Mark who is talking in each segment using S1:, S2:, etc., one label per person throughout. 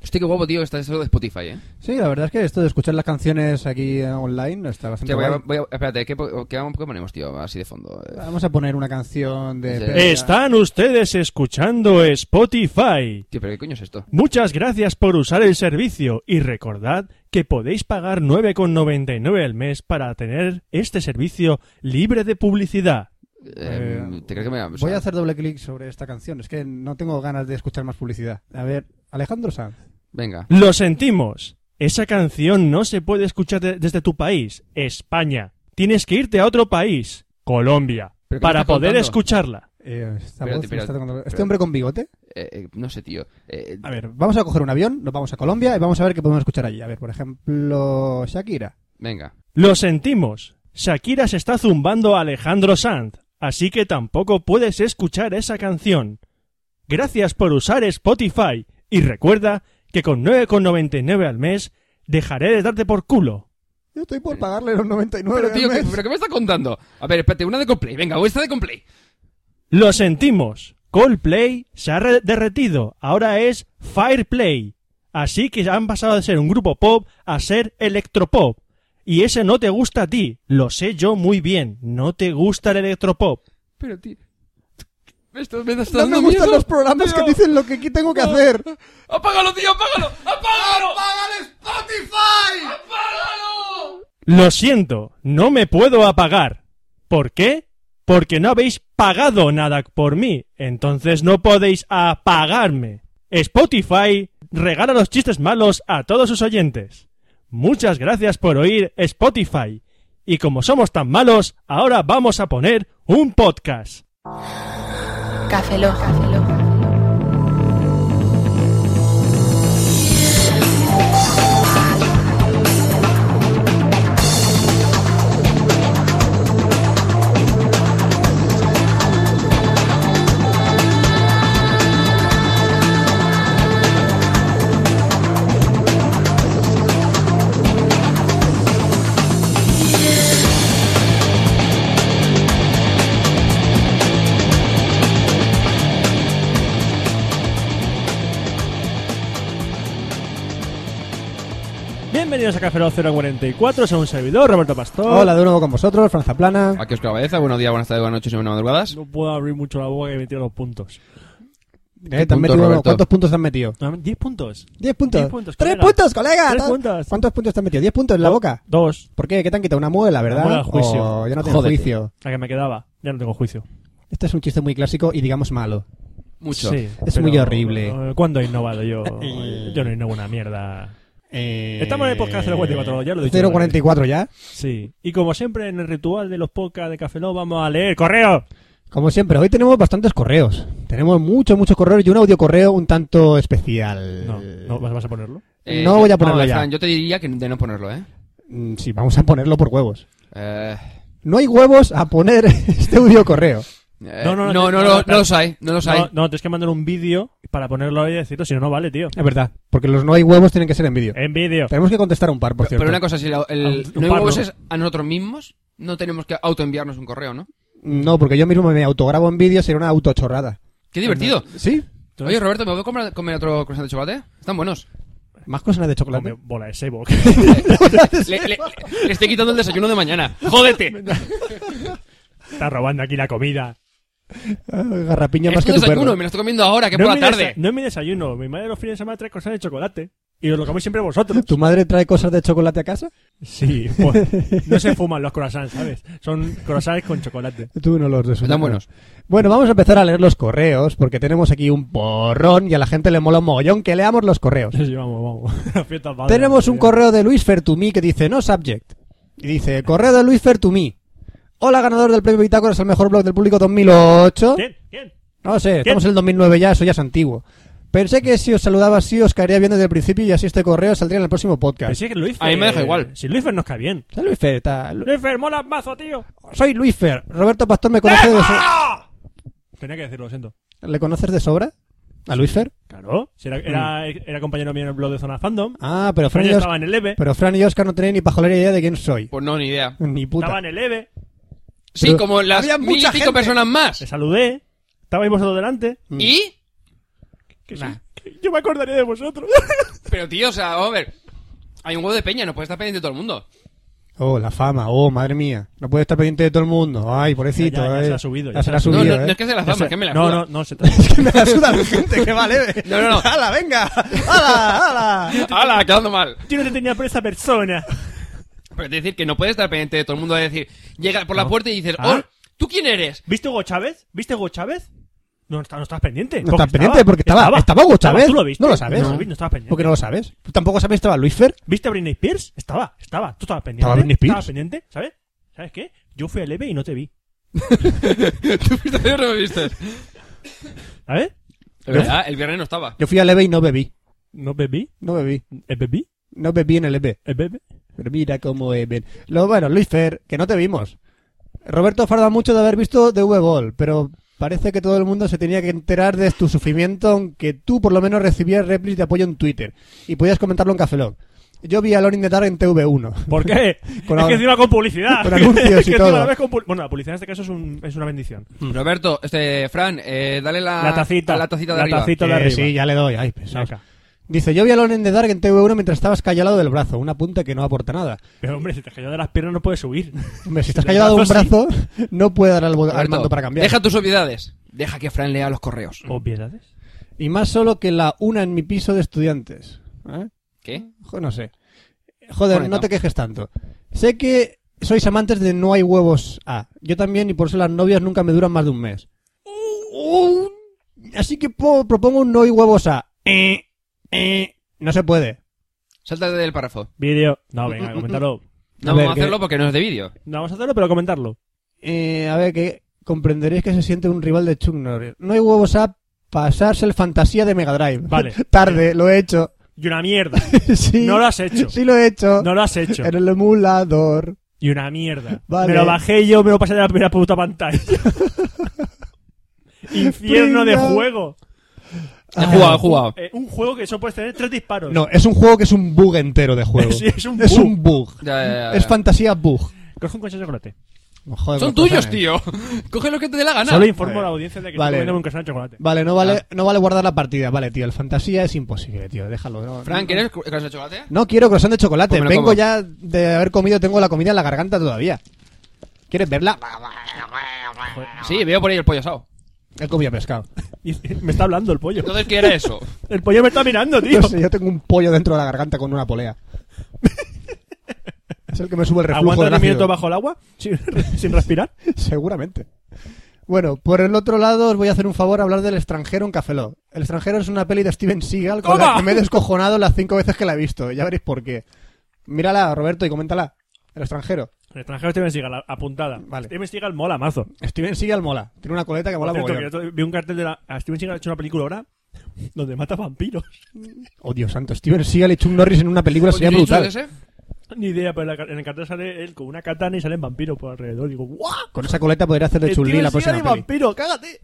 S1: Hostia, qué guapo, tío, que está eso de Spotify, ¿eh?
S2: Sí, la verdad es que esto de escuchar las canciones aquí eh, online está bastante
S1: Hostia, voy
S2: guay.
S1: a- voy a- espérate, ¿qué, po- qué vamos- qué ponemos, tío? Así de fondo. Eh,
S2: Vamos a poner una canción de...
S1: Sí.
S2: Pedro-
S3: Están ustedes escuchando Spotify.
S1: Tío, pero ¿qué coño es esto?
S3: Muchas gracias por usar el servicio y recordad que podéis pagar 9,99 al mes para tener este servicio libre de publicidad.
S1: Eh,
S2: Eh,
S1: ¿Te crees que me o sea,
S2: Voy a hacer doble clic sobre esta canción. Es que no tengo ganas de escuchar más publicidad. A ver, Alejandro Sanz.
S1: Venga.
S3: Lo sentimos. Esa canción no se puede escuchar de- desde tu país, España. Tienes que irte a otro país, Colombia,
S1: ¿Pero qué me
S3: para
S1: estás
S3: poder
S1: contando?
S3: escucharla.
S2: Eh, esta
S1: Espérate,
S2: voz me
S1: espérate,
S2: está tocando-
S1: espérate.
S2: Este hombre con bigote.
S1: Eh, eh, no sé, tío. Eh,
S2: A ver, vamos a coger un avión, nos vamos a Colombia y vamos a ver qué podemos escuchar allí. A ver, por ejemplo, Shakira.
S1: venga.
S3: Lo sentimos. Shakira se está zumbando a Alejandro Sanz, así que tampoco puedes escuchar esa canción. Gracias por usar Spotify y recuerda que con 9,99 al mes dejaré de darte por culo.
S2: Yo estoy por pagarle los 99
S1: Pero, tío,
S2: al
S1: ¿qué,
S2: mes.
S1: pero ¿qué me está contando? A ver, espérate, una de Coldplay. Venga, o esta de Coldplay.
S3: Lo sentimos. Coldplay se ha re- derretido. Ahora es Fireplay. Así que han pasado de ser un grupo pop a ser electropop. Y ese no te gusta a ti. Lo sé yo muy bien. No te gusta el electropop.
S1: Pero, tío... Me estás, me estás
S2: No me
S1: dando
S2: gustan
S1: miedo,
S2: los programas
S1: tío.
S2: que dicen lo que aquí tengo que hacer.
S1: ¡Apágalo, tío, apágalo! ¡Apágalo! ¡Apágalo Spotify! ¡Apágalo!
S3: Lo siento, no me puedo apagar. ¿Por qué? Porque no habéis pagado nada por mí, entonces no podéis apagarme. Spotify regala los chistes malos a todos sus oyentes. Muchas gracias por oír Spotify. Y como somos tan malos, ahora vamos a poner un podcast.
S4: Café Lock.
S3: Bienvenidos a Café Lock 044, soy un servidor, Roberto Pastor.
S2: Hola de nuevo con vosotros, Franza Plana.
S1: Oh. Aquí os cabeza. Buenos días, buenas tardes, buenas noches y buenas madrugadas.
S3: No puedo abrir mucho la boca que me tiro los puntos.
S2: Eh, te han
S1: puntos,
S2: metido-
S1: Roberto?
S2: ¿Cuántos puntos te han metido?
S3: ¿10 puntos?
S2: ¿Diez puntos?
S3: Diez puntos,
S2: ¡Tres
S3: colega.
S2: puntos, colega!
S3: Tres
S2: Ta-
S3: puntos.
S2: ¿Cuántos puntos te han metido? ¿Diez puntos en la boca?
S3: Dos,
S2: ¿Por qué? ¿Qué te han quitado? ¿Una muela, verdad?
S3: muela al juicio.
S2: Oh, ya no tengo
S1: Jódete.
S2: juicio.
S3: la que me quedaba. Ya no tengo juicio.
S2: Este es un chiste muy clásico y digamos malo.
S1: Mucho.
S3: Sí,
S2: Es
S3: pero,
S2: muy horrible.
S3: eh, ¿Cuándo he innovado yo? Eh, Yo no innovo una mierda.
S2: Eh,
S3: Estamos en el podcast 044, ya lo he dicho.
S2: 044 ya.
S3: Sí. Y como siempre en el ritual de los podcasts de Café Lock, vamos a leer correo.
S2: Como siempre, hoy tenemos bastantes correos. Tenemos muchos, muchos correos y un audio correo un tanto especial.
S3: No, no ¿vas, vas a ponerlo.
S2: No voy a ponerlo ya.
S1: Eh, Fran, yo te diría que de no ponerlo, ¿eh?
S2: Mm, Sí, vamos a ponerlo por huevos.
S1: Eh,
S2: No hay huevos a poner este audio correo.
S1: eh,
S3: No, no, no,
S1: no,
S3: no,
S1: lo-
S3: no, espera.
S1: no los hay, no los hay.
S3: No, no, tienes que mandar un vídeo para ponerlo ahí y decirlo, si no, no vale, tío.
S2: Es verdad, porque los no hay huevos tienen que ser en vídeo.
S3: En vídeo.
S2: Tenemos que contestar un par, por
S1: Pero
S2: cierto.
S1: una cosa, si la- el,
S3: A un- un
S1: no hay
S3: par,
S1: huevos
S3: ¿no?
S1: es a nosotros mismos, no tenemos que autoenviarnos un correo, ¿no?
S2: No, porque yo mismo me autograbo en vídeo, sería una autochorrada.
S1: ¡Qué divertido!
S2: ¿Sí?
S1: Oye, Roberto, ¿me voy a comer, comer otro croissant de chocolate? Están buenos.
S2: Más cosas de
S3: Come
S2: chocolate.
S3: bola de sebo.
S1: Le, le- le- le estoy quitando el desayuno de mañana. ¡Jódete!
S3: Está robando aquí la comida.
S2: Ah, Garrapiña
S1: Es
S2: más
S1: tu
S2: que tu
S1: desayuno,
S2: perro.
S1: y me lo estoy comiendo ahora, que
S3: no
S1: por
S3: es
S1: la
S3: mi desa-
S1: tarde.
S3: No es mi desayuno. Mi madre los fines de semana trae cosas de chocolate. Y os lo coméis siempre vosotros.
S2: ¿Tu madre trae cosas de chocolate a casa?
S3: Sí, pues, no se fuman los croissants, ¿sabes? Son croissants con chocolate.
S2: Tú no los resultas.
S1: Están buenos.
S2: Bueno, vamos a empezar a leer los correos, porque tenemos aquí un porrón y a la gente le mola un mogollón que leamos los correos.
S3: Sí, vamos, vamos. La fiesta padre,
S2: Tenemos un
S3: tío.
S2: correo de Luis Fertumí que dice no subject. Y dice, correo de Luis Fertumí. Hola, ganador del premio Bitácoras al mejor blog del público 2008.
S3: ¿Quién? ¿Quién?
S2: No sé, estamos en el 2009 ya, eso ya es antiguo. Pensé que si os saludaba así os caería bien desde el principio y así este correo saldría en el próximo
S3: Pero
S2: podcast.
S3: si es que Luisfer-
S1: A mí me deja igual.
S3: Si Luisfer nos cae bien.
S2: Soy Luis Fer, está- Lu-
S3: Luisfer, mola mazo, tío.
S2: Soy Luis Fer. Roberto Pastor me conoce de so-
S3: Tenía que decirlo, lo siento.
S2: ¿Le conoces de sobra? ¿A Luis Fer?
S3: Claro. Si era, era, era compañero mío en el blog de Zona Fandom.
S2: Ah, Mm. pero Fran,
S3: Fran
S2: y Os-
S3: estaba en el E EVE.
S2: pero Fran y Oscar no tenían ni pajolera idea de quién soy.
S1: Pues no, ni idea.
S2: Ni
S3: Estaba
S2: puta.
S3: en el E EVE.
S1: Sí,
S2: Pero-
S1: como las
S2: Había
S1: mil y
S2: mucha
S1: pico
S2: gente.
S1: personas más.
S3: Le saludé. Estabais vosotros delante.
S1: ¿Y?
S3: Que sí, que yo me acordaré de vosotros.
S1: Pero tío, o sea, vamos a ver. Hay un huevo de peña, no puede estar pendiente de todo el mundo.
S2: Oh, la fama. Oh, madre mía. No puede estar pendiente de todo el mundo. Ay, pobrecito.
S3: Ya, ya, ya se
S2: eh.
S3: la ha subido,
S2: Ya
S3: ya
S2: se la
S3: se la
S2: ha
S3: ha subido.
S2: subido,
S1: no, no,
S2: eh.
S1: no es que se la fama,
S3: se-
S1: es que me la
S3: no,
S1: suda.
S3: no, no se trata.
S2: Es que me la suda la gente, que va leve.
S1: No, no, no.
S2: ¡Hala, venga! ¡Hala, hala!
S1: ¡Hala! Quedando mal.
S3: Yo no te tenía por esa persona.
S1: Pero es decir, que no puede estar pendiente de todo el mundo. Es decir, llega por la puerta y dices,
S3: Ah.
S1: ¡Oh! ¿Tú quién eres?
S3: ¿Viste Hugo Chávez? ¿Viste Hugo Chávez? No, está- no estás pendiente.
S2: No estás pendiente porque estaba, estaba, Hugo Chávez.
S3: ¿Tú lo viste?
S2: No lo sabes.
S3: No, no estabas pendiente.
S2: Porque no lo sabes. Tú tampoco sabes que estaba Luis Fer.
S3: ¿Viste a Britney Spears? Estaba, estaba. ¿Tú estabas pendiente?
S2: ¿Estaba Britney Spears?
S3: Estaba pendiente, ¿sabes? ¿Sabes qué? Yo fui a Leve y no te vi.
S1: ¿Tú fuiste ayer o no me viste?
S3: ¿Sabes?
S1: Es verdad, el viernes no estaba.
S2: Yo fui al EVE y no bebí.
S3: No bebí.
S2: No bebí.
S3: ¿El bebí?
S2: No bebí en el EVE.
S3: ¿El bebé?
S2: Pero mira cómo beben. Lo bueno, Luis Fer, que no te vimos. Roberto farda mucho de haber visto The V-Ball, pero parece que todo el mundo se tenía que enterar de tu sufrimiento, aunque tú por lo menos recibías replis de apoyo en Twitter y podías comentarlo en Cafelón. Yo vi a Lorin de Targ en TV1.
S3: ¿Por qué?
S2: Con
S3: es
S2: a-
S3: que encima con publicidad.
S2: con anuncios
S3: Es que
S2: y
S3: encima
S2: todo.
S3: la ves con pu- Bueno, la publicidad en este caso es, un- es una bendición.
S1: Roberto, este, Fran, eh, dale la,
S3: La tacita.
S1: a la tacita de
S3: La
S1: arriba.
S3: tacita. Todo
S2: Eh,
S3: de arriba.
S2: sí, ya le doy. Ay, pesaos.
S3: Saca.
S2: Dice, yo vi a Loren de Dark en TV1 mientras estabas callado del brazo. Una punta que no aporta nada.
S3: Pero hombre, si te has caído de las piernas no puedes subir.
S2: Hombre, si estás
S3: Del
S2: callado de un
S3: brazo,
S2: brazo, no puede dar al, bo- al
S1: Roberto,
S2: mando para cambiar.
S1: Deja tus obviedades. Deja que Fran lea los correos.
S3: Obviedades.
S2: Y más solo que la una en mi piso de estudiantes. ¿Eh?
S1: ¿Qué?
S2: Jo- no sé. Joder,
S1: Bonito.
S2: no te quejes tanto. Sé que sois amantes de no hay huevos A. Yo también y por eso las novias nunca me duran más de un mes. Uh, Así que po- propongo un no hay huevos A. Eh, eh. No se puede.
S1: Sáltate del párrafo.
S3: Vídeo. No, venga, comentarlo.
S1: No
S2: A ver,
S1: vamos
S2: que-
S1: a hacerlo porque no es de vídeo.
S3: No vamos a hacerlo, pero comentarlo.
S2: Eh, a ver, que comprenderéis que se siente un rival de Chuck Norris. No hay huevos a pasarse el fantasía de Mega Drive.
S3: Vale.
S2: Tarde, lo he hecho.
S3: Y una mierda.
S2: sí,
S3: No lo has hecho.
S2: sí lo he hecho.
S3: No lo has hecho.
S2: En el emulador.
S3: Y una mierda.
S2: Vale.
S3: Me lo bajé yo, me lo pasé de la primera puta pantalla. Infierno de
S2: Venga.
S3: juego.
S1: He
S2: Ah.
S1: jugado, he jugado.
S3: Eh, un juego que solo puedes tener tres disparos.
S2: No, es un juego que es un bug entero de juego.
S3: Sí, es un
S2: Es
S3: bug.
S2: un bug.
S1: Ya, ya, ya, ya.
S2: Es fantasía bug. Oh,
S3: Coge un coche de chocolate.
S2: Joder,
S1: Son
S2: con los
S1: tuyos,
S2: cojones.
S1: tío. Coge lo que te dé la gana.
S3: Solo informo
S2: Vale.
S3: a la audiencia de que
S2: Vale.
S3: estoy comiéndome un coche de chocolate.
S2: Vale, no vale,
S3: Ah.
S2: no vale guardar la partida. Vale, tío, el fantasía es imposible, tío. Déjalo. No,
S1: Fran,
S2: no,
S1: ¿quieres cu- cosa de chocolate?
S2: No quiero croissant de chocolate.
S1: Pues me lo
S2: Vengo
S1: como.
S2: ya de haber comido, tengo la comida en la garganta todavía. ¿Quieres verla?
S1: Sí, veo por ahí el pollo asado.
S2: He comido pescado.
S3: Y- me está hablando el pollo.
S1: Entonces, ¿qué era eso?
S3: El pollo me está mirando, tío.
S2: No sé, yo tengo un pollo dentro de la garganta con una polea. es el que me sube el reflujo
S3: Aguanta
S2: del
S3: 10
S2: ácido.
S3: minutos bajo el agua sin, sin respirar.
S2: Seguramente. Bueno, por el otro lado os voy a hacer un favor a hablar del extranjero en Cafeló. El extranjero es una peli de Steven Seagal con la
S3: ¡Toma!
S2: que me he descojonado las cinco veces que la he visto. Ya veréis por qué. Mírala, Roberto, y coméntala. El extranjero.
S3: El extranjero Steven Seagal, a- apuntada. Este
S2: Vale.
S3: Steven Seagal mola, mazo.
S2: Steven Seagal mola. Tiene una coleta que mola
S3: Por cierto,
S2: mogollón.
S3: que yo vi un cartel de la... ah, a Steven Seagal ha hecho una película ahora donde mata vampiros.
S2: Oh, Dios santo. Steven Seagal y Chuck Norris en una película
S1: ¿Oye,
S2: sería
S1: ¿qué he dicho
S2: brutal.
S1: de ese?
S3: Ni idea, pero en la car- en el cartel sale él con una katana y salen vampiros por alrededor. Digo, ¡guau!
S2: Con esa coleta podría hacer de
S3: Eh, Steven
S2: Chun-Li la
S3: Seagal
S2: próxima
S3: y
S2: peli.
S3: vampiro, cágate.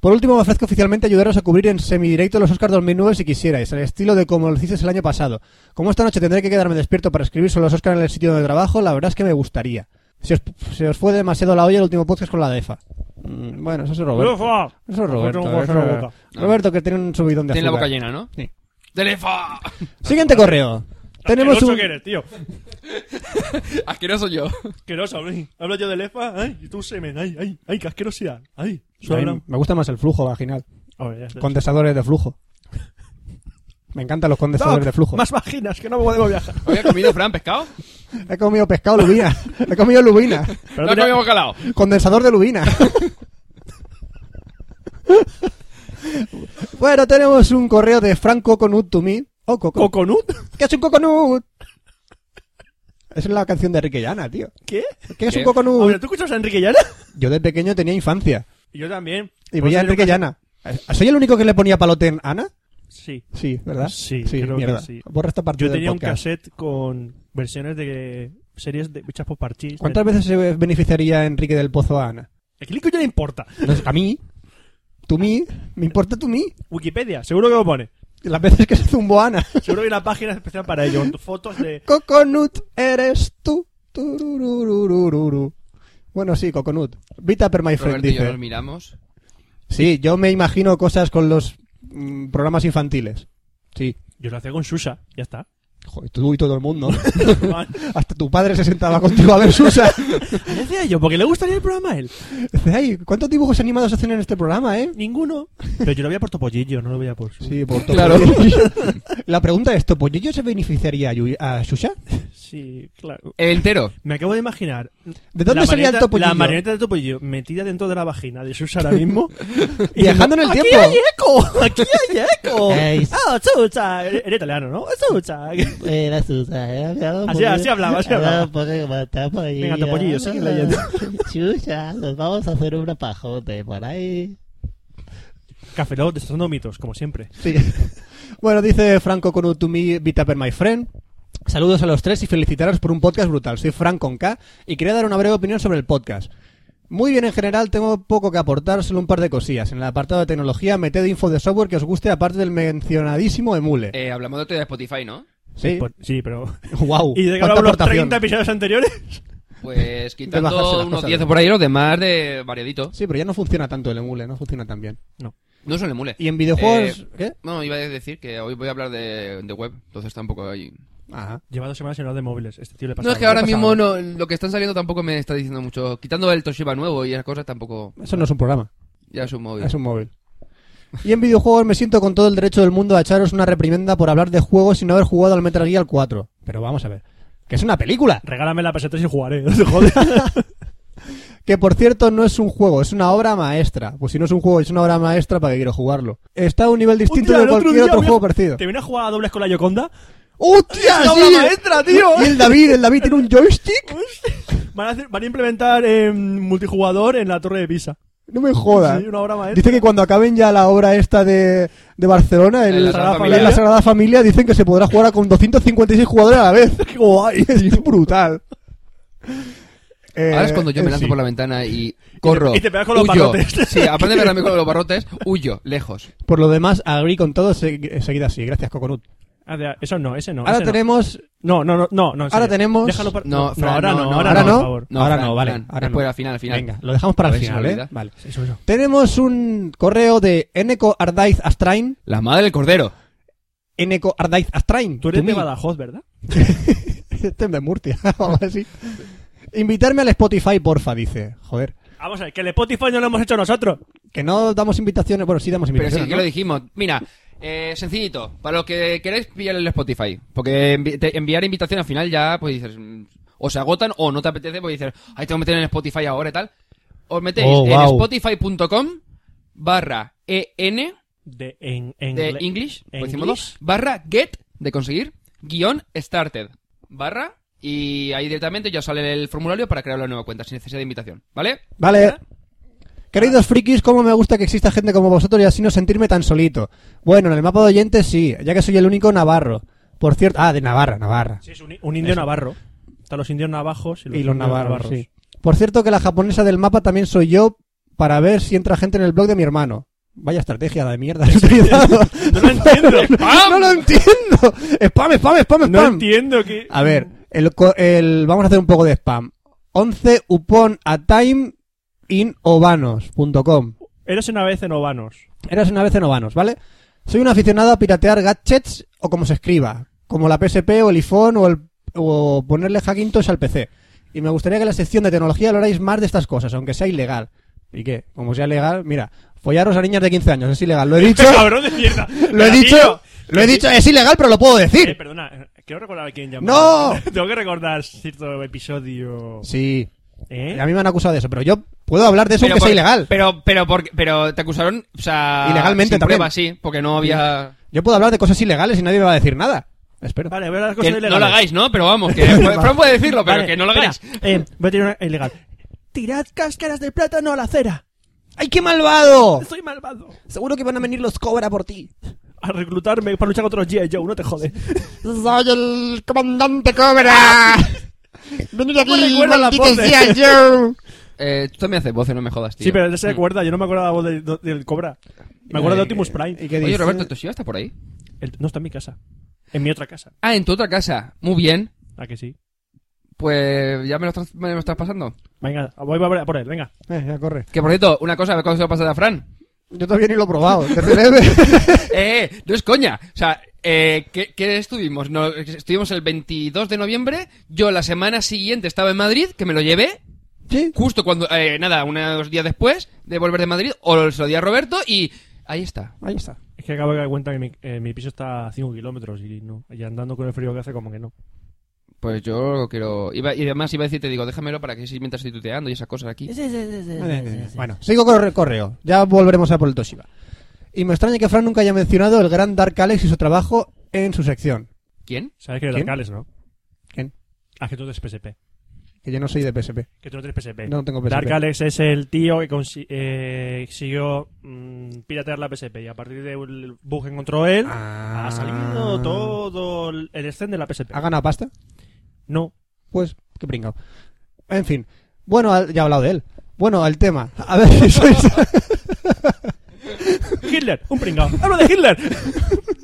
S2: Por último, me ofrezco oficialmente ayudaros a cubrir en semidirecto los Oscars 2009 si quisierais, al estilo de como lo hicisteis el año pasado. Como esta noche tendré que quedarme despierto para escribir sobre los Oscars en el sitio de trabajo, la verdad es que me gustaría. Se os, se os fue demasiado la olla el último podcast con la DEFA. Mm, Bueno, eso es Roberto.
S3: Ufa.
S2: Eso es
S3: Me
S2: Roberto. eso
S3: ha puesto un
S2: es
S3: hueso en la
S2: Roberto. Roberto, que tiene un subidón de
S1: Tiene la boca
S2: azúcar.
S1: llena, ¿no?
S2: Sí.
S1: ¡Telefa!
S2: Siguiente correo. Tenemos
S3: Asqueroso
S2: un...
S3: que eres, tío.
S1: Asqueroso yo.
S3: Asqueroso, ay. Hablo yo de lefa, ay, y tú semen, ay, ay, ay, qué asquerosidad.
S2: A
S3: Ay,
S2: mí
S3: suena.
S2: me gusta más el flujo vaginal.
S3: A ver, ya está.
S2: Condensadores de flujo. Me encantan los
S3: Doc,
S2: condensadores de flujo.
S3: Más vaginas, que no podemos viajar.
S1: ¿Había comido Fran pescado?
S2: He comido pescado lubina. He comido lubina.
S1: No he comido bacalao.
S2: Condensador de lubina. bueno, tenemos un correo de Franco Coconut to me. Oh, Coco.
S3: ¿Coconut?
S2: ¿Qué es un coconut? Esa es la canción de Enrique Llana, tío.
S3: ¿Qué?
S2: ¿Qué es un
S3: A
S1: ¿Qué?
S3: ver,
S2: coconut?
S3: ¿tú escuchas a Enrique Llana?
S2: Yo de pequeño tenía infancia
S3: Yo también.
S2: y
S3: Pues
S2: veía a
S3: yo creo
S2: Enrique
S3: que-
S2: Llana. ¿Soy el único que le ponía palote en Ana?
S3: Sí.
S2: Sí, ¿verdad?
S3: Sí, creo
S2: mierda.
S3: que sí.
S2: Borra esta parte
S3: Yo
S2: del
S3: tenía un
S2: podcast.
S3: cassette con versiones de series de bichas por parchís.
S2: ¿Cuántas veces se beneficiaría Enrique del Pozo a Ana?
S3: ¿A quién coño le importa?
S2: No, a mí. ¿Tú mí? ¿Me importa tú mí?
S3: Wikipedia, seguro que lo pone.
S2: Las veces que se zumbó a Ana.
S3: Seguro que hay una página especial para ello. con Fotos de.
S2: Coconut eres tú. Tururururururu. Bueno, sí, Coconut. Vita per my friend,
S1: Roberto y yo nos
S2: dice.
S1: miramos.
S2: Sí, yo me imagino cosas con los mm, programas infantiles. Sí.
S3: Yo lo hacía con Susa, ya está.
S2: Joder, tú y todo el mundo. Hasta tu padre se sentaba contigo a ver Susa.
S3: ¿Qué decía yo? Porque le gustaría el programa a él.
S2: Dice, ay, ¿cuántos dibujos animados hacen en este programa, eh?
S3: Ninguno. Pero yo lo veía por Topollillo, no lo veía por Susa.
S2: Sí, por todo.
S1: Claro.
S2: La pregunta es, ¿Topollillo se beneficiaría a, Yu- a Xuxa?
S3: Sí, claro.
S1: El Eh, entero.
S3: Me acabo de imaginar.
S2: ¿De dónde
S3: la
S2: salía el
S3: marioneta-
S2: Topollillo?
S3: La marioneta de Topollillo metida dentro de la vagina de Susa ahora mismo. y
S2: Viajando en el
S3: diciendo,
S2: tiempo".
S3: ¡Aquí hay eco! ¡Aquí hay eco!
S2: Ey.
S3: ¡Ah, Susa! Era italiano, ¿no? ¡Susa!
S5: Era Susa, era hablaba
S3: Así- así hablaba, así hablaba.
S5: un poco como está por ahí.
S3: Venga, Topollillo, sigue leyendo.
S5: Chucha, nos vamos a hacer un pajote por ahí.
S3: Café Lock destrozando mitos, como siempre.
S2: Sí. Bueno, dice Franco con To Me, Beat Up and My Friend. Saludos a los tres y felicitaros por un podcast brutal. Soy Frank con K y quería dar una breve opinión sobre el podcast. Muy bien, en general tengo poco que aportar, solo un par de cosillas. En el apartado de tecnología meted info de software que os guste aparte del mencionadísimo emule.
S1: Eh, hablamos de otro día de Spotify, ¿no?
S2: sí.
S3: Por- sí, pero...
S2: Wow.
S3: pues, ¿Y de qué
S2: cuánta
S3: hablamos los
S2: aportación.
S3: 30 episodios anteriores?
S1: Pues
S2: bajarse las
S1: quitando unos
S2: cosas,
S1: 10
S2: ¿no?
S1: o por ahí, los demás de variadito.
S2: Sí, pero ya no funciona tanto el emule, no funciona tan bien.
S1: No son emule.
S2: ¿Y en videojuegos?
S3: Eh,
S2: ¿Qué?
S1: No, iba a decir que hoy voy a hablar de, de web, entonces tampoco hay...
S2: Ajá.
S3: Lleva dos semanas sin hablar de móviles. Este tío le pasa
S1: No, es que
S3: algo.
S1: ahora mismo no, lo que están saliendo tampoco me está diciendo mucho. Quitando el Toshiba nuevo y esas cosas tampoco...
S2: Eso no es un programa.
S1: Ya es un móvil.
S2: Es un móvil. Y en videojuegos me siento con todo el derecho del mundo a echaros una reprimenda por hablar de juegos sin haber jugado al Metal Gear 4. Pero vamos a ver. Que es una película.
S3: Regálame la PS3 y jugaré. No te jodas.
S2: Que por cierto no es un juego, es una obra maestra. Pues si no es un juego, es una obra maestra para que quiero jugarlo. Está a un nivel distinto
S3: Hostia,
S2: de
S3: el otro
S2: cualquier
S3: día
S2: otro
S3: voy a-
S2: juego parecido.
S3: ¿Te viene a jugar a dobles con la Yoconda?
S2: ¡Hostia!
S3: ¡Es una obra
S2: sí!
S3: maestra, tío!
S2: Y el David, el David tiene un joystick.
S3: Van a, hacer- van a implementar eh, multijugador en la Torre de Pisa.
S2: No me jodas.
S3: Sí, una obra maestra.
S2: Dice que cuando acaben ya la obra esta de, de Barcelona, el,
S1: En la
S2: Sagrada Familia.
S1: Sagrada Familia.
S2: en la Sagrada Familia, dicen que se podrá jugar a con 256 jugadores a la vez. ¡Qué guay! Es brutal. Eh,
S1: Ahora es cuando yo me
S2: eh,
S1: lanzo
S2: sí.
S1: por la ventana y corro.
S3: y te pegas con los
S1: huyo.
S3: barrotes.
S1: Sí, aparte de pegarme con los barrotes, huyo, lejos.
S2: Por lo demás, agree con todo, se- seguida así. Gracias, Coconut.
S3: Ah, de- Eso no, ese no.
S2: Ahora
S3: ese no.
S2: tenemos...
S3: No, no, no, no. no en
S2: Ahora
S3: serio.
S2: tenemos-
S3: Déjalo para-
S1: No, Fran,
S3: ahora no,
S1: no, no,
S3: ahora,
S2: ahora
S3: no,
S2: no.
S3: por favor.
S2: ahora
S1: Fran,
S2: no, vale.
S1: Fran,
S2: ahora
S1: después,
S2: no.
S1: al final, al final.
S2: Venga, lo dejamos para
S1: A
S2: el
S1: ver si
S2: final,
S1: me
S2: ¿eh?
S1: olvida.
S2: Vale.
S3: Eso, eso.
S2: Tenemos un correo de Eneco Ardaiz Astrain.
S1: La madre del cordero.
S2: Eneco Ardaiz Astrain.
S3: Tú eres
S2: to
S3: de
S2: me.
S3: Badajoz, ¿verdad?
S2: Este es de Murcia, o algo así. Invitarme al Spotify, porfa, dice. Joder.
S3: Vamos a ver, que el Spotify no lo hemos hecho nosotros.
S2: Que no damos invitaciones, bueno, sí damos
S1: Pero sí,
S2: invitaciones.
S1: que
S2: ¿no?
S1: lo dijimos. Mira, eh, sencillito. Para los que queréis pillar el Spotify. Porque envi- te- enviar invitación al final ya, pues dices... mm, O se agotan o no te apetece, pues dices... Ay, tengo que meter en Spotify ahora y tal. Os metéis
S2: Oh,
S1: en
S2: wow.
S1: spotify.com barra E en
S3: De, en, en-
S1: de English, por decirlo,
S3: English.
S1: barra get de conseguir guión started barra y ahí directamente ya os sale el formulario para crear la nueva cuenta sin necesidad de invitación, ¿vale?
S2: Vale. Queridos frikis, cómo me gusta que exista gente como vosotros y así no sentirme tan solito. Bueno, en el mapa de oyentes sí, ya que soy el único navarro. Por cierto, ah, de Navarra, Navarra.
S3: Sí, es un, un indio navarro. Están los indios navajos y los,
S2: y los
S3: indios
S2: navarros, sí. Por cierto que la japonesa del mapa también soy yo para ver si entra gente en el blog de mi hermano. Vaya estrategia de mierda. he utilizado.
S3: No lo entiendo.
S2: no lo entiendo. Spam, spam, spam, spam. Ah.
S3: No entiendo que...
S2: A ver, el, co- el- vamos a hacer un poco de spam. 11 upon a time in ovanos.com.
S3: Eres una vez en Obanos.
S2: Eras una vez en ovanos, ¿vale? Soy un aficionado a piratear gadgets o como se escriba, como la PSP o el iPhone o, el, o ponerle Hackintosh al PC. Y me gustaría que la sección de tecnología hablarais más de estas cosas, aunque sea ilegal. ¿Y qué? Como sea ilegal, mira, follaros a niñas de 15 años, es ilegal. Lo he dicho,
S3: Este Cabrón de mierda.
S2: lo he
S3: Pero,
S2: dicho,
S3: tío,
S2: lo he dicho, es ilegal, pero lo puedo
S3: Eh,
S2: decir.
S3: perdona, eh, quiero recordar a quién llamó.
S2: ¡No!
S3: Tengo que recordar cierto episodio.
S2: Sí,
S3: ¿Eh?
S2: a mí me han acusado de eso, pero yo puedo hablar de eso aunque sea
S1: por-
S2: ilegal.
S1: Pero, pero, porque- pero te acusaron, o sea,
S2: Ilegalmente
S1: sin
S2: también.
S1: pruebas, sí, porque no había.
S2: Yo puedo hablar de cosas ilegales y nadie me va a decir nada. Espero.
S3: Vale, voy a hablar
S1: que
S3: cosas ilegales.
S1: no lo hagáis, ¿no? Pero vamos, que Fran puede decirlo, pero
S3: Vale,
S1: que no lo hagáis.
S3: espera, eh, voy a tirar una ilegal. Tirad cáscaras de plátano a la acera.
S2: ¡Ay, qué malvado!
S3: Soy malvado.
S2: Seguro que van a venir los Cobra por ti.
S3: A reclutarme para luchar contra los G.I. Joe, no te jode.
S5: Soy el comandante Cobra. Venid
S3: No me recuerdo la voz de-
S5: yo.
S1: Eh, tú también haces voces, no me jodas, tío.
S3: Sí, pero él se acuerda, yo no me acuerdo la voz del, del Cobra. Me acuerdo de Optimus
S2: Eh, ¿Y
S3: Prime.
S2: qué
S1: Oye,
S2: dice?
S1: Roberto, ¿tu Shiva está por ahí?
S3: Él no está en mi casa. En mi otra casa.
S1: Ah, en tu otra casa. Muy bien.
S3: ¿A que sí?
S1: Pues ya me lo, estás- me lo estás pasando.
S3: Venga, voy a por él, venga.
S2: Eh, ya corre.
S1: Que por cierto, una cosa, a ver cuándo se lo pasa a Fran.
S2: Yo todavía ni lo he probado. TCM.
S1: Eh, eh, no es coña. O sea, eh, ¿qué, qué estuvimos? No, estuvimos el 22 de noviembre. Yo la semana siguiente estaba en Madrid, que me lo llevé.
S2: sí.
S1: Justo cuando, eh, nada, unos días después de volver de Madrid, o se lo di a Roberto y ahí está.
S2: Ahí está.
S3: Es que acabo de dar cuenta que mi, eh, mi piso está a 5 kilómetros y no. Y andando con el frío que hace, como que no.
S1: Pues yo quiero... Iba, y además iba a decirte, digo, déjamelo para que si mientras estoy tuteando y esas cosas aquí.
S2: Bueno, sigo con el correo. Ya volveremos a por el Toshiba. Y me extraña que Fran nunca haya mencionado el gran Dark Alex y su trabajo en su sección.
S1: ¿Quién?
S3: Sabes que eres
S2: ¿Quién?
S3: Darkales, ¿no?
S2: ¿Quién?
S3: Ah, que tú eres PSP.
S2: Que yo no soy de PSP.
S3: Que tú no tienes PSP.
S2: No tengo PSP.
S3: Dark Alex es el tío que consi- eh, consiguió mm, piratear la PSP y a partir del bug que encontró él
S2: Ah.
S3: ha salido todo el el extend de la PSP.
S2: ¿Ha ganado pasta?
S3: No,
S2: Pues, qué pringao. En fin. Bueno, al- ya he hablado de él. Bueno, al tema. A ver si sois...
S3: Hitler, un pringao. ¡Hablo de Hitler!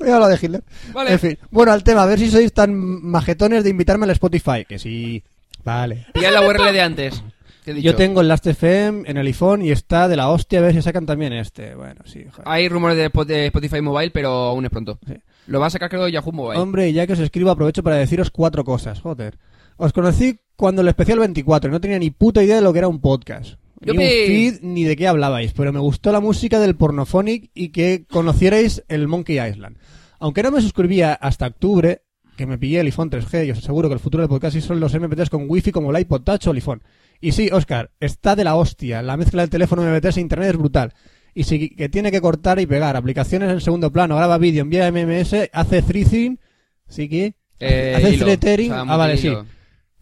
S2: he hablado de Hitler.
S1: Vale.
S2: En fin. Bueno, al tema. A ver si sois tan majetones de invitarme al Spotify. Que sí. Vale.
S1: Pilla la URL de antes. que he dicho.
S2: Yo tengo el Last FM en el iPhone y está de la hostia. A ver si sacan también este. Bueno, sí. joder.
S1: Hay rumores de Spot- de Spotify Mobile, pero aún es pronto.
S2: Sí.
S1: Lo va a sacar, creo, Yahoo Mobile.
S2: Hombre, y ya que os escribo, aprovecho para deciros cuatro cosas. Joder. Os conocí cuando el especial 24 y no tenía ni puta idea de lo que era un podcast. Ni un
S1: ¡Yupi!
S2: feed, ni de qué hablabais, pero me gustó la música del Pornophonic y que conocierais el Monkey Island. Aunque no me suscribía hasta octubre, que me pillé el iPhone 3G, y os aseguro que el futuro del podcast sí son los MP3 con wifi como el iPod Touch o el iPhone. Y sí, Oscar, está de la hostia. La mezcla del teléfono MP3 e internet es brutal. Y sí que tiene que cortar y pegar. Aplicaciones en segundo plano, graba vídeo, envía MMS, hace threading, sí que
S1: Eh,
S2: hace
S1: hilo,
S2: threading,
S1: o sea,
S2: ah vale, sí.
S1: multihilo.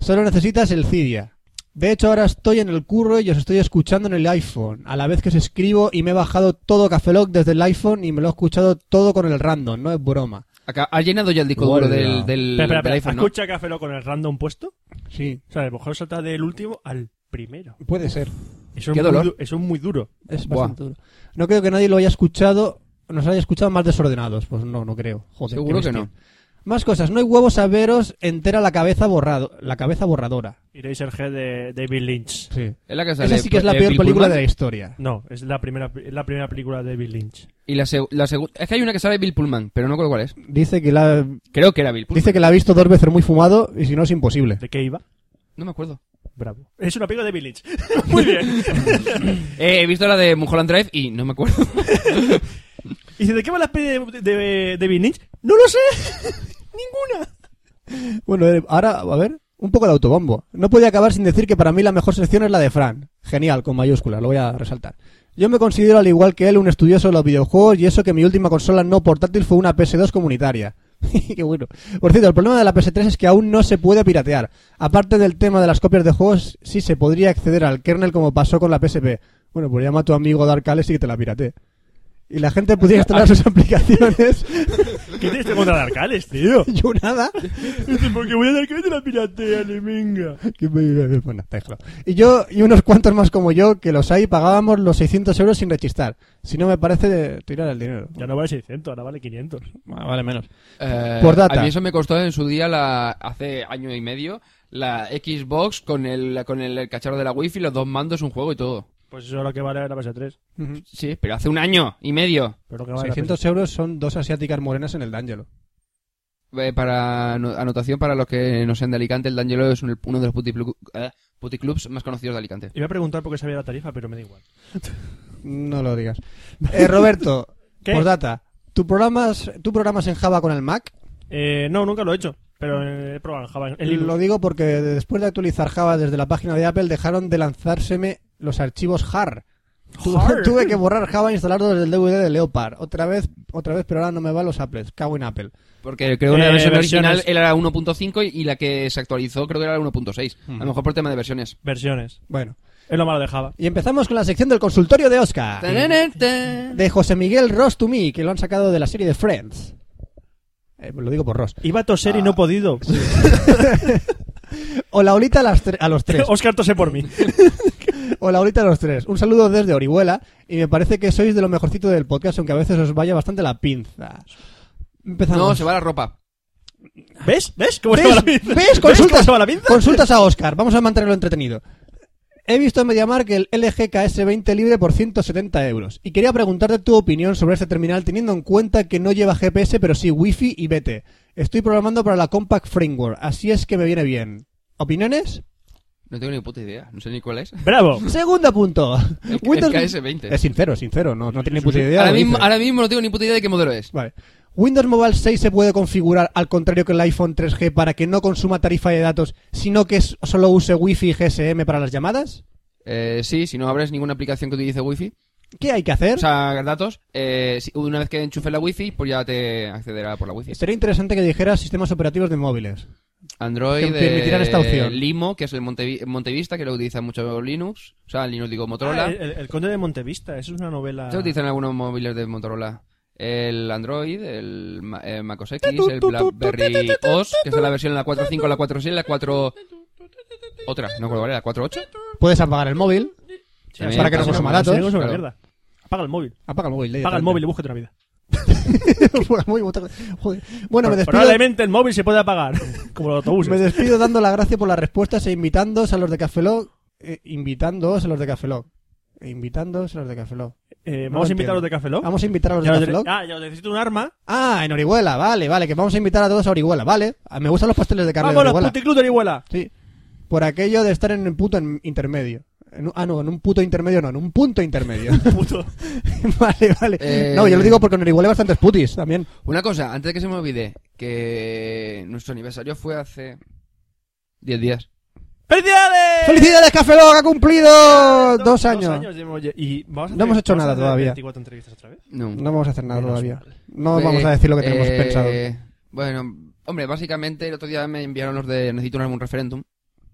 S2: Solo necesitas el Cydia. De hecho, ahora estoy en el curro y os estoy escuchando en el iPhone, a la vez que os escribo y me he bajado todo Cafelog desde el iPhone y me lo he escuchado todo con el random, no es broma.
S1: Acá- ¿Has llenado ya el disco duro
S2: Guarda.
S1: del, del,
S3: Espera, espera,
S1: del
S3: espera.
S1: iPhone, no?
S3: Escucha Café Lock con el random puesto.
S2: Sí,
S3: O sea, a lo mejor salta del último al primero.
S2: puede ser.
S3: Eso,
S1: Qué
S3: es, muy
S1: dolor.
S3: du- eso es muy duro.
S2: Es
S1: Buah.
S2: bastante duro. No creo que nadie lo haya escuchado, nos haya escuchado más desordenados. Pues no, no creo. Joder,
S1: Seguro
S2: qué
S1: que
S2: bestia.
S1: no.
S2: Más cosas, no hay huevos a veros entera la cabeza borrado, la cabeza borradora.
S3: Iréis el G de David Lynch.
S2: Sí.
S1: Es la que sale.
S2: Esa sí que es la
S1: eh,
S2: peor
S1: Bill
S2: película
S1: Pullman.
S2: de la historia.
S3: No, es la primera, es la primera película de David Lynch.
S1: Y la, seg- la segu- Es que hay una que sale Bill Pullman, pero no recuerdo cuál es.
S2: Dice que la
S1: Creo que era Bill Pullman.
S2: dice que la ha visto dos veces muy fumado y si no es imposible.
S3: ¿De qué iba?
S1: No me acuerdo.
S3: Bravo. Es una película de David Lynch. muy bien.
S1: Eh, he visto la de Mulholland Drive y no me acuerdo.
S3: ¿Y dice, de qué va la peli de, de- de David Lynch? ¡No lo sé! ¡Ninguna!
S2: Bueno, eh, ahora a ver, un poco de autobombo. No podía acabar sin decir que para mí la mejor sección es la de Fran. Genial, con mayúsculas, lo voy a resaltar. Yo me considero al igual que él un estudioso de los videojuegos y eso que mi última consola no portátil fue una PS2 comunitaria. Qué bueno. Por cierto, el problema de la PS3 es que aún no se puede piratear. Aparte del tema de las copias de juegos, sí se podría acceder al kernel como pasó con la PSP. Bueno, pues llama a tu amigo Dark Alex y que te la pirate. Y la gente pudiera instalar sus aplicaciones.
S3: ¿Qué tienes tú contra Darkales, tío?
S2: Yo nada.
S3: Dice, Porque voy a dar que te la piratea, le venga.
S2: Que me- bueno, déjalo. Y yo y unos cuantos más como yo, que los hay, pagábamos los 600 euros sin rechistar. Si no me parece de tirar el dinero.
S3: Ya no vale 600, ahora vale 500.
S2: Ah, vale menos.
S1: Eh,
S2: Por data.
S1: A mí eso me costó en su día, la, hace año y medio, la Xbox con el, con el cacharro de la Wi-Fi, los dos mandos, un juego y todo.
S3: Pues eso es lo que vale la PS3.
S1: Sí, pero hace un año y medio.
S3: Pero lo que vale la
S2: 600 euros son dos asiáticas morenas en el D'Angelo.
S1: Eh, para ano- anotación para los que no sean de Alicante, el D'Angelo es un- uno de los puticlubs más conocidos de Alicante.
S3: Iba a preguntar por qué sabía la tarifa, pero me da igual.
S2: No lo digas. Eh, Roberto,
S3: ¿Qué?
S1: Pues
S2: por data. ¿Tú programas, ¿Tú programas en Java con el Mac?
S3: Eh, no, nunca lo he hecho. Pero eh, he probado en Java. En Linux.
S2: Lo digo porque después de actualizar Java desde la página de Apple dejaron de lanzárseme los archivos JAR. Tu-
S3: Jar.
S2: Tuve que borrar Java e instalarlo desde el DVD de Leopard. Otra vez, otra vez, pero ahora no me van los Apples. Cago en Apple.
S1: Porque creo que
S3: Eh,
S1: la versión
S3: versiones.
S1: original era 1.5 y, y la que se actualizó creo que era la 1.6. A lo mejor por tema de versiones.
S3: Versiones.
S2: Bueno,
S3: Es lo malo de Java.
S2: y empezamos con la sección del consultorio de Oscar. De José Miguel Ross to Me, que lo han sacado de la serie de Friends. Eh, lo digo por Ross.
S3: Iba a toser
S1: Ah.
S3: y no he podido.
S2: O la olita a, las tre- a los tres.
S3: Oscar tose por mí.
S2: O la olita a los tres. Un saludo desde Orihuela. Y me parece que sois de lo mejorcito del podcast, aunque a veces os vaya bastante la pinza. Empezamos.
S1: No, se va la ropa.
S3: ¿Ves? ¿Ves cómo se va la
S2: ¿Ves?
S3: pinza?
S2: ¿Ves?
S3: cómo
S2: Consultas,
S3: se va la pinza?
S2: consultas a Oscar. Vamos a mantenerlo entretenido. He visto en MediaMarkt el LG KS20 libre por 170 euros y quería preguntarte tu opinión sobre este terminal teniendo en cuenta que no lleva GPS pero sí Wi-Fi y BT. Estoy programando para la Compact Framework, así es que me viene bien. ¿Opiniones?
S1: No tengo ni puta idea. No sé ni cuál es.
S3: ¡Bravo!
S2: Segundo punto.
S1: El,
S2: Windows-
S1: KS20.
S2: Es sincero, es sincero, no, no tiene ni puta idea.
S1: ahora,
S2: lo
S1: mismo,
S2: dice.
S1: ahora mismo no tengo ni puta idea de qué modelo es.
S2: Vale. Windows Mobile 6 se puede configurar al contrario que el iPhone 3G para que no consuma tarifa de datos, sino que s- solo use Wi-Fi y GSM para las llamadas.
S1: Eh, sí, si no abres ninguna aplicación que utilice wifi,
S2: ¿Qué hay que hacer?
S1: o sea, datos, eh, si- una vez que enchufes la wifi, pues ya te accederá por la wifi.
S2: Sería interesante que dijeras sistemas operativos de móviles.
S1: Android,
S2: que permitirán
S1: eh,
S2: esta opción.
S1: Limo, que es el Montevi- Montevista, que lo utilizan mucho Linux, o sea, Linux digo Motorola.
S3: Ah, el, el- el Conde de Montevista, eso es una
S2: Ah.
S3: novela.
S1: Se utilizan algunos móviles de Motorola. El Android, el, Ma- eh, Mac OS X, el BlackBerry OS, que es la versión la 4.5, la 4.6, la 4... Otra, no recuerdo, ¿vale? ¿La 4.8?
S2: Puedes apagar el móvil.
S3: Sí,
S1: También.
S2: para que no
S1: Pasa
S2: consuma
S1: una-
S2: datos.
S3: Sí, no es una
S1: claro.
S3: mierda. Apaga el móvil.
S2: Apaga el móvil.
S3: Apaga
S2: directamente.
S3: el móvil y búscate una vida.
S2: Apaga el móvil, bota- joder. Bueno, me
S3: Pro-
S2: despido,
S3: Probablemente el móvil se puede apagar, como los autobuses.
S2: me despido dando las gracias por las respuestas e invitándoos a los de Cafelog. invitándoos a los de Cafelog. invitándoos a los de Cafelog.
S3: Eh,
S2: No
S3: vamos
S2: lo
S3: a invitar a los
S2: entiendo.
S3: de Café Lock.
S2: Vamos a invitar a los
S3: Ya
S2: de
S3: los de-
S2: Café Lock.
S3: Ah, ya necesito un arma.
S2: Ah, en Orihuela, vale, vale, que vamos a invitar a todos a Orihuela, vale. Ah, Me gustan los pasteles de carne de
S3: Vámonos,
S2: Orihuela.
S3: puticlub de Orihuela.
S2: Sí. Por aquello de estar en un puto en- intermedio. En un- ah, no, en un puto intermedio no, en un punto intermedio.
S3: Puto.
S2: vale, vale.
S1: Eh,
S2: No, yo lo digo porque en Orihuela hay bastantes putis también.
S1: Una cosa, antes de que se me olvide, que nuestro aniversario fue hace 10 días.
S3: ¡Felicidades!
S2: ¡Felicidades, Café Lock! ¡Ha cumplido dos, años.
S3: llevamos ya- y vamos a
S2: No
S3: hacer-
S2: hemos hecho
S3: vamos a
S2: nada
S3: hacer
S2: todavía.
S3: 24 entrevistas otra vez.
S1: No.
S2: No vamos a hacer nada
S3: Menos
S2: todavía.
S3: mal.
S2: No
S1: Eh,
S2: vamos a decir lo que tenemos
S1: eh,
S2: pensado.
S1: Bueno, hombre, básicamente el otro día me enviaron los de Necesito un álbum referéndum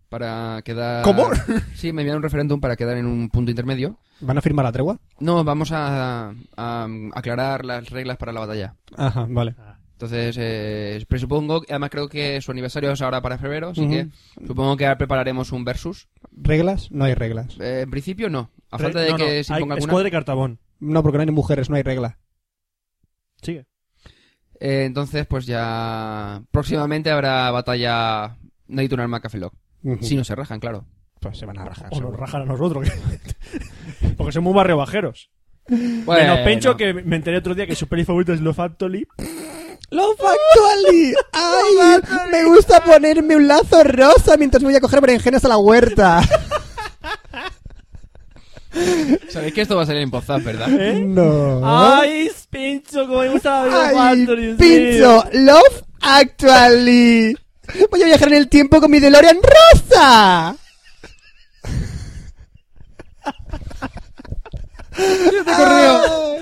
S1: para quedar...
S2: ¿Cómo?
S1: Sí, me enviaron un referéndum para quedar en un punto intermedio.
S2: ¿Van a firmar la tregua?
S1: No, vamos a, a aclarar las reglas para la batalla.
S2: Ajá, vale.
S1: Entonces, eh, presupongo, además creo que su aniversario es ahora para febrero, así
S2: Ujú.
S1: que supongo que ahora prepararemos un versus.
S2: ¿Reglas? No hay reglas.
S1: Eh, en principio no, a falta de
S3: No, no,
S1: que se
S3: hay
S1: imponga alguna.
S3: Escuadra y Cartabón.
S2: No, porque no hay mujeres, no hay regla.
S3: Sigue.
S1: Eh, entonces, pues ya próximamente habrá batalla Necesito un arma Café Lock.
S2: Ujú.
S1: Si no se rajan, claro.
S2: Pues se van a rajar.
S3: O nos
S2: seguro.
S3: rajan a nosotros. que- Porque somos barrio bajeros. Menos Pencho, que me enteré otro día que su peli favorita es Love Factory.
S2: ¡Lo factuali! ¡Ay! Me gusta ponerme un lazo rosa mientras voy a coger berenjenas a la huerta.
S1: Sabéis que esto va a salir en Pozas, ¿verdad?
S2: No.
S3: ¡Ay, Pincho! ¡Cómo me gusta Love
S2: ¿Ah? Ay,
S3: Factory! sí.
S2: Pincho, Love Actually. Voy a viajar en el tiempo con mi DeLorean rosa. Ah.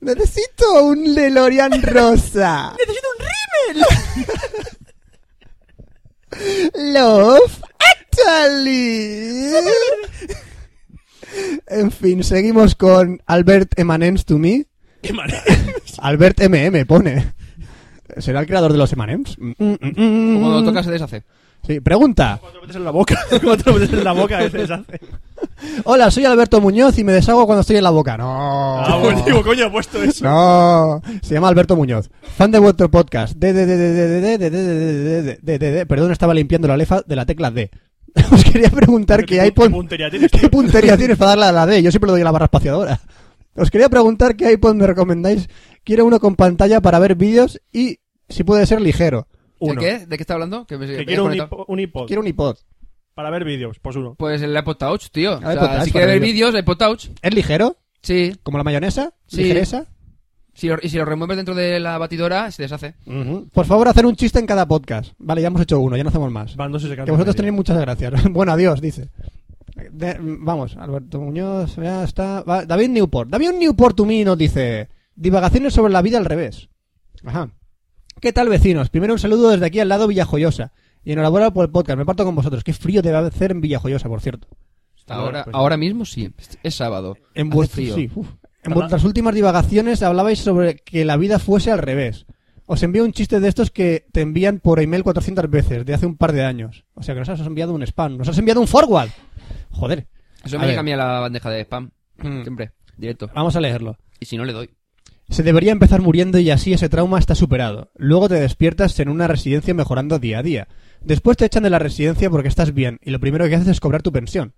S2: Necesito un DeLorean rosa.
S3: ¡Necesito un rímel!
S2: Love Actually. En fin, seguimos con Albert Emanens to me.
S3: ¡Qué manera!
S2: Albert MM pone. ¿Será el creador de los Emanems?
S3: Mm.
S1: Como lo tocas se deshace.
S2: Sí, pregunta.
S3: Cuatro veces en la boca. Cuatro veces en la boca a veces hace.
S2: Hola, soy Alberto Muñoz y me deshago cuando estoy en la boca. No.
S3: Ah, bueno, digo, coño, he puesto eso.
S2: No, se llama Alberto Muñoz, fan de vuestro podcast. De, de, de, de, de, de, de, de, de, de, de, de, de, de. Perdón, estaba limpiando la lefa de la tecla D. Os quería preguntar
S3: Pero
S2: qué
S3: qué
S2: hay
S3: pu- qué
S2: pon-
S3: puntería tienes,
S2: ¿Qué
S3: tío.
S2: puntería tienes para darle a la D? Yo siempre lo doy a la barra espaciadora. Os quería preguntar qué iPod me recomendáis. Quiero uno con pantalla para ver vídeos y si puede ser ligero.
S1: ¿De
S3: Uno.
S1: qué? ¿De qué está hablando? Que me- me
S3: Que
S1: he
S3: quiero un,
S1: desconectado.
S3: hipo- un iPod
S2: Quiero un iPod.
S3: para ver vídeos. Pues uno.
S1: Pues el iPod Touch,
S3: Ah,
S1: tío. O sea,
S2: iPod Touch,
S1: si quieres ver
S2: maravilla.
S1: vídeos, iPod Touch.
S2: ¿Es ligero?
S1: Sí.
S2: ¿Como la mayonesa?
S1: Sí.
S2: ¿Ligereza?
S1: Si lo- y si lo remueves dentro de la batidora, se deshace.
S2: Por favor, hacer un chiste en cada podcast. Vale, ya hemos hecho uno, ya no hacemos más.
S3: Van dos y se
S2: Que
S3: cantan
S2: vosotros
S3: medio.
S2: tenéis muchas gracias. bueno, adiós, dice. De- vamos, Alberto Muñoz, ya está. Va, David Newport. David Newport to me nos dice: Divagaciones sobre la vida al revés. Ajá. ¿Qué tal, vecinos? Primero un saludo desde aquí al lado Villajoyosa. Y enhorabuena por el podcast, me parto con vosotros. Qué frío debe hacer en Villajoyosa, por cierto.
S1: Ahora,
S3: pues.
S1: ahora mismo sí. Es sábado.
S2: En,
S1: Hace
S2: vuestro-
S1: frío.
S2: sí, uf. en
S3: Habla-
S2: vuestras últimas divagaciones hablabais sobre que la vida fuese al revés. Os envío un chiste de estos que te envían por email 400 veces de hace un par de años. O sea que nos has enviado un spam, nos has enviado un forward. Joder.
S1: Eso
S2: A
S1: me
S2: ver.
S1: llega a mí a la bandeja de spam.
S2: Mm.
S1: Siempre. Directo.
S2: Vamos a leerlo.
S1: Y si no le doy.
S2: Se debería empezar muriendo y así ese trauma está superado. Luego te despiertas en una residencia mejorando día a día. Después te echan de la residencia porque estás bien y lo primero que haces es cobrar tu pensión.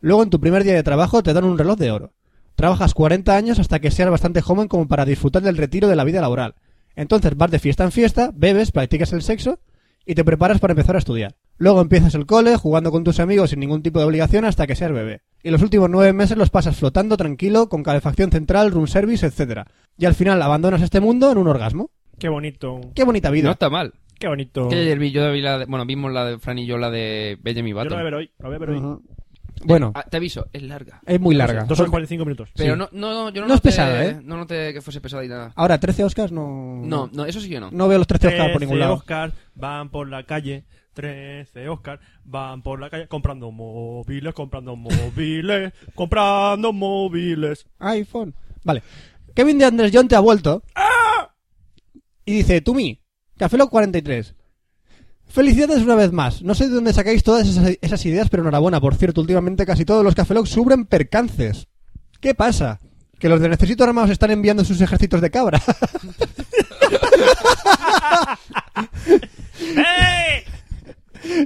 S2: Luego en tu primer día de trabajo te dan un reloj de oro. Trabajas 40 años hasta que seas bastante joven como para disfrutar del retiro de la vida laboral. Entonces vas de fiesta en fiesta, bebes, practicas el sexo y te preparas para empezar a estudiar. Luego empiezas el cole jugando con tus amigos sin ningún tipo de obligación hasta que seas bebé. Y los últimos nueve meses los pasas flotando tranquilo, con calefacción central, room service, etc. Y al final abandonas este mundo en un orgasmo.
S3: Qué bonito.
S2: ¡Qué bonita vida!
S1: No está mal.
S3: Qué bonito.
S1: Que ayer vi, yo vi la de- bueno, vimos la de Fran y yo la de
S3: Yo
S1: Benjamin
S3: lo voy a
S1: Button.
S3: ver hoy. Lo voy a ver hoy.
S2: Ujú. Bueno,
S1: Ah, te aviso, es larga.
S2: es muy larga.
S3: Dos horas cuarenta y cinco minutos.
S1: Pero
S2: Sí.
S1: no, no, no, yo no,
S2: No es
S1: noté-
S2: pesada, ¿eh?
S1: No noté que fuese pesada y nada.
S2: Ahora, 13 Oscars no...
S1: No, no, eso sí que no.
S2: No veo los 13 Oscars por ningún
S3: 13
S2: lado.
S3: Oscar van por la calle. 13 Oscar van por la calle comprando móviles, comprando móviles, comprando móviles.
S2: iPhone. Vale. Kevin de Andrés John te ha vuelto. Y dice, Tumi, Café Lock 43. Felicidades una vez más. No sé de dónde sacáis todas esas, esas ideas, pero enhorabuena. Por cierto, últimamente casi todos los Café Lock sufren percances. ¿Qué pasa? Que los de Necesito Armados están enviando sus ejércitos de cabra.
S3: ¡Eh!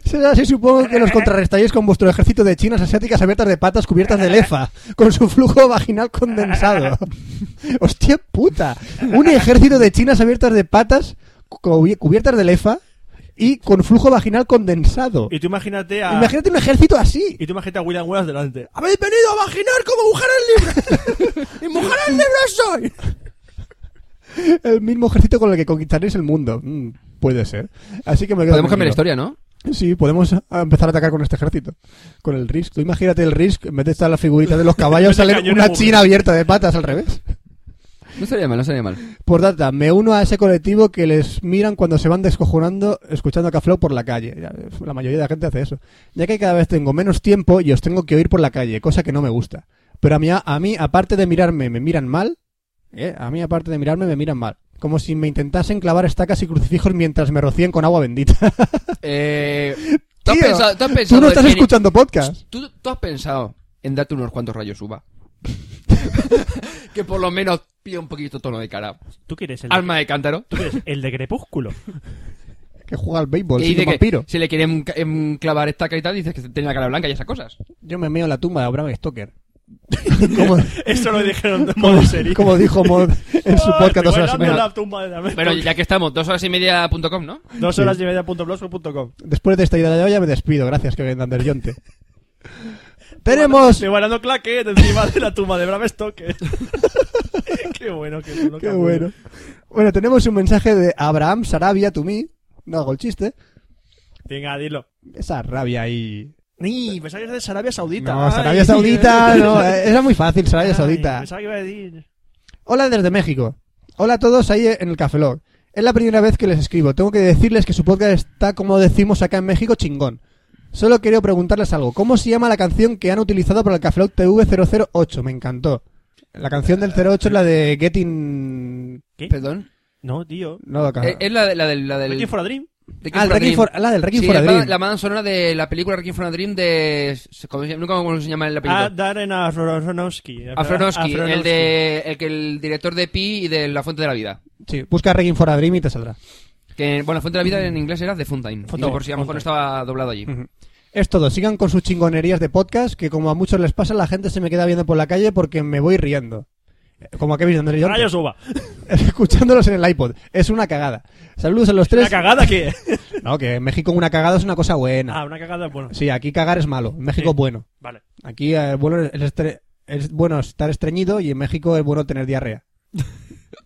S2: Será así, supongo que los contrarrestáis con vuestro ejército de chinas asiáticas abiertas de patas cubiertas de lefa, con su flujo vaginal condensado. ¡Hostia puta! Un ejército de chinas abiertas de patas cubi- cubiertas de lefa y con flujo vaginal condensado.
S3: Y tú imagínate a.
S2: Imagínate un ejército así.
S3: Y tú imagínate a William Wallace delante.
S2: ¡Habéis venido a vaginar como mujeres libres! ¡Y mujeres libres soy! El mismo ejército con el que conquistaréis el mundo. Mm, puede ser. Así que me quedo
S1: Podemos cambiar la
S2: tranquilo.
S1: historia, ¿no?
S2: Sí, podemos a- a empezar a atacar con este ejército. Con el Risk. Tú imagínate el Risk, en vez de estar la figurita de los caballos,
S3: En vez de
S2: sale
S3: cañones
S2: una
S3: móviles.
S2: china abierta de patas al revés.
S1: No estaría mal, no estaría mal.
S2: Por data, me uno a ese colectivo que les miran cuando se van descojonando escuchando a Caflow por la calle. Ya, La mayoría de la gente hace eso. Ya que cada vez tengo menos tiempo y os tengo que oír por la calle, cosa que no me gusta. Pero a mí, a mí aparte de mirarme, me miran mal. ¿eh? A mí, aparte de mirarme, me miran mal. Como si me intentasen clavar estacas y crucifijos mientras me rocían con agua bendita.
S1: Eh, ¿tú, has
S2: Tío,
S1: pensado, tú has
S2: Tú
S1: pensado
S2: no estás
S1: en-
S2: escuchando podcast.
S1: ¿tú, tú has pensado en darte unos cuantos rayos suba. que por lo menos pida un poquito tono de cara.
S3: ¿Tú quieres el,
S1: Alma de cántaro.
S3: tú quieres el de Crepúsculo?
S2: que juega al béisbol,
S1: que
S2: sí,
S1: dice
S2: un
S1: que
S2: vampiro.
S1: si le quieren ca- em, clavar estaca y tal, dices que tiene la cara blanca y esas cosas.
S2: Yo me meo en la tumba de Abraham Stoker. como,
S3: Eso lo dijeron de modo serio.
S2: como dijo Mod en su
S3: Ah,
S2: podcast
S3: estoy
S2: dos horas y
S3: bailando
S2: media.
S3: la tumba de la
S1: Pero
S3: Mezcla.
S1: ya que estamos, dos horas y media punto com, ¿no?
S3: Dos
S2: Sí.
S3: horas y media punto blogspot punto com.
S2: Después de esta idea de olla me despido. Gracias, que venga Ander Yonte. Tenemos...
S3: Estoy bailando claquet encima de la tumba de Bram Stoker. qué bueno, qué bueno.
S2: Qué bueno. Bueno, tenemos un mensaje de Abraham Sarabia to me. No hago el chiste.
S3: Venga, dilo.
S2: Esa rabia ahí...
S3: Ni, pensaba que era de Arabia Saudita.
S2: No,
S3: Ay,
S2: Sarabia Saudita,
S3: Dios.
S2: no, eh, era muy fácil, Sarabia
S3: Ay,
S2: Saudita.
S3: Pensaba que iba a decir.
S2: Hola desde México. Hola a todos ahí en el Café Lock. Es la primera vez que les escribo. Tengo que decirles que su podcast está, como decimos acá en México, chingón. Solo quería preguntarles algo. ¿Cómo se llama la canción que han utilizado para el Café Lock TV 008? Me encantó. La canción del 08 es la de Getting...
S3: ¿Qué?
S1: Perdón.
S3: No, tío.
S2: No, la
S1: Eh, Es la, de- la del... La del
S3: Aquí for a Dream.
S1: de
S2: Ah, el
S1: King for a
S2: Wrecking
S1: Dream.
S2: for- la del Wrecking
S1: Sí,
S2: for a
S1: la-
S2: Dream.
S1: La banda sonora de la película Requiem for a Dream de... se- ¿cómo se llama? Nunca me acuerdo cómo se llama en la película.
S3: A Ah, Darren Aronofsky.
S1: Afronosky,
S3: Aronofsky.
S1: el de el que el director de Pi y de La Fuente de la Vida.
S2: Sí, busca Wrecking for a Dream y te saldrá.
S1: Que bueno, La Fuente de la Vida en inglés era The Fountain.
S3: Fountain,
S1: No, por si a lo mejor no
S3: Fountain.
S1: estaba doblado allí.
S2: Ujú. Es todo, sigan con sus chingonerías de podcast, que como a muchos les pasa, la gente se me queda viendo por la calle porque me voy riendo. Eh, Como a Kevin Andrés Yonte.
S3: Rayos Uva.
S2: escuchándolos en el iPod. Es una cagada. Saludos a los
S3: ¿Una
S2: tres.
S3: cagada que
S2: No, que en México una cagada es una cosa buena.
S3: Ah, una cagada, bueno.
S2: Sí, aquí cagar es malo. En México
S3: Sí.
S2: bueno.
S3: Vale.
S2: Aquí eh, bueno es, estre- es bueno estar estreñido y en México es bueno tener diarrea.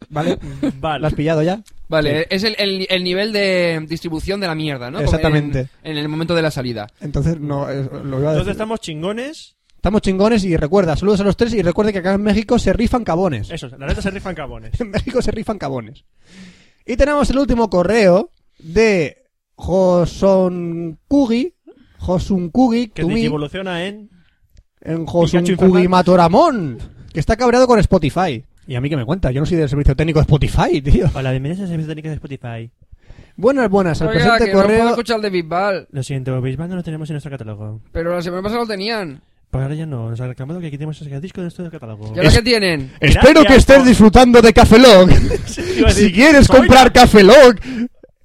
S2: ¿Vale? ¿Lo
S3: Vale.
S2: has pillado ya?
S1: Vale, es el, el- el nivel de distribución de la mierda, ¿no? Como
S2: Exactamente.
S1: En, en el momento de la salida.
S2: Entonces no eh, lo iba a
S3: Entonces
S2: decir.
S3: estamos chingones.
S2: Estamos chingones y recuerda, saludos a los tres y recuerde que acá en México se rifan cabones.
S3: Eso, la neta se rifan cabones.
S2: En México se rifan cabones. Y tenemos el último correo de Josonkugi. Josunkugi,
S3: Que
S2: to me.
S3: evoluciona en.
S2: en
S3: Pikachu
S2: Josun
S3: infernal.
S2: Matoramón, que está cabreado con Spotify. Y a mí que me cuenta, yo no soy del servicio técnico de Spotify, tío.
S3: Hola, bienvenidos al servicio técnico de Spotify.
S2: Buenas, buenas, al
S1: Oiga,
S2: presente
S1: que no puedo
S2: correo...
S1: escuchar el de Bisbal,
S3: Lo siento, Bisbal no lo tenemos en nuestro catálogo.
S1: pero la semana pasada lo tenían.
S3: Pues ahora ya no, nos han reclamado que quitemos ese disco de nuestro catálogo.
S1: ¿Y ahora
S2: Es-
S1: qué tienen?
S2: Espero
S3: Gracias
S2: que estés
S3: por-
S2: disfrutando de Cafelog.
S3: Sí, iba a decir,
S2: si quieres
S3: "Oiga".
S2: comprar Cafelog,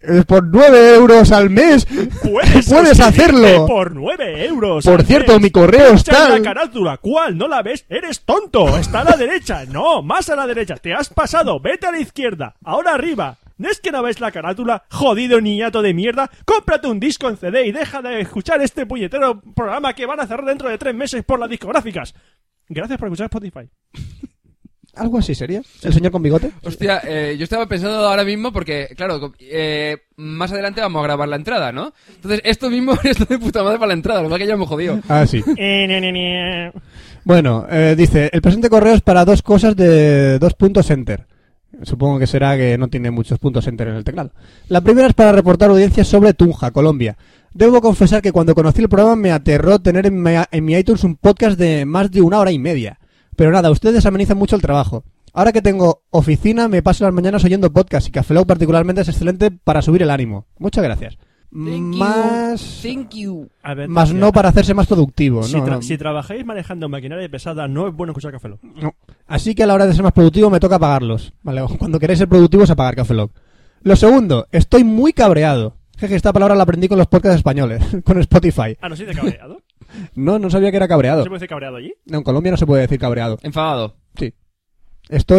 S2: eh, por 9 euros al mes.
S3: Puedes,
S2: Puedes
S3: suscribirte
S2: hacerlo.
S3: Por 9 euros.
S2: Por
S3: al
S2: cierto,
S3: mes.
S2: mi correo
S3: Pincha
S2: está-
S3: en la carátula. ¿Cuál? ¿No la ves? Eres tonto. Está a la derecha. No, más a la derecha. Te has pasado. Vete a la izquierda. Ahora arriba. ¿No es que no ves la carátula? Jodido niñato de mierda. Cómprate un disco en CD y deja de escuchar este puñetero programa que van a cerrar dentro de tres meses por las discográficas. Gracias por escuchar Spotify.
S2: Algo así sería. El señor con bigote.
S1: Hostia, eh, yo estaba pensando ahora mismo porque, claro, co- eh, más adelante vamos a grabar la entrada, ¿no? Entonces, esto mismo está de puta madre para la entrada, lo que ya hemos jodido.
S2: Ah, sí.
S3: Eh, ne, ne, ne.
S2: Bueno, eh, dice, el presente correo es para dos cosas de dos puntos enter. Supongo que será que no tiene muchos puntos enter en el teclado. La primera es para reportar audiencias sobre Tunja, Colombia. Debo confesar que cuando conocí el programa me aterró tener en mi, en mi iTunes un podcast de más de una hora y media. Pero nada, ustedes amenizan mucho el trabajo. Ahora que tengo oficina, me paso las mañanas oyendo podcast y Café Lock particularmente es excelente para subir el ánimo. Muchas gracias.
S1: Thank you.
S2: más,
S1: Thank you.
S3: A ver,
S2: más no para hacerse más productivo.
S3: Si,
S2: no,
S3: tra-
S2: no.
S3: si trabajáis manejando maquinaria pesada, no es bueno escuchar Café Lock.
S2: No. Así que a la hora de ser más productivo me toca apagarlos. Vale, cuando queréis ser productivos, apagar Café Lock. Lo segundo, estoy muy cabreado. Jeje, esta palabra la aprendí con los podcasts españoles, con Spotify.
S3: Ah, no, sí, de cabreado.
S2: No, no sabía que era cabreado.
S3: ¿No se puede decir cabreado allí?
S2: No, en Colombia no se puede decir cabreado.
S1: Enfadado.
S2: Sí.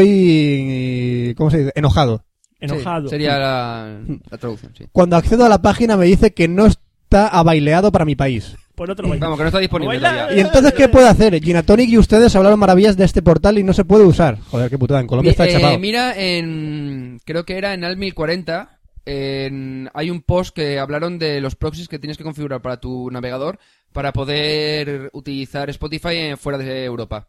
S2: Estoy... ¿Cómo se dice? Enojado.
S3: Enojado.
S1: Sí, sería la, la traducción, sí.
S2: Cuando accedo a la página me dice que no está abaileado para mi país.
S3: Pues no te lo voy a
S1: Vamos, que no está disponible
S3: Baila-
S1: todavía.
S2: ¿Y entonces qué puedo hacer? Ginatonic y ustedes hablaron maravillas de este portal y no se puede usar. Joder, qué putada. En Colombia está
S1: Mi- eh,
S2: chapado.
S1: mira, en, creo que era en AL 1040, en- hay un post que hablaron de los proxies que tienes que configurar para tu navegador para poder utilizar Spotify en- fuera de Europa.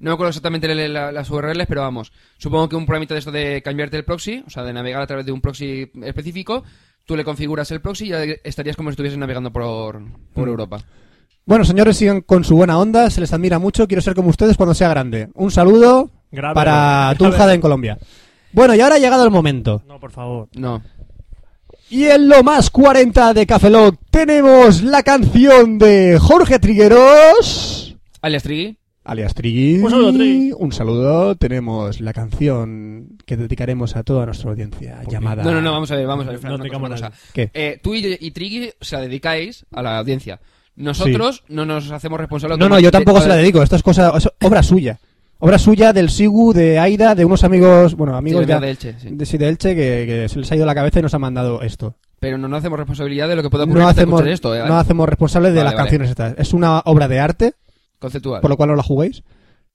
S1: No me acuerdo exactamente la- la- las URLs, pero vamos. Supongo que un programita de esto de cambiarte el proxy, o sea, de navegar a través de un proxy específico, tú le configuras el proxy y ya estarías como si estuvieses navegando por, por
S2: Mm.
S1: Europa.
S2: Bueno, señores, sigan con su buena onda, se les admira mucho, quiero ser como ustedes cuando sea grande. Un saludo
S3: Grave,
S2: para
S3: grave.
S2: Tunjada en Colombia. Bueno, y ahora ha llegado el momento.
S3: No, por favor.
S1: No.
S2: Y en lo más 40 de Café Lock tenemos la canción de Jorge Trigueros,
S1: Alias Trigui.
S2: alias Trigui.
S3: Un saludo, Trigui.
S2: Un saludo. Tenemos la canción que dedicaremos a toda nuestra audiencia, llamada...
S1: No, no, no, vamos a ver, vamos a ver, Fran,
S3: No
S1: una
S3: te
S1: cosa, una
S3: camo
S1: cosa.
S2: ¿Qué?
S1: Eh, tú y, yo- y Triggy se la dedicáis a la audiencia. Nosotros no nos hacemos responsables.
S2: No, no, yo tampoco se la dedico, esto es cosa, es obra suya. Obra suya del Sigu, de Aida, de unos amigos, bueno, amigos ya...
S1: Amigos de Elche, sí.
S2: de, sí, de Elche que, que se les ha ido la cabeza y nos ha mandado esto.
S1: Pero no nos hacemos responsabilidad de lo que pueda ocurrir
S2: No
S1: hasta
S2: hacemos,
S1: escuchar esto, eh,
S2: no hacemos responsables de
S1: Vale,
S2: las
S1: vale.
S2: canciones estas. Es una obra de arte,
S1: conceptual.
S2: por lo cual no la juguéis.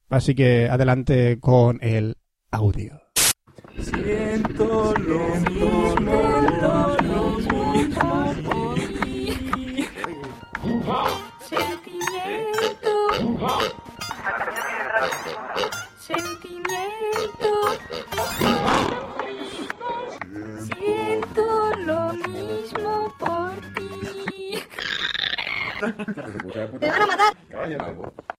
S2: Así que adelante con el audio.
S6: Sentimiento. Sentimiento. Siento lo mismo por ti. ¡Te van a matar!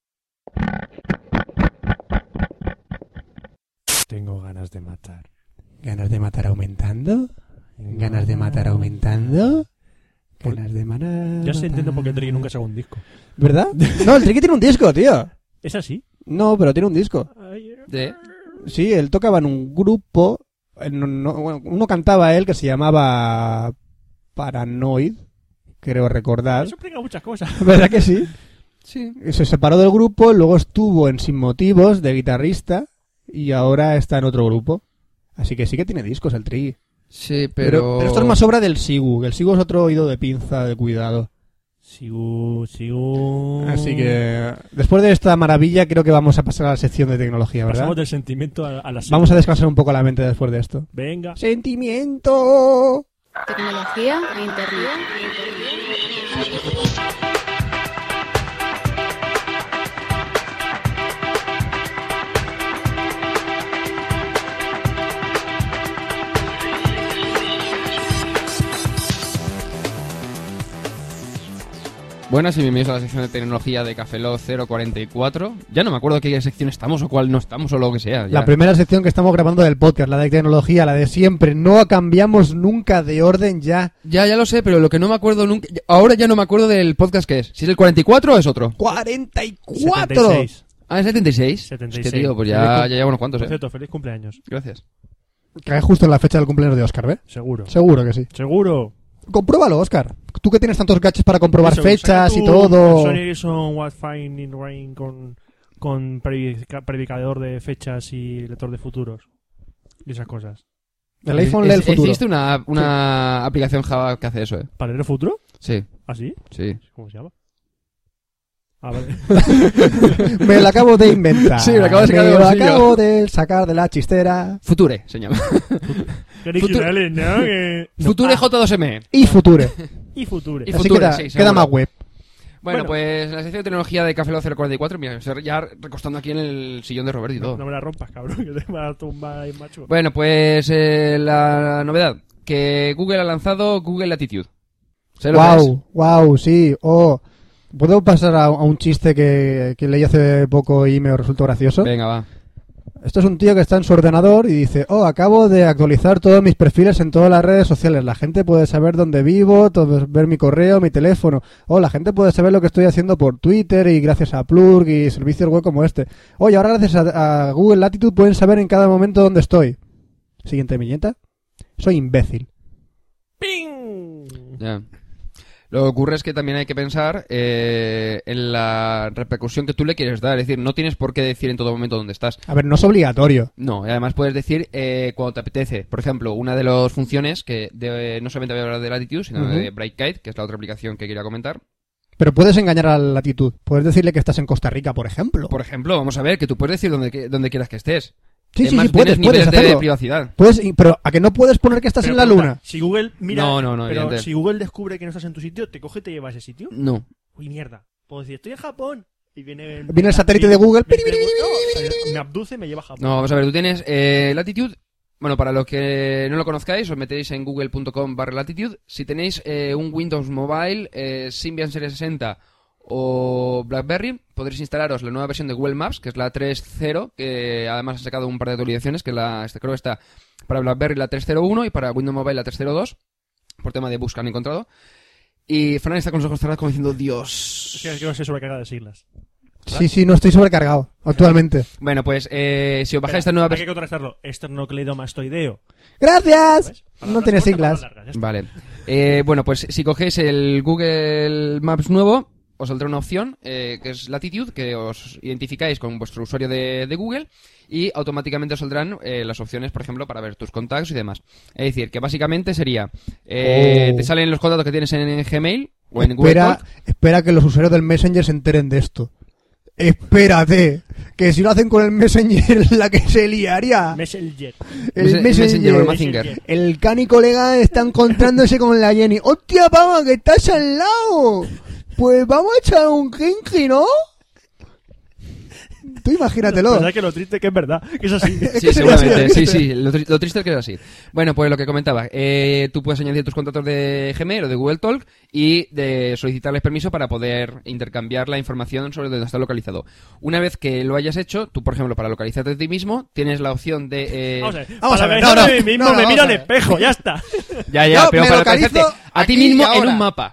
S3: Tengo ganas de matar.
S2: Ganas de matar aumentando. Ganas de matar aumentando. Ganas de matar.
S3: Ya se entiendo por qué Tricky nunca sacó un disco.
S2: ¿Verdad? No, el Tricky tiene un disco, tío.
S3: ¿Es así?
S2: No, pero tiene un disco.
S1: De-
S2: Sí, él tocaba en un grupo. eh, no- no- bueno, uno cantaba él que se llamaba Paranoid, creo recordar.
S3: Eso explica muchas cosas.
S2: ¿Verdad que sí?
S1: Sí.
S2: Se separó del grupo, luego estuvo en Sin Motivos de guitarrista y ahora está en otro grupo. Así que sí que tiene discos el Tri.
S1: Sí, eh, pero...
S2: esto es más obra del Sigu. que El Sigu es otro oído de pinza de cuidado.
S3: Sigo, sigo.
S2: Así que después de esta maravilla creo que vamos a pasar a la sección de tecnología, ¿verdad?
S3: Pasamos del sentimiento a, a la
S2: Vamos a descansar un poco la mente después de esto.
S3: Venga.
S2: Sentimiento.
S4: Tecnología e internet.
S1: Buenas y bienvenidos a la sección de tecnología de Café Lock 044. Ya no me acuerdo qué sección estamos o cuál no estamos o lo que sea. ya.
S2: La primera sección que estamos grabando del podcast, la de tecnología, la de siempre. No cambiamos nunca de orden ya.
S1: Ya, ya lo sé, pero lo que no me acuerdo nunca... Ahora ya no me acuerdo del podcast que es. Si es el 44 o es otro.
S2: 44.
S3: 76.
S1: Ah, el 76.
S3: 76.
S1: Hostia, tío, pues ya, ya llevo unos cuantos,
S3: Por
S1: eh.
S3: cierto, feliz cumpleaños.
S1: Gracias.
S2: Cae justo en la fecha del cumpleaños de Oscar, ¿ves?
S3: Seguro.
S2: Seguro que sí.
S3: Seguro.
S2: Compruébalo, Oscar. Tú que tienes tantos gadgets para comprobar
S3: Eso,
S2: fechas
S3: saca
S2: y
S3: tu
S2: todo.
S3: Sony Ericsson What's Fine in Rain con, con predica- predicador de fechas y lector de futuros. Y esas cosas.
S2: El iPhone lee el
S1: Es-
S2: futuro.
S1: Existe una, una aplicación Java que hace eso, ¿eh?
S3: ¿Para leer el futuro? ¿Ah,
S1: Sí,
S3: ¿Así?
S1: sí.
S3: ¿Cómo se llama? Ah, vale.
S2: Me la acabo de inventar.
S1: Sí, me la acabo de sacar
S2: Me
S1: del
S2: la
S1: bolsillo.
S2: acabo de sacar de la chistera.
S1: Future se llama.
S3: Que Nicky
S1: Futu-
S3: Nales, ¿no? Que-
S1: Future
S3: Ah,
S1: J2M.
S2: Y Future.
S3: y Future.
S1: Y
S2: Así
S1: Future,
S2: queda,
S1: sí, seguro.
S2: queda más web.
S3: Bueno.
S1: Bueno, pues la sección de tecnología de Café Lock 044, mira, estoy ya recostando aquí en el sillón de Roberto y todo.
S3: No me la rompas, cabrón, que te va a tumbar ahí, macho.
S1: Bueno, pues eh, la novedad, que Google ha lanzado Google Latitude. ¿Sabes lo que es?
S2: Wow, wow, sí. Oh. ¿Puedo pasar a, a un chiste que, que leí hace poco y me resultó gracioso?
S1: Venga, va.
S2: Esto es un tío que está en su ordenador y dice, oh, acabo de actualizar todos mis perfiles en todas las redes sociales. La gente puede saber dónde vivo, todo- ver mi correo, mi teléfono. Oh, la gente puede saber lo que estoy haciendo por Twitter y gracias a Plurk y servicios web como este. Oye, ahora gracias a, a Google Latitude pueden saber en cada momento dónde estoy. Siguiente viñeta. Soy imbécil.
S3: ¡Ping!
S1: Ya. Lo que ocurre es que también hay que pensar eh, en la repercusión que tú le quieres dar. Es decir, no tienes por qué decir en todo momento dónde estás.
S2: A ver, no es obligatorio.
S1: No, y además puedes decir eh, cuando te apetece. Por ejemplo, una de las funciones que de- no solamente voy a hablar de Latitude, sino
S2: Ujú.
S1: de Brightguide, que es la otra aplicación que quería comentar.
S2: Pero puedes engañar a la latitud. Puedes decirle que estás en Costa Rica, por ejemplo.
S1: Por ejemplo, vamos a ver, que tú puedes decir dónde, que- dónde quieras que estés.
S2: sí, sí,
S1: Además,
S2: sí, puedes,
S1: tienes
S2: puedes
S1: niveles de
S2: hacerlo.
S1: privacidad.
S2: Puedes, y- pero a que no puedes poner que estás
S3: Pero
S2: en la
S3: pregunta,
S2: luna.
S3: Si Google mira,
S1: No, no, no,
S3: pero
S1: evidente.
S3: si Google descubre que no estás en tu sitio, te coge y te lleva a ese sitio.
S1: No.
S3: Uy, mierda. Puedo decir, estoy en Japón. Y viene el,
S2: Viene el satélite de Google.
S3: viene el satélite de Google. No, me abduce y me lleva a Japón.
S1: No, vamos a ver, tú tienes eh, Latitude. Bueno, para los que no lo conozcáis, os metéis en google.com barra Latitude. Si tenéis eh, un Windows Mobile, eh, Symbian 60 o BlackBerry, podréis instalaros la nueva versión de Google Maps, que es la 3.0, que además ha sacado un par de actualizaciones, que la, este, creo que está para BlackBerry la 3.01 y para Windows Mobile la 3.02, por tema de buscar y encontrado. Y Fran está con los ojos cerrados como diciendo, Dios.
S3: Es que- es que no sé sobrecarga de siglas.
S2: Sí, sí, no estoy sobrecargado actualmente.
S1: Bueno, pues eh, si os bajáis esta
S3: Espera,
S1: nueva
S2: pues
S3: Hay que
S1: versión...
S3: contrastarlo. Esternocleidomastoideo.
S2: ¡Gracias!
S3: ¿Ves?
S2: No tiene
S3: Palabras cortas,
S2: siglas.
S3: palabras largas, ya está.
S1: Vale. Eh, bueno, pues si cogéis el Google Maps nuevo, os saldrá una opción eh, que es Latitude, que os identificáis con vuestro usuario de, de Google y automáticamente os saldrán eh, las opciones, por ejemplo, para ver tus contactos y demás. Es decir, que básicamente sería, eh,
S2: Oh.
S1: te salen los contactos que tienes en Gmail o en Google
S2: Espera,
S1: Doc.
S2: espera que los usuarios del Messenger se enteren de esto. Espérate, que si lo hacen con el Messenger, la que se liaría.
S3: Messenger.
S2: El
S1: Mes- Messenger o el
S2: Messenger.
S1: Mazinger.
S3: Messenger.
S2: El cani colega está encontrándose con la Jenny. ¡Hostia, vamos, que estás al lado! Pues vamos a echar un kinky, ¿no? Tú imagínatelo.
S3: Verdad Pues que lo triste que es verdad. Que es así.
S2: Es
S1: Sí,
S2: que sería
S1: seguramente.
S2: así.
S1: Sí, sí. Lo, tri- lo triste es que es así. Bueno, pues lo que comentaba. eh, tú puedes añadir tus contactos de Gmail o de Google Talk y de solicitarles permiso para poder intercambiar la información sobre dónde está localizado. Una vez que lo hayas hecho, tú, por ejemplo, para localizarte a ti mismo, tienes la opción de... eh,
S3: Vamos a ver.
S2: Vamos a
S3: para
S2: ver,
S3: besarme
S2: no, no,
S3: a mí mismo
S2: no, no,
S3: me miro al
S2: vamos a ver.
S3: espejo, ya está.
S1: Ya, ya,
S2: Yo
S1: pero
S2: me
S1: para
S2: localizo
S1: localizarte a ti
S2: aquí y
S1: mismo en
S2: ahora.
S1: un mapa.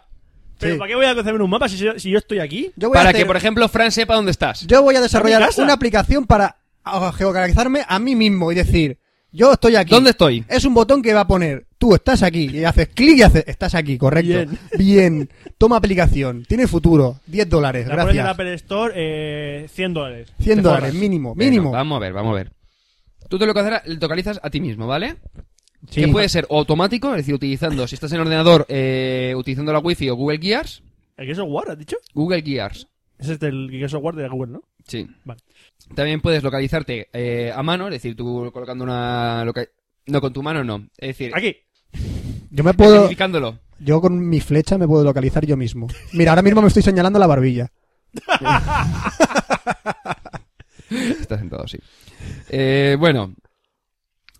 S3: Pero
S2: Sí.
S3: ¿para qué voy a hacerme un mapa si, yo- si yo estoy aquí?
S2: Yo voy a
S1: Para
S2: hacer-
S1: que, por ejemplo, Fran sepa dónde estás.
S2: Yo voy a desarrollar
S3: ¿A mi casa?
S2: una aplicación para ah, geocalizarme a mí mismo y decir, yo estoy aquí.
S1: ¿Dónde estoy?
S2: Es un botón que va a poner, tú estás aquí, y haces clic y haces, estás aquí, correcto.
S3: Bien.
S2: Bien. Toma aplicación, tiene futuro, 10 dólares,
S3: La pones en la
S2: gracias.
S3: Apple Store, eh, 100 dólares.
S2: 100
S3: Te
S2: dólares,
S3: forras.
S2: mínimo,
S1: Bueno,
S2: mínimo.
S1: vamos a ver, vamos a ver. Tú te localizas, localizas a ti mismo, ¿vale?
S2: Sí.
S1: Que puede ser automático, es decir, utilizando, si estás en ordenador, eh, utilizando la Wi-Fi o Google Gears,
S3: ¿El Gear Software, has dicho?
S1: Google Gears,
S3: Ese es este el Gear Software de Google, ¿no?
S1: sí.
S3: Vale.
S1: También puedes localizarte eh, a mano, es decir, tú colocando una... loca- No, con tu mano no. Es decir,
S3: Aquí.
S2: Yo me puedo,
S1: identificándolo.
S2: yo con mi flecha me puedo localizar yo mismo. Mira, ahora mismo me estoy señalando la barbilla.
S1: Estás sentado, sí. Eh, bueno,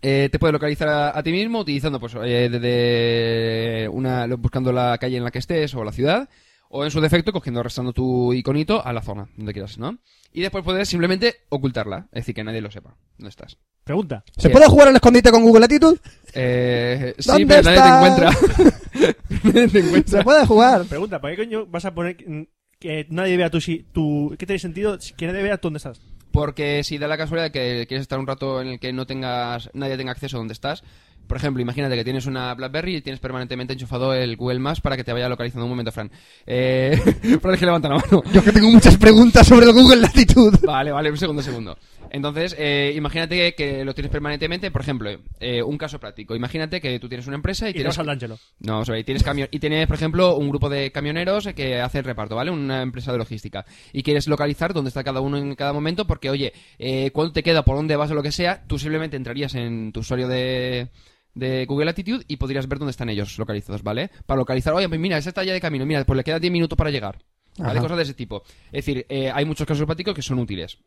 S1: eh, te puedes localizar a, a ti mismo utilizando, pues, eh, desde una, lo- buscando la calle en la que estés o la ciudad, o en su defecto cogiendo, arrastrando tu iconito a la zona donde quieras, ¿no? Y después puedes simplemente ocultarla, es decir, que nadie lo sepa dónde estás.
S3: Pregunta.
S2: ¿Se
S1: Bien.
S2: puede jugar al escondite con Google Latitude?
S1: Eh, sí,
S2: ¿Dónde
S1: pero nadie
S2: estás?
S1: te encuentra. nadie te
S2: Se
S1: encuentra.
S2: puede jugar.
S3: Pregunta, ¿para qué coño vas a poner que, que nadie vea tu, si- tu... ¿Qué tiene sentido que nadie vea tú dónde estás?
S1: Porque si da la casualidad que quieres estar un rato en el que no tengas nadie tenga acceso a donde estás, por ejemplo, imagínate que tienes una BlackBerry y tienes permanentemente enchufado el Google Maps para que te vaya localizando un momento, Fran. Eh, Fran, es que levanta la mano.
S2: Yo que tengo muchas preguntas sobre el Google Latitud.
S1: Vale, vale, un segundo, un segundo. Entonces, eh, imagínate que, que lo tienes permanentemente, por ejemplo, eh, un caso práctico. Imagínate que tú tienes una empresa y,
S3: Y
S1: tienes...
S3: al D'Angelo.
S1: No, vamos a ver, y tienes camión y tienes, por ejemplo, un grupo de camioneros que hacen reparto, ¿vale? Una empresa de logística. Y quieres localizar dónde está cada uno en cada momento porque, oye, eh, cuándo te queda, por dónde vas o lo que sea, tú simplemente entrarías en tu usuario de, de Google Attitude y podrías ver dónde están ellos localizados, ¿vale? Para localizar, oye, pues mira, ese está ya de camino, mira, pues le queda 10 minutos para llegar. ¿Vale?
S2: Ajá.
S1: Cosas de ese tipo. Es decir, eh, hay muchos casos prácticos que son útiles.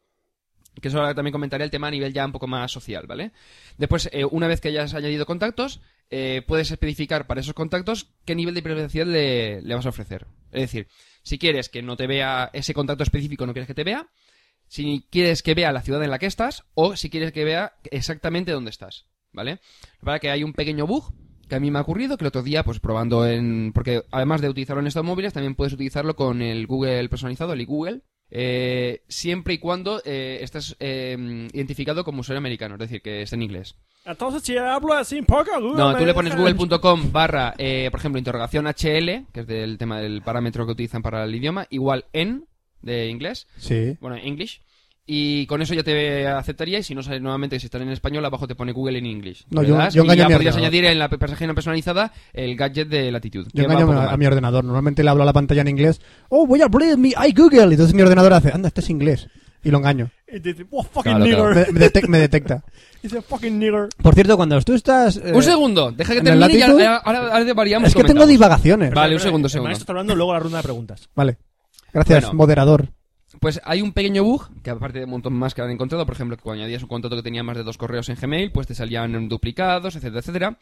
S1: Que eso ahora también comentaré el tema a nivel ya un poco más social, ¿vale? Después, eh, una vez que hayas añadido contactos, eh, puedes especificar para esos contactos qué nivel de privacidad le, le vas a ofrecer. Es decir, si quieres que no te vea ese contacto específico, no quieres que te vea, si quieres que vea la ciudad en la que estás o si quieres que vea exactamente dónde estás, ¿vale? Para que hay un pequeño bug que a mí me ha ocurrido que el otro día pues probando en porque además de utilizarlo en estos móviles también puedes utilizarlo con el Google personalizado, el iGoogle. eh, siempre y cuando eh, estés eh, identificado como usuario americano, es decir, que esté en inglés.
S3: Entonces, si hablo así un poco,
S1: No, tú le pones google.com barra, eh, por ejemplo, interrogación HL, que es del tema del parámetro que utilizan para el idioma, igual en, de inglés,
S2: Sí.
S1: bueno, English. Y con eso ya te aceptaría. Y si no sale nuevamente, si están en español, abajo te pone Google en English.
S2: No,
S1: Le
S2: yo-
S1: das
S2: yo
S1: y
S2: engaño a
S1: ya
S2: mi
S1: podrías
S2: ordenador.
S1: añadir en la pe- página personalizada el gadget de latitud.
S2: Yo
S1: que va
S2: engaño
S1: un poco
S2: a, a
S1: mal.
S2: mi ordenador. Normalmente le hablo a la pantalla en inglés. Oh, voy a abrir mi iGoogle. Y entonces mi ordenador hace, anda, este es inglés. Y lo engaño.
S3: Y te dice, "Wow, fucking
S1: Claro, claro.
S3: nigger.
S2: Me, me detec- me detecta.
S3: Dice, fucking nigger.
S2: Por cierto, cuando tú estás... eh,
S1: Un segundo, deja que
S2: ¿en el
S1: termine y
S2: latitud?
S1: ahora, ahora- ahora variamos.
S2: Es que tengo
S1: comentamos.
S2: divagaciones.
S1: Vale, un segundo,
S3: El
S1: segundo.
S3: maestro está hablando luego la ronda de preguntas.
S2: Vale. Gracias,
S1: Bueno.
S2: moderador.
S1: Pues hay un pequeño bug, que aparte de un montón más que han encontrado, por ejemplo, que cuando añadías un contrato que tenía más de dos correos en Gmail, pues te salían duplicados, etcétera, etcétera.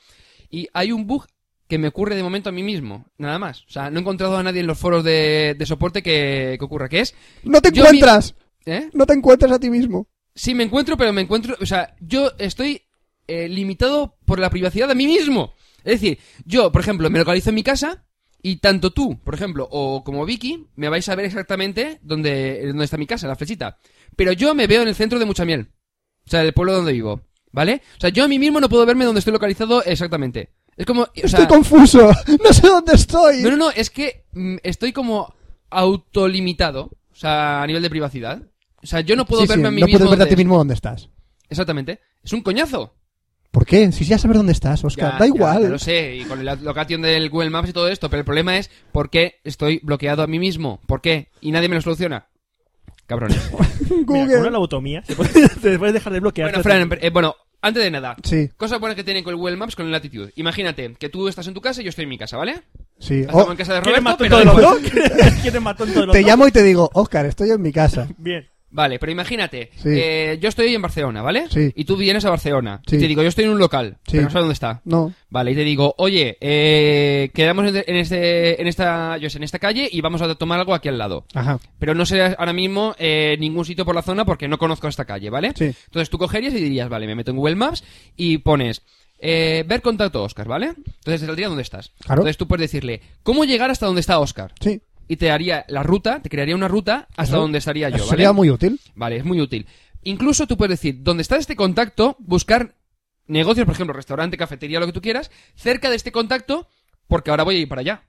S1: Y hay un bug que me ocurre de momento a mí mismo, nada más. O sea, no he encontrado a nadie en los foros de, de soporte que, que ocurra, que es...
S2: No te
S1: Yo mi-
S2: encuentras.
S1: ¿Eh?
S2: No te encuentras a ti mismo.
S1: Sí, me encuentro, pero me encuentro... O sea, yo estoy eh, limitado por la privacidad de mí mismo. Es decir, yo, por ejemplo, me localizo en mi casa y tanto tú, por ejemplo, o como Vicky, me vais a ver exactamente dónde, dónde está mi casa, la flechita. Pero yo me veo en el centro de Muchamiel. O sea, el pueblo donde vivo. ¿Vale? O sea, yo a mí mismo no puedo verme donde estoy localizado exactamente. Es como... O sea,
S2: Estoy confuso. No sé dónde estoy.
S1: no, no, no, es que mm, estoy como autolimitado. O sea, a nivel de privacidad. O sea, yo no puedo
S2: Sí, sí,
S1: verme a mí
S2: no
S1: mismo.
S2: puedes verte a ti
S1: donde-
S2: mismo dónde estás.
S1: Exactamente. Es un coñazo.
S2: ¿Por qué? Si ya sabes dónde estás, Oscar.
S1: Ya,
S2: da
S1: ya,
S2: igual.
S1: ya lo sé, y con la locación del Google Maps y todo esto, pero el problema es por qué estoy bloqueado a mí mismo. ¿Por qué? Y nadie me lo soluciona. Cabrones.
S3: Mira,
S2: Google.
S3: con una lobotomía se puede- te puedes dejar de bloquear.
S1: bueno, Fran, eh, bueno, antes de nada,
S2: Sí,
S1: cosas buenas que tienen con el Google Maps con el Latitude. Imagínate que tú estás en tu casa y yo estoy en mi casa, ¿vale?
S2: sí.
S1: Estamos
S2: Oh,
S1: en casa de
S3: ¿Quieres más
S1: Roberto,
S3: tonto
S1: pero
S3: de los
S1: igual.
S3: dos? ¿Quieres más tonto de los
S2: te
S3: dos?
S2: llamo y te digo, Oscar, estoy en mi casa.
S3: Bien.
S1: Vale, pero imagínate,
S2: Sí.
S1: eh, yo estoy en Barcelona, ¿vale?
S2: Sí.
S1: Y tú vienes a Barcelona.
S2: Sí.
S1: Y te digo, yo estoy en un local,
S2: Sí.
S1: pero no sé dónde está.
S2: No.
S1: Vale, y te digo, oye, eh, quedamos en, en este, en esta, yo sé, en esta calle y vamos a tomar algo aquí al lado.
S2: Ajá.
S1: Pero no sé ahora mismo eh, ningún sitio por la zona porque no conozco esta calle, ¿vale?
S2: Sí.
S1: Entonces tú cogerías y dirías, vale, me meto en Google Maps y pones eh, ver contacto Oscar, ¿vale? Entonces te saldría dónde estás.
S2: Claro.
S1: Entonces tú puedes decirle, ¿cómo llegar hasta donde está Oscar?
S2: Sí.
S1: Y te haría la ruta, te crearía una ruta hasta
S2: Eso-
S1: donde estaría yo,
S2: eso
S1: ¿vale?
S2: Sería muy útil.
S1: Vale, es muy útil. Incluso tú puedes decir, donde está este contacto, buscar negocios, por ejemplo, restaurante, cafetería, lo que tú quieras, cerca de este contacto, porque ahora voy a ir para allá.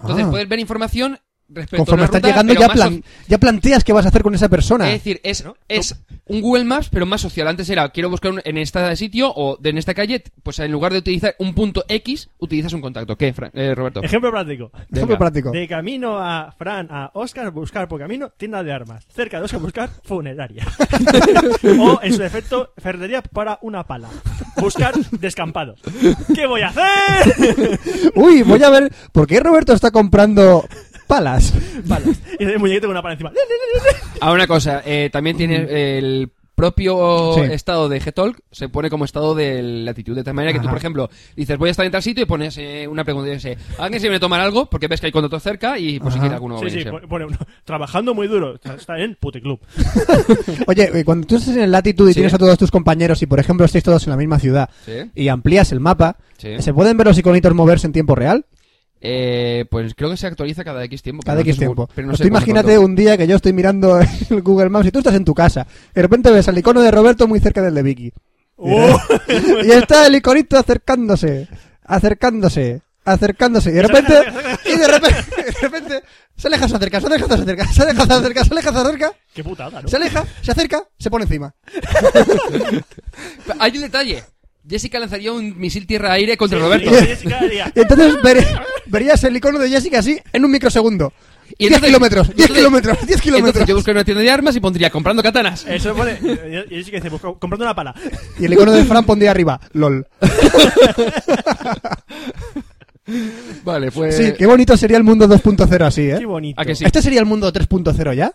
S1: Entonces
S2: Ah.
S1: puedes ver información respecto
S2: Conforme
S1: a una
S2: estás
S1: ruta,
S2: llegando
S1: pero
S2: ya,
S1: más
S2: plan- Ah. ya planteas qué vas a hacer con esa persona.
S1: es decir, es, es un Google Maps, pero más social. Antes era, quiero buscar un- en este sitio o de- en esta calle, pues en lugar de utilizar un punto X, utilizas un contacto. ¿Qué, Fran- eh, Roberto?
S3: Ejemplo práctico.
S2: Ejemplo
S1: venga.
S2: práctico.
S3: De camino a Fran, a Oscar Buscar por camino, tienda de armas. Cerca de Oscar Buscar, funeraria. o, en su defecto, ferretería para una pala. Buscar descampado. ¿Qué voy a hacer?
S2: Uy, voy a ver. ¿Por qué Roberto está comprando palas?
S3: Palas. Y el muñequito con una pala encima.
S1: Ahora una cosa, eh, también tiene el propio
S2: Sí.
S1: estado de G-Talk, se pone como estado de latitud. De tal manera que tú,
S2: Ajá.
S1: por ejemplo, dices, voy a estar en tal sitio y pones eh, una pregunta y dices, ¿alguien se viene a tomar algo? Porque ves que hay contacto cerca y pues si
S2: Ajá.
S1: quiere alguno
S3: Sí, sí,
S1: venirse.
S3: pone- pone uno. Trabajando muy duro. Está- Está en puticlub.
S2: Oye, eh, cuando tú estás en el latitud y
S1: Sí.
S2: tienes a todos tus compañeros y, por ejemplo, estáis todos en la misma ciudad
S1: Sí.
S2: y amplías el mapa,
S1: Sí.
S2: ¿se pueden ver los iconitos moverse en tiempo real?
S1: eh, pues creo que se actualiza cada X tiempo. pero
S2: Cada
S1: no
S2: X
S1: estoy seguro,
S2: tiempo.
S1: pero no
S2: Pues
S1: sé
S2: tú
S1: cuánto-
S2: imagínate un día que yo estoy mirando el Google Maps y tú estás en tu casa. De repente ves al icono de Roberto muy cerca del de Vicky. y está el iconito acercándose, acercándose, acercándose. Y de repente, y de repente, de repente se aleja, se acerca, se aleja, se acerca, se aleja, se acerca, se aleja, se acerca,
S3: Qué putada, ¿no?
S2: se aleja, se acerca, se pone encima.
S1: Hay un detalle. Jessica lanzaría un misil tierra-aire contra
S3: Sí,
S1: Roberto.
S3: sí, sí, sí, cada día.
S2: Y entonces ver- verías el icono de Jessica así en un microsegundo.
S1: Y
S2: 10
S1: entonces-
S2: kilómetros, 10
S1: entonces-
S2: kilómetros, 10
S1: Entonces
S2: kilómetros.
S1: yo buscaría una tienda de armas y pondría comprando katanas.
S3: Eso pone. Y eso que dice, pues, co- comprando una pala.
S2: Y el icono de Fran pondría arriba, lol.
S1: Vale, pues...
S2: Sí, qué bonito sería el mundo 2.0 así,
S3: Qué
S2: ¿eh?
S3: bonito.
S1: ¿A que sí?
S2: ¿Este sería el mundo 3.0 ya?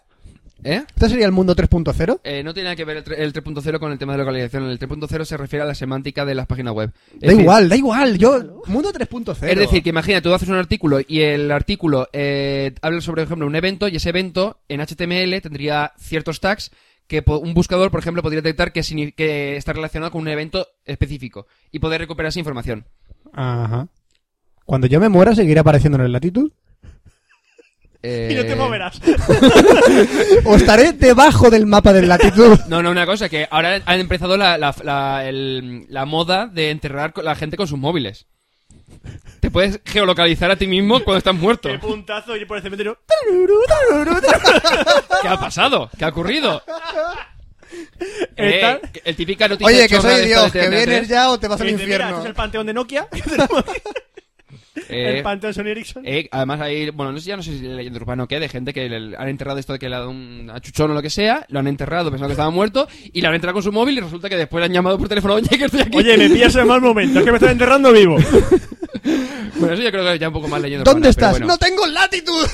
S1: ¿Eh?
S2: ¿Este sería el mundo 3.0?
S1: Eh, no tiene nada que ver el tre- el 3.0 con el tema de localización. El 3.0 se refiere a la semántica de las páginas web. Es
S2: Da
S1: decir,
S2: igual, da igual. Yo, mundo 3.0.
S1: Es decir, que imagina, tú haces un artículo y el artículo eh, habla sobre, por ejemplo, un evento y ese evento en HTML tendría ciertos tags que po- un buscador, por ejemplo, podría detectar que, signi- que está relacionado con un evento específico y poder recuperar esa información.
S2: Ajá. Cuando yo me muera, seguirá apareciendo en el latitud.
S1: Eh,
S3: Y no te moverás.
S2: O estaré debajo del mapa del latitud.
S1: No, no, una cosa, que ahora han empezado la, la- la- el- la moda de enterrar co- la gente con sus móviles. Te puedes geolocalizar a ti mismo cuando estás muerto.
S3: Qué puntazo y por el cementerio.
S1: ¿Qué ha pasado? ¿Qué ha ocurrido?
S3: Está-
S1: Eh, el típica noticia
S2: Oye, que
S1: chorra
S2: soy
S1: de
S2: Dios,
S1: esta de
S2: que
S1: TNT3,
S2: vienes ya o te vas
S3: Y
S2: al
S3: dice, Mira, este es
S2: infierno.
S3: el panteón de Nokia.
S1: eh,
S3: el panteón Sony Ericsson.
S1: eh, además hay, bueno, no sé, ya no sé si leyenda urbana o qué, de gente que le- han enterrado esto de que le ha dado un achuchón o lo que sea, lo han enterrado pensando que estaba muerto y lo han enterrado con su móvil y resulta que después le han llamado por teléfono, oye, que estoy aquí.
S3: Oye, me pillas en mal momento, que me estás enterrando vivo.
S1: Bueno, eso yo creo que ya un poco más leyendo
S2: ¿Dónde estás? No tengo latitud.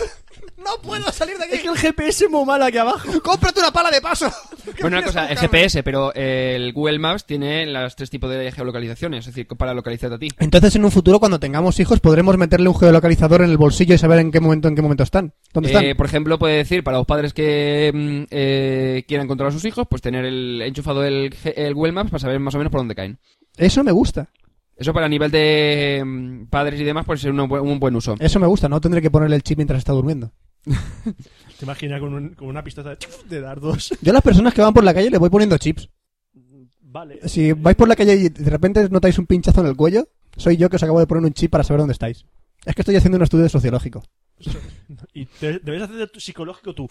S2: No puedo salir de
S3: es que
S2: aquí.
S3: el GPS es muy mal aquí abajo.
S2: Cómprate una pala de paso. Que
S1: Bueno, una
S2: vienes a
S1: cosa, el
S2: buscarme.
S1: GPS, pero eh, el Google Maps tiene las tres tipos de geolocalizaciones, es decir, para localizarte a ti.
S2: Entonces, en un futuro, cuando tengamos hijos, podremos meterle un geolocalizador en el bolsillo y saber en qué momento, en qué momento están. ¿Dónde están?
S1: Eh, por ejemplo, puede decir para los padres que mm, eh, quieran controlar a sus hijos, pues tener el enchufado el, G- el Google Maps para saber más o menos por dónde caen.
S2: Eso me gusta.
S1: Eso para nivel de mm, padres y demás puede ser una bu- un buen uso.
S2: Eso me gusta. No tendré que ponerle el chip mientras está durmiendo.
S3: Te imaginas con, un- con una pistola de, de dardos.
S2: Yo a las personas que van por la calle les voy poniendo chips.
S3: Vale.
S2: Si vais por la calle y de repente notáis un pinchazo en el cuello, soy yo que os acabo de poner un chip para saber dónde estáis. Es que estoy haciendo un estudio sociológico.
S3: Y te- debes hacer de tu psicológico tú.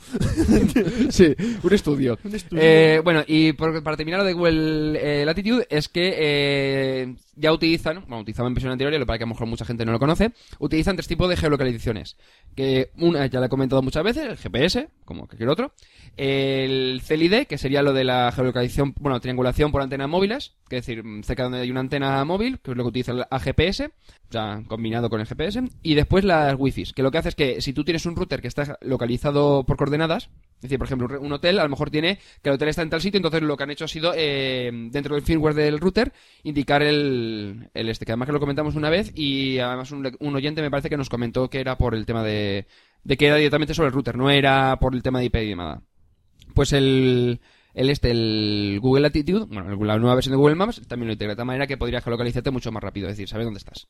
S1: sí, un estudio.
S3: Un estudio.
S1: Eh, bueno, y por- para terminar lo de Google eh, Latitude es que eh, ya utilizan, bueno, utilizaban en versión anterior, y lo que pasa es que a lo mejor mucha gente no lo conoce, utilizan tres tipos de geolocalizaciones. Que una ya la he comentado muchas veces, el GPS, como cualquier otro, el CLID, que sería lo de la geolocalización, bueno, triangulación por antenas móviles, que es decir, mm, cerca de donde hay una antena móvil, que es lo que utiliza el AGPS, o sea, combinado con el GPS, y después las wifi, que lo que hace es que si tú tienes un router que está localizado por coordenadas, es decir, por ejemplo, un re- un hotel a lo mejor tiene que el hotel está en tal sitio, entonces lo que han hecho ha sido, eh, dentro del firmware del router, indicar el, el este, que además que lo comentamos una vez y además un, le- un oyente me parece que nos comentó que era por el tema de, de que era directamente sobre el router, no era por el tema de IP y nada. Pues el, el este, el Google Latitude, bueno, el- la nueva versión de Google Maps también lo integra de tal manera que podrías geolocalizarte mucho más rápido, es decir, saber dónde estás.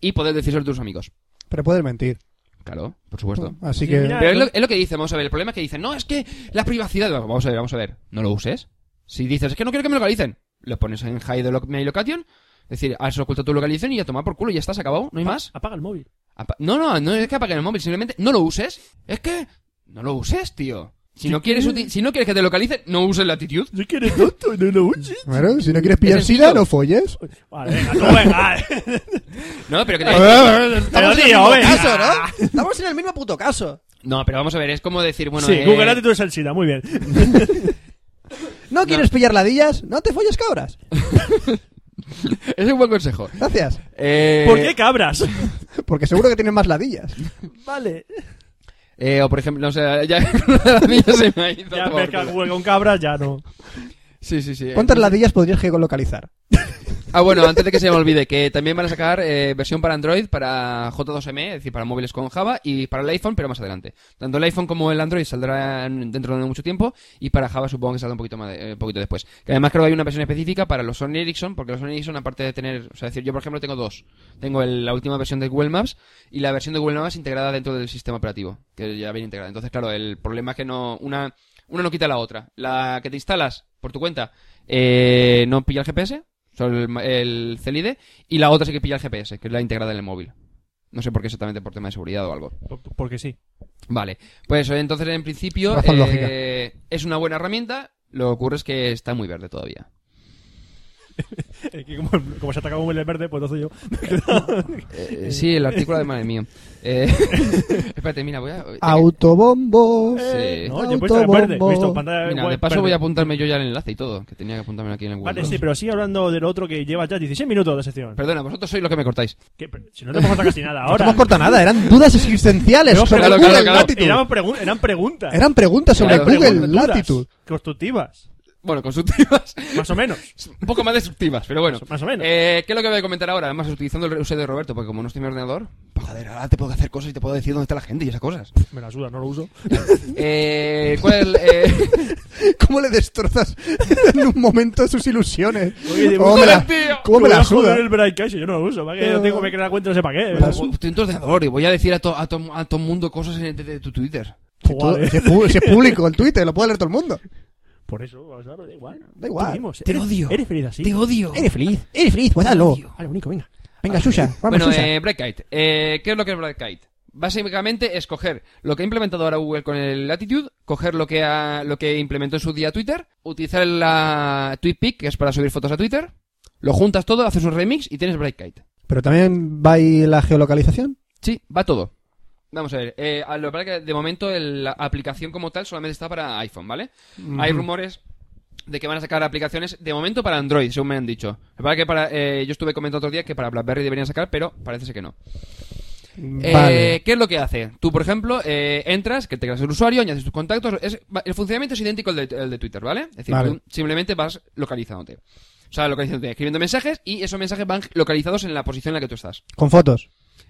S1: Y poder decírselo a tus amigos.
S2: Pero puedes mentir.
S1: Claro, por supuesto.
S2: Así
S3: Sí,
S2: que...
S3: mira.
S1: Pero es lo, es lo que dicen, vamos a ver. El problema es que dicen, no, es que la privacidad. Vamos a ver, vamos a ver. No lo uses. Si dices, es que no quiero que me localicen, lo pones en hide lo- my location. Es decir, has oculta tu localización y ya toma por culo, ya estás acabado, no hay más.
S3: Apaga el móvil.
S1: Apa- No, no, no es que apaguen el móvil, simplemente no lo uses. Es que no lo uses, tío. Si no quieres, uti- si no quieres que te localicen, no uses latitud.
S3: Yo quiero tonto, no lo uses.
S2: Claro, si no quieres pillar
S1: Es sencillo.
S2: sida, no folles.
S3: Vale, ah, venga, tú venga.
S1: No, pero que te-
S3: Pero tío, venga.
S2: ¿no? Estamos en el mismo puto caso.
S1: No, pero vamos a ver, es como decir, bueno,
S3: sí,
S1: eh,
S3: Google Attitude es el SIDA, muy bien.
S2: ¿No quieres pillar ladillas? No te folles cabras.
S1: es un buen consejo.
S2: Gracias.
S1: Eh,
S3: ¿Por qué cabras?
S2: Porque seguro que tienen más ladillas.
S3: vale.
S1: eh, o por ejemplo, no sé, ya a mí ya se me ha ido. a
S3: Ya
S1: tomar
S3: pesca
S1: por culo.
S3: Google con cabras, ya no.
S1: Sí, sí, sí.
S2: ¿Cuántas ladillas podrías geolocalizar?
S1: Ah, bueno, antes de que se me olvide, que también van a sacar eh, versión para Android, para J2ME, es decir, para móviles con Java y para el iPhone, pero más adelante. Tanto el iPhone como el Android saldrán dentro de mucho tiempo y para Java supongo que saldrá un poquito, más de- eh, poquito después. Que además creo que hay una versión específica para los Sony Ericsson, porque los Sony Ericsson, aparte de tener, o sea, es decir, yo por ejemplo tengo dos. Tengo el- la última versión de Google Maps y la versión de Google Maps integrada dentro del sistema operativo, que ya viene integrada. Entonces, claro, el problema es que no, una, una no quita la otra. La que te instalas por tu cuenta eh, no pilla el GPS, solo el, el CELIDE, E y la otra sí que pilla el GPS, que es la integrada en el móvil. No sé por qué exactamente, por tema de seguridad o algo.
S3: Por- Porque sí.
S1: Vale, pues eh, entonces en principio
S2: Razón
S1: eh, es una buena herramienta, lo que ocurre es que está muy verde todavía.
S3: Eh, que Como, como se atacaba un huele verde, pues entonces yo.
S1: Eh, sí, el artículo de madre mía. Eh, espérate, mira, voy a... eh,
S2: Eh, Autobombo.
S1: Sí.
S3: No, yo he puesto el verde.
S2: Autobombo.
S3: Visto, pantalla
S1: Mira,
S3: web
S1: de paso
S3: verde.
S1: voy a apuntarme yo ya el enlace y todo, que tenía que apuntarme aquí en el Google
S3: Vale,
S1: Docs.
S3: sí, pero sigue hablando del otro que lleva ya 16 minutos de sección.
S1: Perdona, vosotros sois los que me cortáis.
S3: Que- pero si no te hemos casi nada
S2: No
S3: ahora.
S2: hemos cortado nada, eran dudas existenciales
S3: Pero-
S2: sobre
S1: claro,
S2: Google
S1: claro, claro.
S2: Latitude.
S3: Eran, pregun- eran preguntas.
S2: Eran preguntas sobre
S1: Claro,
S2: Google
S3: preguntas duras,
S2: Latitude.
S3: Constructivas.
S1: Bueno, constructivas.
S3: Más o menos.
S1: Un poco más destructivas, pero bueno.
S3: Más o menos.
S1: Eh, ¿Qué es lo que voy a comentar ahora? Además, utilizando el usuario de Roberto, porque como no estoy en mi ordenador, pues, joder, ahora te puedo hacer cosas y te puedo decir dónde está la gente y esas cosas.
S3: Me la suda, no lo uso.
S1: Eh, ¿Cuál es el, eh,
S2: ¿Cómo le destrozas en un momento sus ilusiones?
S3: Oye, de-
S2: ¿Cómo me la,
S1: Joder, tío.
S2: cómo me
S3: Voy
S2: la
S3: a joder
S2: suda?
S3: el Bright Cash, yo no lo uso. ¿va? Que yo tengo que crear la cuenta, no sé para qué.
S2: Pues-
S1: Estoy en tu ordenador y voy a decir a todo a to- a todo mundo cosas en- de, de tu Twitter.
S2: Si, todo- si es pu- si es público el Twitter, lo puede leer todo el mundo.
S3: Por eso, o sea, da igual.
S2: Da igual.
S3: Tú mismo,
S2: Te
S3: eres-
S2: odio.
S3: Eres feliz así.
S1: odio.
S2: Eres feliz, eres feliz, pues hazlo.
S3: Vale, único, venga.
S2: Venga, Susha,
S3: Ah,
S2: vamos,
S1: Bueno,
S2: Susha.
S1: eh, Brightkite. Eh, ¿Qué es lo que es Brightkite? Básicamente es coger lo que ha implementado ahora Google con el Latitude, coger lo que, ha- lo que implementó en su día Twitter, utilizar la TweetPic, que es para subir fotos a Twitter, lo juntas todo, haces un remix y tienes Brightkite.
S2: Pero también va ahí la geolocalización.
S1: Sí, va todo. Vamos a ver, eh, a lo que pasa es que de momento el- la aplicación como tal solamente está para iPhone, ¿vale? Hay rumores de que van a sacar aplicaciones de momento para Android, según me han dicho. Lo que pasa es que para, eh, yo estuve comentando otro día que para BlackBerry deberían sacar, pero parece ser que no. Eh,
S2: Vale.
S1: ¿Qué es lo que hace? Tú, por ejemplo, eh, entras, que te creas el usuario, añades tus contactos. es- va- el funcionamiento es idéntico al de, al de Twitter, ¿vale? Es decir,
S2: Vale.
S1: tú simplemente vas localizándote. O sea, localizándote, escribiendo mensajes y esos mensajes van localizados en la posición en la que tú estás.
S2: Con fotos.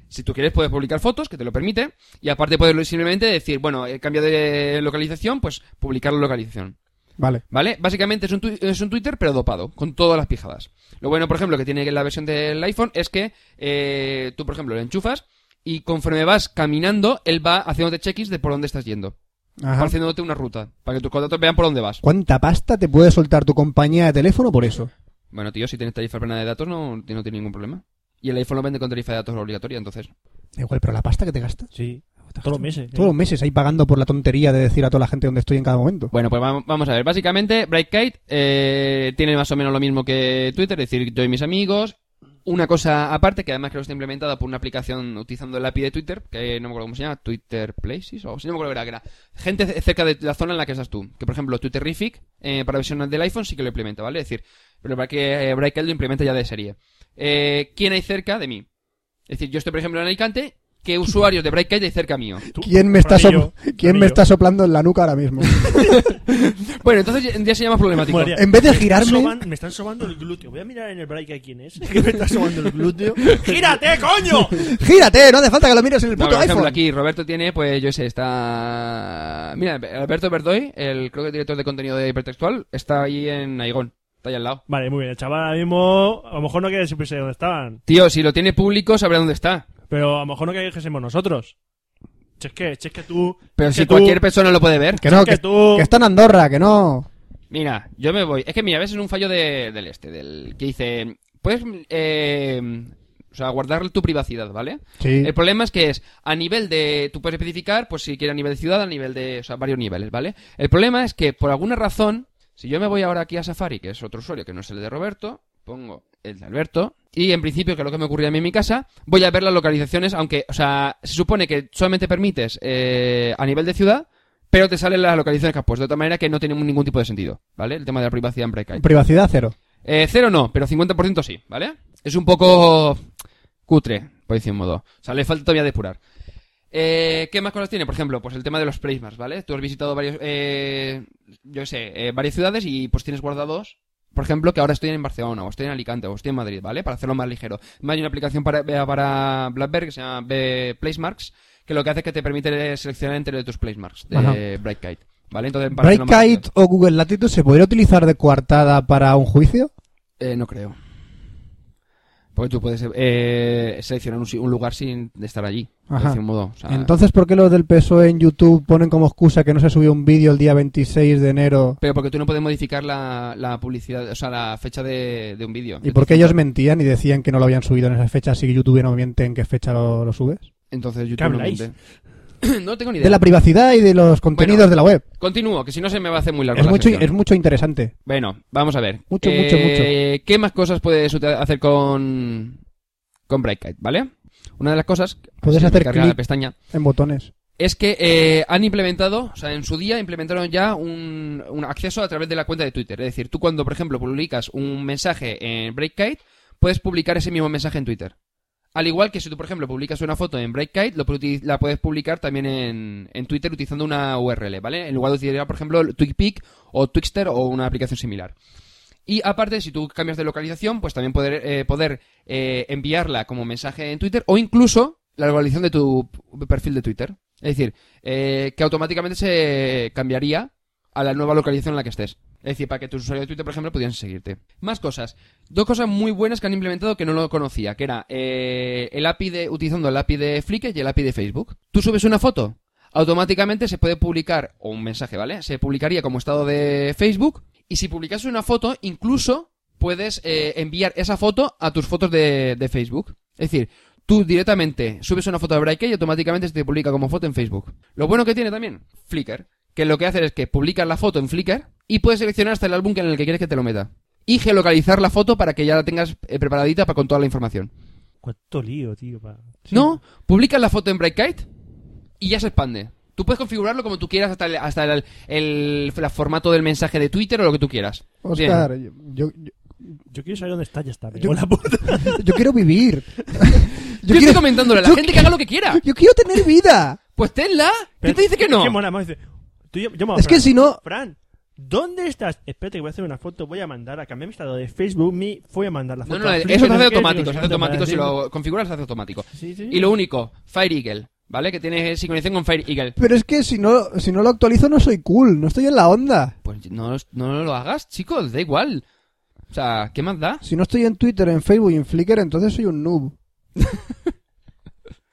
S1: Si tú quieres, puedes publicar fotos, que te lo permite. Y aparte, puedes simplemente decir, bueno, eh, cambia de localización, pues publicar la localización.
S2: Vale.
S1: ¿Vale? Básicamente es un, tu- es un Twitter, pero dopado, con todas las pijadas. Lo bueno, por ejemplo, que tiene la versión del iPhone es que eh, tú, por ejemplo, lo enchufas y conforme vas caminando, él va haciéndote check de por dónde estás yendo.
S2: Ajá.
S1: Va haciéndote una ruta, para que tus contactos vean por dónde vas.
S2: ¿Cuánta pasta te puede soltar tu compañía de teléfono por eso?
S1: Bueno, tío, si tienes tarifa plana de datos, no, no tiene ningún problema. Y el iPhone lo vende con tarifa de datos obligatoria, entonces.
S2: Da igual, pero la pasta que te gastas.
S3: Sí, todos los meses.
S2: Todos los meses ahí pagando por la tontería de decir a toda la gente dónde estoy en cada momento.
S1: Bueno, pues vam- vamos a ver. Básicamente, Brightkite eh, tiene más o menos lo mismo que Twitter, es decir, yo y mis amigos. Una cosa aparte, que además creo que está implementada por una aplicación utilizando el API de Twitter, que no me acuerdo cómo se llama, Twitter Places, o si no me acuerdo que era, que era gente ce- cerca de la zona en la que estás tú. Que por ejemplo, Twitterific, eh, para versiones del iPhone sí que lo implementa, ¿vale? Es decir, pero para que eh, Brightkite lo implemente ya de serie. Eh, ¿Quién hay cerca de mí? Es decir, yo estoy por ejemplo en Alicante, ¿qué usuarios de Brightkite hay cerca mío?
S3: Tú,
S2: ¿Quién me está,
S3: Fernillo,
S2: sopl- ¿Quién
S3: Fernillo.
S2: me está soplando en la nuca ahora mismo?
S1: Bueno, entonces ya- ya se llama problemático.
S3: Madre mía,
S2: En vez de
S3: me están
S2: girarme-
S3: soban- me están sobando el glúteo. Voy a mirar en el break a quién es. Que me está sobando el glúteo. ¡Gírate, coño!
S2: ¡Gírate! No hace falta que lo mires en el
S1: No,
S2: puto
S1: por ejemplo,
S2: iPhone.
S1: aquí Roberto tiene, pues yo sé, está. Mira, Alberto Verdoy, el creo que director de contenido de Hipertextual, está ahí en Aigón, está ahí al lado.
S3: Vale, muy bien. El chaval ahora mismo. A lo mejor no quiere decirse dónde estaban.
S1: Tío, si lo tiene público, sabrá dónde está.
S3: Pero a lo mejor no quiere que dijésemos nosotros. Si es que, si es que tú.
S1: Pero
S3: es
S1: si
S3: que tú-
S1: cualquier persona lo puede ver.
S2: Que no,
S3: Es que
S2: que,
S3: tú-
S2: que está en Andorra, que no.
S1: Mira, yo me voy. Es que mira, ves en un fallo de- del este, del que dice. Puedes. Eh, o sea, guardar tu privacidad, ¿vale?
S2: Sí.
S1: El problema es que es a nivel de. Tú puedes especificar, pues si quieres a nivel de ciudad, a nivel de. O sea, varios niveles, ¿vale? El problema es que por alguna razón, si yo me voy ahora aquí a Safari, que es otro usuario que no es el de Roberto, pongo el de Alberto. Y en principio, que es lo que me ocurría a mí en mi casa, voy a ver las localizaciones, aunque, o sea, se supone que solamente permites eh, a nivel de ciudad, pero te salen las localizaciones que has puesto. De otra manera que no tiene ningún tipo de sentido, ¿vale? El tema de la privacidad en Breakout.
S2: Privacidad cero.
S1: Eh, cero no, pero 50% sí, ¿vale? Es un poco cutre, por decir un modo. O sea, le falta todavía depurar. Eh, ¿Qué más cosas tiene? Por ejemplo, pues el tema de los prismas, ¿vale? Tú has visitado varios, eh, yo qué sé, eh, varias ciudades y pues tienes guardados por ejemplo, que ahora estoy en Barcelona, o estoy en Alicante, o estoy en Madrid, ¿vale? Para hacerlo más ligero. Además, Hay una aplicación para, eh, para BlackBerry que se llama B- Placemarks, que lo que hace es que te permite seleccionar entre tus placemarks
S2: Ajá.
S1: de Brightkite, ¿vale? Entonces, para hacerlo más
S2: ¿Breakite o Google Latitude se podría utilizar de coartada para un juicio?
S1: Eh, no creo. Porque tú puedes eh, seleccionar un, si- un lugar sin estar allí.
S2: Ajá.
S1: De cierto modo. o sea,
S2: Entonces, ¿por qué los del PSOE en YouTube ponen como excusa que no se subió un vídeo el día 26 de enero?
S1: Pero porque tú no puedes modificar la, la publicidad, o sea, la fecha de, de un vídeo.
S2: ¿Y por qué ellos mentían y decían que no lo habían subido en esas fechas y que YouTube no miente en qué fecha lo, lo subes?
S1: Entonces YouTube
S3: ¿Qué
S1: no
S3: habláis?
S1: miente. no tengo ni idea.
S2: De la privacidad y de los contenidos
S1: Bueno,
S2: de la web.
S1: Continúo, que si no se me va a hacer muy largo
S2: Es
S1: la
S2: mucho,
S1: sección.
S2: es mucho interesante.
S1: Bueno, vamos a ver.
S2: Mucho,
S1: Eh,
S2: mucho, mucho.
S1: ¿Qué más cosas puedes uta- hacer con, con Brightkite, vale? Una de las cosas...
S2: Puedes
S1: se me
S2: hacer
S1: carga la
S2: clic.
S1: pestaña.
S2: En botones.
S1: es que eh, han implementado, o sea, en su día implementaron ya un, un acceso a través de la cuenta de Twitter. Es decir, tú cuando, por ejemplo, publicas un mensaje en Breakkite, puedes publicar ese mismo mensaje en Twitter. Al igual que si tú, por ejemplo, publicas una foto en Breakkite, lo puedes uti- la puedes publicar también en, en Twitter utilizando una URL, ¿vale? En lugar de utilizar, por ejemplo, TwitPic o Twixter o una aplicación similar. Y aparte, si tú cambias de localización, pues también poder, eh, poder eh, enviarla como mensaje en Twitter o incluso la localización de tu p- perfil de Twitter. Es decir, eh, que automáticamente se cambiaría a la nueva localización en la que estés. Es decir, para que tus usuarios de Twitter, por ejemplo, pudieran seguirte. Más cosas. Dos cosas muy buenas que han implementado que no lo conocía, que era eh, el API de, utilizando el API de Flickr y el API de Facebook. Tú subes una foto, automáticamente se puede publicar, o un mensaje, ¿vale? Se publicaría como estado de Facebook, y si publicas una foto, incluso puedes eh, enviar esa foto a tus fotos de, de Facebook. Es decir, tú directamente subes una foto de Brightkey y automáticamente se te publica como foto en Facebook. Lo bueno que tiene también Flickr, que lo que hace es que publicas la foto en Flickr y puedes seleccionar hasta el álbum en el que quieres que te lo meta. Y geolocalizar la foto para que ya la tengas eh, preparadita para con toda la información.
S3: Cuánto lío, tío. pa-
S1: No, publicas la foto en Brightkite y ya se expande. Tú puedes configurarlo como tú quieras hasta el, hasta el, el- el formato del mensaje de Twitter o lo que tú quieras. Bien.
S2: Oscar, yo, yo-
S3: Yo quiero saber dónde está ya está. me
S2: Yo-
S3: cago en la puta.
S2: yo- yo quiero vivir.
S1: Yo, estoy comentándole a la
S2: yo
S1: gente que haga lo que quiera.
S2: Yo quiero tener vida.
S1: Pues tenla.
S3: Pero-
S1: ¿Quién te dice que no?
S3: Qué mona, me dice, tú, yo- yo me voy a
S2: Es que
S3: Fran.
S2: si no-
S3: Fran, ¿dónde estás? Espérate que voy a hacer una foto, voy a mandar a cambiar mi estado de Facebook, mi, voy a mandar la
S1: No,
S3: foto.
S1: no,
S3: a Flickr,
S1: eso se
S3: no
S1: hace
S3: sé qué,
S1: automático.
S3: digo,
S1: Se
S3: si
S1: hace
S3: no te
S1: automático.
S3: parece-
S1: Si lo configuras, se hace automático.
S3: Sí, sí.
S1: Y lo único, Fire Eagle, ¿vale? Que tiene sincronización con Fire Eagle.
S2: Pero es que si no, si no lo actualizo no soy cool, no estoy en la onda.
S1: Pues no, no lo hagas, chicos, da igual. O sea, ¿qué más da?
S2: Si no estoy en Twitter, en Facebook y en Flickr, entonces soy un noob.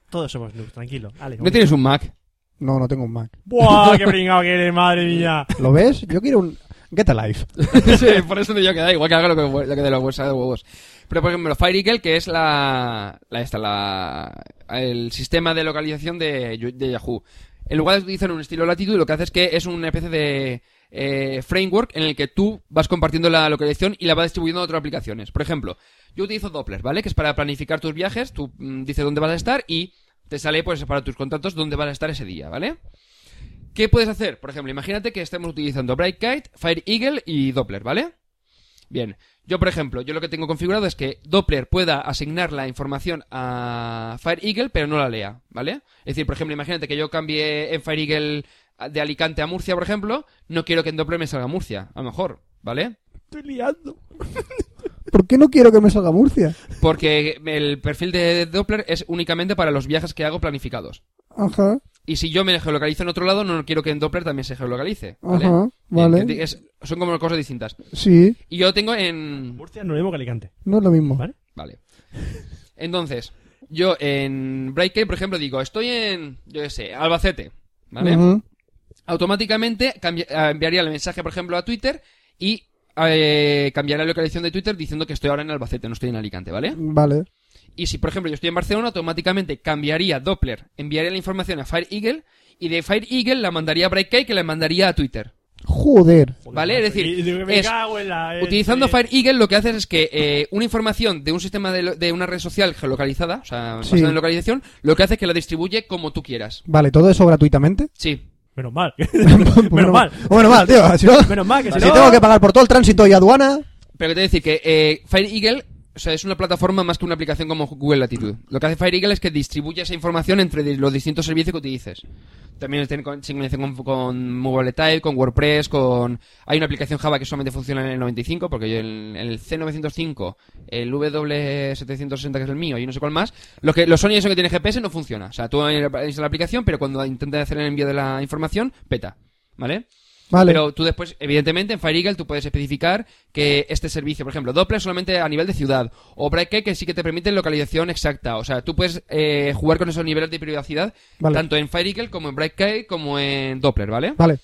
S3: Todos somos noobs, tranquilo. Ale,
S1: No
S3: vamos.
S1: tienes un Mac.
S2: No, no tengo un Mac.
S3: ¡Buah, qué pringado que eres, madre mía!
S2: ¿Lo ves? Yo quiero un... Get a life.
S1: Sí, por eso te digo que da igual que haga lo que, lo que de los huevos, sabe de huevos. Pero por ejemplo, Fire Eagle, que es la, la, esta, la, el sistema de localización de, Yu- de Yahoo. En lugar de utilizar un estilo latitud, lo que hace es que es una especie de eh, framework en el que tú vas compartiendo la localización y la vas distribuyendo a otras aplicaciones. Por ejemplo, yo utilizo Doppler, ¿vale? Que es para planificar tus viajes, tú mm, dices dónde vas a estar y te sale pues para tus contactos dónde vas a estar ese día, ¿vale? ¿Qué puedes hacer? Por ejemplo, imagínate que estemos utilizando Brightkite, Fire Eagle y Doppler, ¿vale? Bien, yo por ejemplo, yo lo que tengo configurado es que Doppler pueda asignar la información a Fire Eagle, pero no la lea, ¿vale? Es decir, por ejemplo, imagínate que yo cambie en Fire Eagle de Alicante a Murcia, por ejemplo, no quiero que en Doppler me salga Murcia, a lo mejor, ¿vale?
S3: Estoy liando.
S2: ¿Por qué no quiero que me salga Murcia?
S1: Porque el perfil de Doppler es únicamente para los viajes que hago planificados.
S2: Ajá,
S1: Y si yo me geolocalizo en otro lado, no quiero que en Doppler también se geolocalice, ¿vale?
S2: ajá,
S1: Bien,
S2: vale.
S1: que es- son como cosas distintas.
S2: Sí,
S1: Y yo tengo en...
S3: Murcia no lo mismo que Alicante.
S2: no es lo mismo.
S3: ¿Vale?
S1: Vale. Entonces, yo en Breaker, por ejemplo, digo, estoy en, yo qué sé, Albacete. ¿Vale?
S2: Ujú.
S1: Automáticamente cambi- eh, enviaría el mensaje, por ejemplo, a Twitter y eh, cambiaría la localización de Twitter diciendo que estoy ahora en Albacete, no estoy en Alicante, ¿vale?
S2: Vale.
S1: Y si, por ejemplo, yo estoy en Barcelona, automáticamente cambiaría Doppler, enviaría la información a Fire Eagle y de Fire Eagle la mandaría a Breaker que la mandaría a Twitter.
S2: Joder.
S3: Joder,
S1: Vale,
S3: macho,
S1: es decir,
S3: y- y digo, me
S1: es-
S3: cago en la- eh,
S1: Utilizando
S3: eh,
S1: Fire Eagle lo que haces es que eh, una información de un sistema de, lo- de una red social geolocalizada, o sea,
S2: Sí.
S1: basada en localización, lo que hace es que la distribuye como tú quieras.
S2: Vale, ¿todo eso gratuitamente?
S1: Sí.
S3: Menos mal.
S2: Pues
S3: Menos mal.
S2: Bueno, mal, tío. Si, no-
S3: Menos mal que si
S2: si
S3: no-
S2: tengo que pagar por todo el tránsito y aduana...
S1: Pero te voy a decir que eh, Fire Eagle o sea, es una plataforma más que una aplicación como Google Latitude. Lo que hace Fire Eagle es que distribuye esa información entre di- los distintos servicios que utilices. También tiene con- sincronización con, con MobileType, con WordPress, con... Hay una aplicación Java que solamente funciona en el 95, porque yo en, en el C905, el W760 que es el mío y no sé cuál más, los, que, los Sony eso que tiene GPS no funciona. O sea, tú instalas la aplicación, pero cuando intentas hacer el envío de la información, peta. ¿Vale?
S2: Vale.
S1: Pero tú después, evidentemente, en Fire Eagle tú puedes especificar que este servicio, por ejemplo, Doppler solamente a nivel de ciudad, o Breaker que sí que te permite localización exacta. O sea, tú puedes eh, jugar con esos niveles de privacidad,
S2: Vale.
S1: tanto en Fire Eagle como en Breaker como en Doppler, ¿vale?
S2: Vale.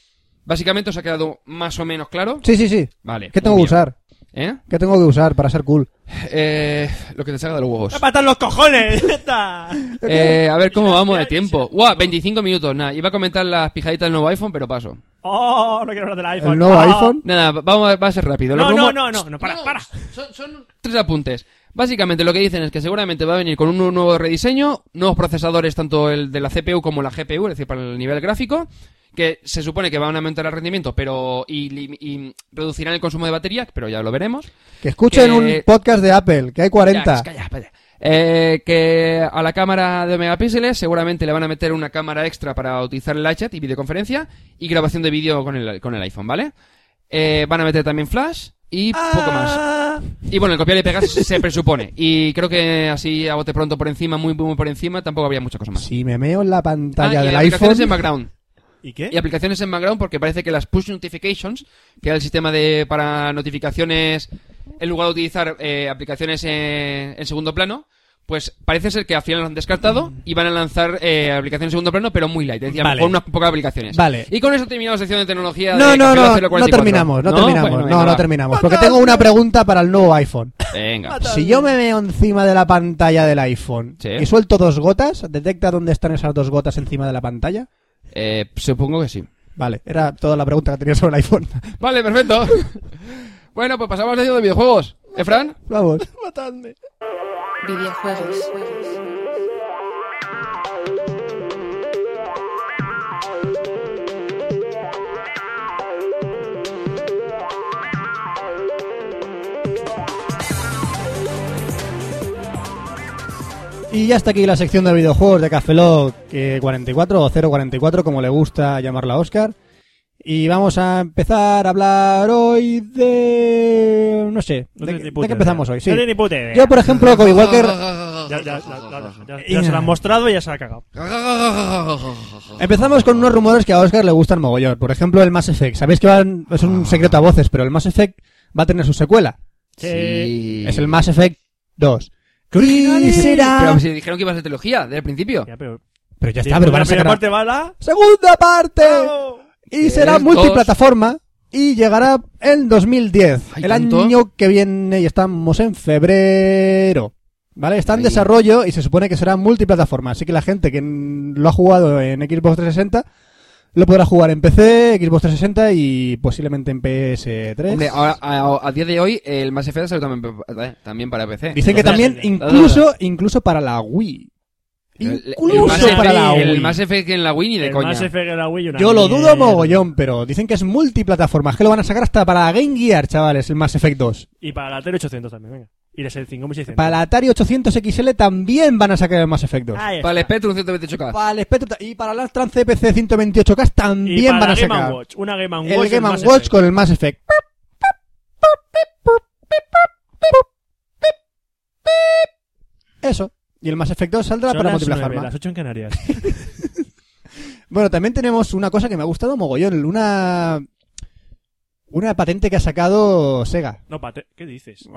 S1: Básicamente os ha quedado más o menos claro.
S2: Sí, sí, sí.
S1: Vale.
S2: ¿Qué tengo que
S1: muy bien.
S2: usar?
S1: ¿Eh?
S2: ¿Qué tengo que usar para ser cool?
S1: Eh, lo que te salga de los huevos.
S3: ¡Patan los cojones! ya está.
S1: Eh, a ver cómo vamos de tiempo. ¡Guau! 25 minutos, nada. Iba a comentar las pijaditas del nuevo iPhone, pero paso.
S3: ¡Oh! No quiero hablar del iPhone.
S2: ¿El nuevo
S3: no.
S2: iPhone?
S1: Nada, vamos a, va a ser rápido. Los
S3: No, no,
S1: rumores-
S3: no, no, no, para, para.
S1: Son, son tres apuntes. Básicamente lo que dicen es que seguramente va a venir con un nu- nuevo rediseño, nuevos procesadores, tanto el de la CPU como la GPU, es decir, para el nivel gráfico, que se supone que van a aumentar el rendimiento, pero y, lim- y reducirán el consumo de batería, pero ya lo veremos.
S2: Que escuchen
S1: Que-
S2: un podcast de Apple, que hay 40.
S1: Ya, calla, espera. Eh, que a la cámara de megapíxeles seguramente le van a meter una cámara extra para utilizar el iChat y videoconferencia y grabación de vídeo con el, con el iPhone, ¿vale? Eh, van a meter también flash y poco más.
S3: Ah,
S1: Y bueno, el copiar y pegar se se presupone. Y creo que así a bote pronto por encima, muy muy por encima, tampoco habría mucha cosa más.
S2: Si me meo en la
S1: Ah, y
S2: pantalla del
S1: aplicaciones
S2: iPhone. ¿Eh?
S1: en background.
S3: ¿Y qué?
S1: Y aplicaciones en background porque parece que las push notifications, que era el sistema de para notificaciones, en lugar de utilizar eh, aplicaciones en, en segundo plano, pues parece ser que al final lo han descartado y van a lanzar eh, aplicaciones en segundo plano, pero muy light, es decir,
S3: Vale.
S1: con unas pocas aplicaciones.
S2: Vale.
S1: Y con eso terminamos la sección de tecnología.
S2: No,
S1: de
S2: no,
S1: Café Lock
S2: no,
S1: 044.
S2: no terminamos, no, terminamos,
S1: Bueno,
S2: no,
S1: pues, venga,
S2: no
S1: va.
S2: terminamos. Porque tengo una pregunta para el nuevo iPhone.
S1: Venga.
S2: Si yo me veo encima de la pantalla del iPhone
S1: Sí.
S2: y suelto dos gotas, ¿detecta dónde están esas dos gotas encima de la pantalla?
S1: Eh, supongo que sí.
S2: Vale, era toda la pregunta que tenía sobre el iPhone.
S1: Vale, perfecto. bueno, pues pasamos a la sección de videojuegos. ¿Eh, ¿Efran?
S2: Vamos.
S3: Matadme.
S4: videojuegos,
S2: Y ya está aquí la sección de videojuegos de Café Lock, eh, 44 o 044, como le gusta llamarla a Oscar. Y vamos a empezar a hablar hoy de... no sé,
S3: No
S2: ¿de,
S3: tienes
S2: qué-
S3: ni
S2: de
S3: puta
S2: qué
S3: idea.
S2: empezamos hoy? Sí.
S3: No tienes ni puta idea.
S2: Yo, por ejemplo, Cody Walker...
S3: Ya, ya, ya, ya, ya- ya se lo han mostrado y ya se la ha cagado.
S2: Empezamos con unos rumores que a Oscar le gustan mogollón. Por ejemplo, el Mass Effect. Sabéis que van, es un secreto a voces, pero el Mass Effect va a tener su secuela.
S1: Sí.
S2: Es el Mass Effect 2. Y será...
S1: Pero si dijeron que iba a ser trilogía, desde el principio.
S3: Ya, pero,
S2: Pero ya está, pero van a
S3: la primera
S2: sacar...
S3: parte va la...
S2: ¡Segunda parte!
S3: ¡Oh!
S2: Y será
S1: Tres,
S2: multiplataforma y llegará en 2010.
S1: Ay,
S2: el
S1: ¿tanto?
S2: año que viene y estamos en febrero. ¿Vale? Está en
S1: Ay.
S2: desarrollo y se supone que será multiplataforma. Así que la gente que n- lo ha jugado en Xbox 360 lo podrá jugar en PC, Xbox 360 y posiblemente en PS3.
S1: Hombre, ahora, a, a día de hoy, el Mass Effect salió también, eh, también para PC.
S2: Dicen que
S3: Entonces,
S2: también
S3: eh,
S2: incluso, incluso para la Wii.
S1: El- el-
S2: Incluso
S1: el Mass
S2: para la
S1: Effect-
S2: Wii.
S1: El Mass Effect en la Wii ni de
S3: El
S1: coña.
S3: Mass Effect en la Wii, una
S2: Yo lo
S3: mierda.
S2: dudo mogollón, pero dicen que es multiplataforma. Es que lo van a sacar hasta para Game Gear, chavales, el Mass Effect 2.
S3: Y para la Tele 800 también, venga. Y les el 5600.
S2: Para la Atari 800 XL también van a sacar el Mass Effect 2.
S3: Ahí está.
S1: Para el Spectrum 128K.
S2: Para el Spectrum ta- y para la Trans CPC 128K
S3: Y
S2: también van
S3: para la
S2: a
S3: Game
S2: sacar
S3: Watch. Una Game Watch.
S2: el Game
S3: Mass
S2: Watch
S3: Effect.
S2: con el Mass Effect. Eso. Y el Mass Effect 2 saldrá
S3: Son
S2: para
S3: las nueve,
S2: multiplataforma.
S3: las 8 en Canarias.
S2: Bueno, también tenemos una cosa que me ha gustado mogollón, una una patente que ha sacado Sega.
S3: No, pate... ¿Qué dices?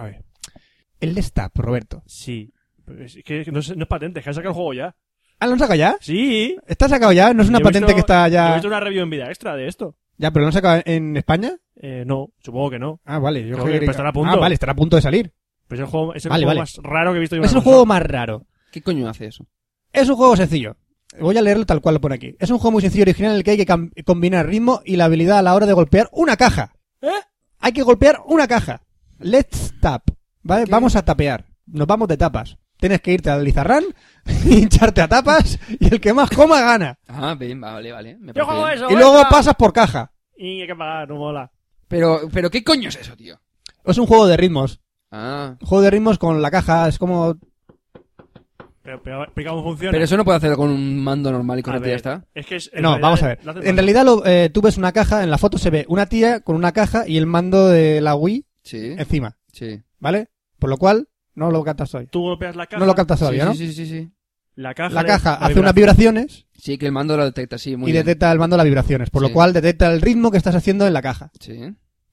S2: El Stap, Roberto.
S3: Sí. Pero Es que no, es, no es patente, es que han sacado el juego ya.
S2: Ah, lo han sacado ya.
S3: Sí.
S2: Está sacado ya, no es una
S3: Yo he
S2: patente
S3: visto-
S2: que está
S3: Yo he
S2: ya
S3: visto una review en vida extra de esto.
S2: Ya, pero lo han sacado en España?
S3: Eh, no, supongo que no.
S2: Ah, vale. Yo
S3: Creo
S2: creía
S3: que estará a punto.
S2: Ah, vale, estará a punto de salir.
S3: Pero es el juego, es el
S2: Vale,
S3: juego
S2: vale.
S3: más raro que he visto yo. en
S2: Es
S3: una
S2: el
S3: consola.
S2: juego más raro.
S1: ¿Qué coño hace eso?
S2: Es un juego sencillo. Voy a leerlo tal cual lo pone aquí. Es un juego muy sencillo y original en el que hay que cam- combinar ritmo y la habilidad a la hora de golpear una caja.
S3: ¿Eh?
S2: Hay que golpear una caja. Let's tap. ¿Vale? Vamos a tapear. Nos vamos de tapas. Tienes que irte al Lizarrán, hincharte a tapas y el que más coma gana.
S1: Ah, bien, vale, vale. me
S3: Yo
S1: parece
S3: juego
S1: bien.
S3: eso.
S2: Y luego
S3: venga.
S2: pasas por caja.
S3: Y hay que pagar, no mola.
S1: Pero, pero ¿qué coño es eso, tío?
S2: Es un juego de ritmos.
S1: Ah.
S2: Juego de ritmos con la caja, es como...
S3: Pero, pero explica cómo funciona.
S1: Pero eso no puedo hacerlo con un mando normal y
S3: A
S1: corriente
S3: ver,
S1: ya está.
S3: Es que es- en
S2: No,
S3: realidad
S2: vamos a ver.
S3: lo hacen
S2: En
S3: mal.
S2: realidad lo- eh, tú ves una caja, en la foto se ve una tía con una caja y el mando de la Wii
S1: Sí.
S2: encima,
S1: Sí.
S2: ¿vale? Por lo cual, no lo captas hoy.
S3: Tú golpeas la caja.
S2: No lo captas todavía,
S1: sí,
S2: ¿no?
S1: sí, sí, sí, sí.
S3: La caja.
S2: La
S3: le-
S2: caja
S3: la
S2: hace unas
S3: vibración.
S2: vibraciones
S1: Sí, que el mando lo detecta, sí, muy
S2: y
S1: bien.
S2: detecta el mando las vibraciones, por
S1: Sí.
S2: lo cual detecta el ritmo que estás haciendo en la caja.
S1: Sí.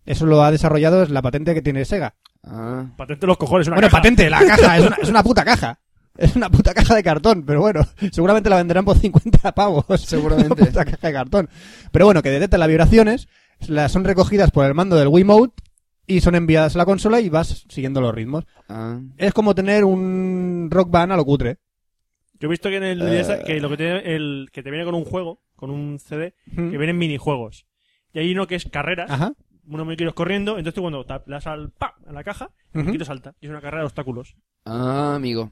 S2: Eso lo ha desarrollado es la patente que tiene Sega.
S1: Ah.
S3: Patente los cojones. Una
S2: bueno,
S3: caja.
S2: patente, la caja, es una, es una puta caja. Es una puta caja de cartón, pero bueno, seguramente la venderán por 50 pavos.
S1: Seguramente.
S2: Una puta caja de cartón. Pero bueno, que detecta las vibraciones, las son recogidas por el mando del Wiimote y son enviadas a la consola y vas siguiendo los ritmos.
S1: Ah.
S2: Es como tener un rock band a lo cutre.
S3: Yo he visto que en el DS que lo que tiene el que te viene con un juego, con un CD, que vienen minijuegos. Y hay uno que es carreras,
S2: Mm. Ajá.
S3: unos muñequitos corriendo, entonces tú cuando tap- le das al pa a la caja,
S2: Ujú.
S3: el muñequito salta. Y es una carrera de obstáculos.
S1: Ah, amigo.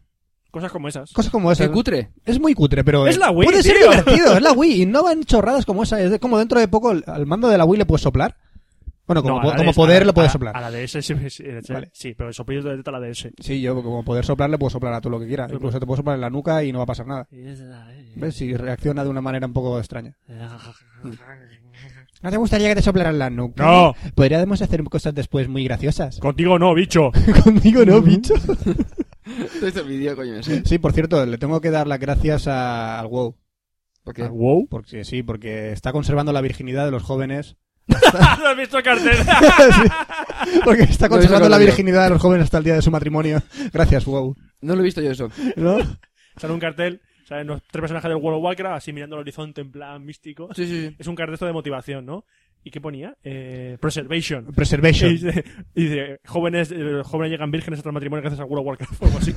S3: Cosas como esas.
S2: Cosas como
S1: Qué
S2: esas.
S1: cutre.
S2: Es muy cutre, pero
S3: Es
S2: eh,
S3: la Wii,
S2: puede ser
S3: tío.
S2: divertido. Es la Wii. Innova en chorradas como esa. Es de- como dentro de poco el- al mando de la Wii le puedes soplar. Bueno, como,
S3: No, a
S2: po-
S3: la
S2: como
S3: DS, a
S2: poder
S3: la-
S2: le puedes
S3: a-
S2: soplar.
S3: A la DS sí, sí, sí,
S2: Vale.
S3: sí, pero el soplillo de la DS.
S2: Sí, yo como poder soplar le puedo soplar a todo lo que quiera. Incluso te puedo soplar en la nuca y no va a pasar nada. ¿Ves? Si reacciona de una manera un poco extraña. ¿No te gustaría que te soplaran la nuca?
S3: No.
S2: Podríamos hacer cosas después muy graciosas.
S3: Contigo no, bicho.
S2: Conmigo no, bicho.
S1: Este vídeo, coño, ese.
S2: Sí, por cierto, le tengo que dar las gracias a- al WoW.
S1: ¿Por qué?
S3: Ah, wow.
S2: Porque sí, porque está conservando la virginidad de los jóvenes.
S3: ¿Has visto el cartel?
S2: Sí, porque está
S1: Lo he
S2: conservando
S1: visto
S2: la
S1: con ello.
S2: virginidad de los jóvenes hasta el día de su matrimonio. Gracias, WoW.
S1: No lo he visto yo eso.
S2: ¿No?
S3: Sale un cartel, salen los tres personajes del World of Warcraft así mirando el horizonte en plan místico.
S1: Sí, sí, sí.
S3: Es un cartel de motivación, ¿no? ¿Y qué ponía? Eh, preservation. Y
S2: Preservation.
S3: dice, y dice, jóvenes, eh, jóvenes llegan vírgenes a otro matrimonio gracias al World of Warcraft o algo así.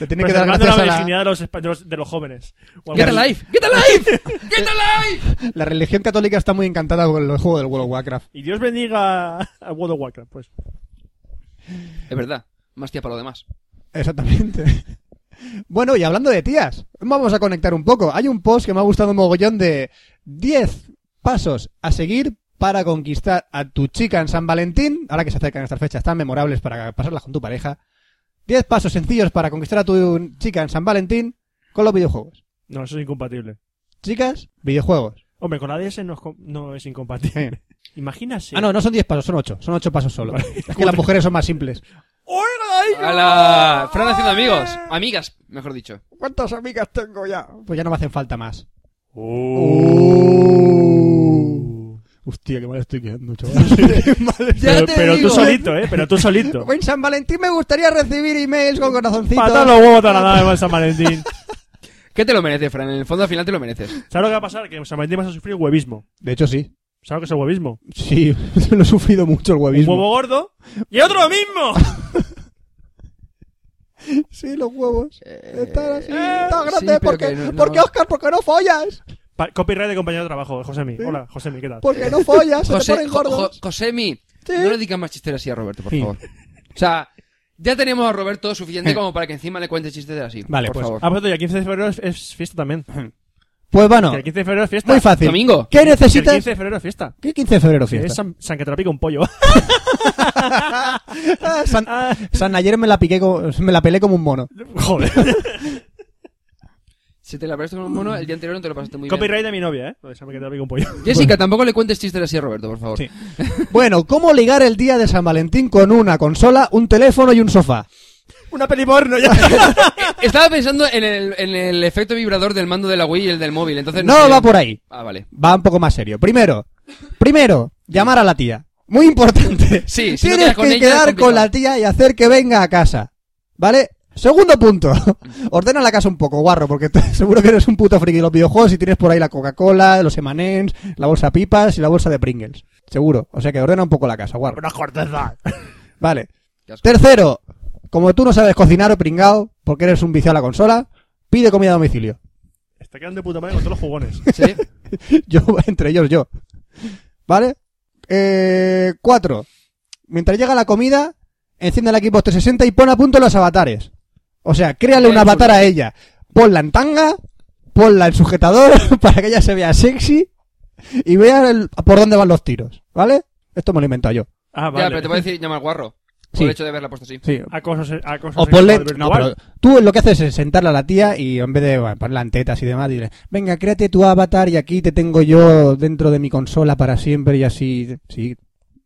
S2: Le tiene que dar
S3: Preservando
S2: gracias
S3: la
S2: a la-
S3: virginidad de, los, espa- de los- de los jóvenes. O algo
S1: Get
S3: así.
S1: alive. Get alive. Get alive.
S2: La religión católica está muy encantada con el juego del World of Warcraft.
S3: Y Dios bendiga a World of Warcraft, pues.
S1: Es verdad. Más tía para lo demás.
S2: Exactamente. Bueno, y hablando de tías, vamos a conectar un poco. Hay un post que me ha gustado un mogollón de 10 pasos a seguir para conquistar a tu chica en San Valentín. Ahora que se acercan estas fechas tan memorables para pasarlas con tu pareja. 10 pasos sencillos para conquistar a tu chica en San Valentín con los videojuegos.
S3: No, eso es incompatible.
S2: Chicas, videojuegos.
S3: Hombre, con la DS no es, com- no es incompatible. Imagínase.
S2: Ah, no, no son 10 pasos, son 8. Son 8 pasos solo.
S3: Vale.
S2: Es que las mujeres son más simples.
S3: ¡Oiga!
S1: ¡Hala! Fran haciendo amigos. Amigas, mejor dicho.
S2: ¿Cuántas amigas tengo ya? Pues ya no me hacen falta más.
S3: Oh.
S1: Uh.
S2: Hostia, qué mal estoy quedando, chaval. Qué mal estoy-
S3: Pero,
S1: te
S3: pero tú
S1: digo.
S3: solito, ¿eh? Pero tú solito.
S2: En San Valentín me gustaría recibir emails con corazoncitos.
S3: Pata los huevos de la nave en San Valentín.
S1: ¿Qué te lo mereces, Fran? En el fondo al final te lo mereces.
S3: ¿Sabes lo que va a pasar? Que en San Valentín vas a sufrir huevismo.
S2: De hecho, sí.
S3: ¿Sabes lo que es el huevismo?
S2: Sí, lo he sufrido mucho el
S3: Un
S2: huevismo.
S3: huevo gordo y otro lo mismo.
S2: Sí, los huevos. Están así.
S1: Eh,
S2: Están
S1: sí,
S2: grandes.
S1: pero
S2: ¿Por, qué?
S1: que no- no.
S2: ¿Por qué, Oscar? ¿Por qué no follas?
S3: Pa- copyright de compañero de trabajo, Josemi. Hola, Josemi, ¿qué tal?
S2: ¿Por qué no follas? Se te
S1: José,
S2: ponen gordos.
S1: Josemi,
S2: Sí.
S1: no le digas más chistes así a Roberto, por
S2: Sí.
S1: favor. O sea, ya tenemos a Roberto suficiente como para que encima le cuentes chistes así.
S2: Vale,
S1: por
S2: pues,
S1: favor.
S3: Ah, pues y el 15 de febrero es, es fiesta también.
S2: Pues bueno,
S3: Que el 15 de febrero es fiesta.
S2: muy fácil.
S1: Domingo.
S2: ¿Qué
S3: El
S2: necesitas?
S3: 15 de febrero es fiesta.
S2: ¿Qué 15 de febrero
S3: Que
S2: fiesta?
S3: Es San, San que te la pica un pollo.
S2: Ah, San, San ayer me la piqué como- me la pelé como un mono.
S3: Joder.
S1: Si te la pasaste con un mono, el día anterior no te lo pasaste muy bien.
S3: Copyright de mi novia, ¿eh? Lo de San que te la pica un pollo.
S1: Jessica, tampoco le cuentes chistes así a Roberto, por favor.
S2: Sí. Bueno, ¿cómo ligar el día de San Valentín con una consola, un teléfono y un sofá?
S3: Una peli porno ya.
S1: Estaba pensando en el, en el efecto vibrador del mando de la Wii y el del móvil, entonces...
S2: No
S1: sé-
S2: va por ahí.
S1: Ah, vale.
S2: Va un poco más serio. Primero, primero, llamar a la tía. Muy importante.
S1: Sí, si no
S2: Tienes
S1: quedas con
S2: que
S1: ella,
S2: quedar
S1: es
S2: con la tía y hacer que venga a casa. ¿Vale? Segundo punto. Ordena la casa un poco, guarro, porque te- seguro que eres un puto friki de los videojuegos y tienes por ahí la Coca-Cola, los Emanens, la bolsa pipas y la bolsa de Pringles. Seguro. O sea que ordena un poco la casa, guarro.
S3: Una corteza.
S2: Vale.
S1: Qué asco.
S2: Tercero, como tú no sabes cocinar o pringao, porque eres un viciado a la consola, pide comida a domicilio.
S3: Está quedando de puta madre con todos los jugones.
S1: Sí.
S2: Yo, entre ellos yo. ¿Vale? Eh, cuatro. Mientras llega la comida, enciende el equipo 360 y pon a punto los avatares. O sea, créale un
S1: Bien,
S2: avatar
S1: chulo.
S2: a ella. Ponla en tanga, ponla en sujetador para que ella se vea sexy y vea el- por dónde van los tiros. ¿Vale? Esto me lo he inventado yo.
S3: Ah,
S1: Ya, pero te voy a decir, llama al guarro. Por
S2: Sí.
S1: el hecho de haberla puesto así.
S2: Sí.
S3: Acoso, se- acoso
S2: O
S3: sexual
S2: ponle.
S3: Pues virtual.
S2: No, pero tú lo que haces es sentarla a la tía y en vez de bueno, ponerla en tetas y demás, dile: Venga, créate tu avatar y aquí te tengo yo dentro de mi consola para siempre y así. Sí.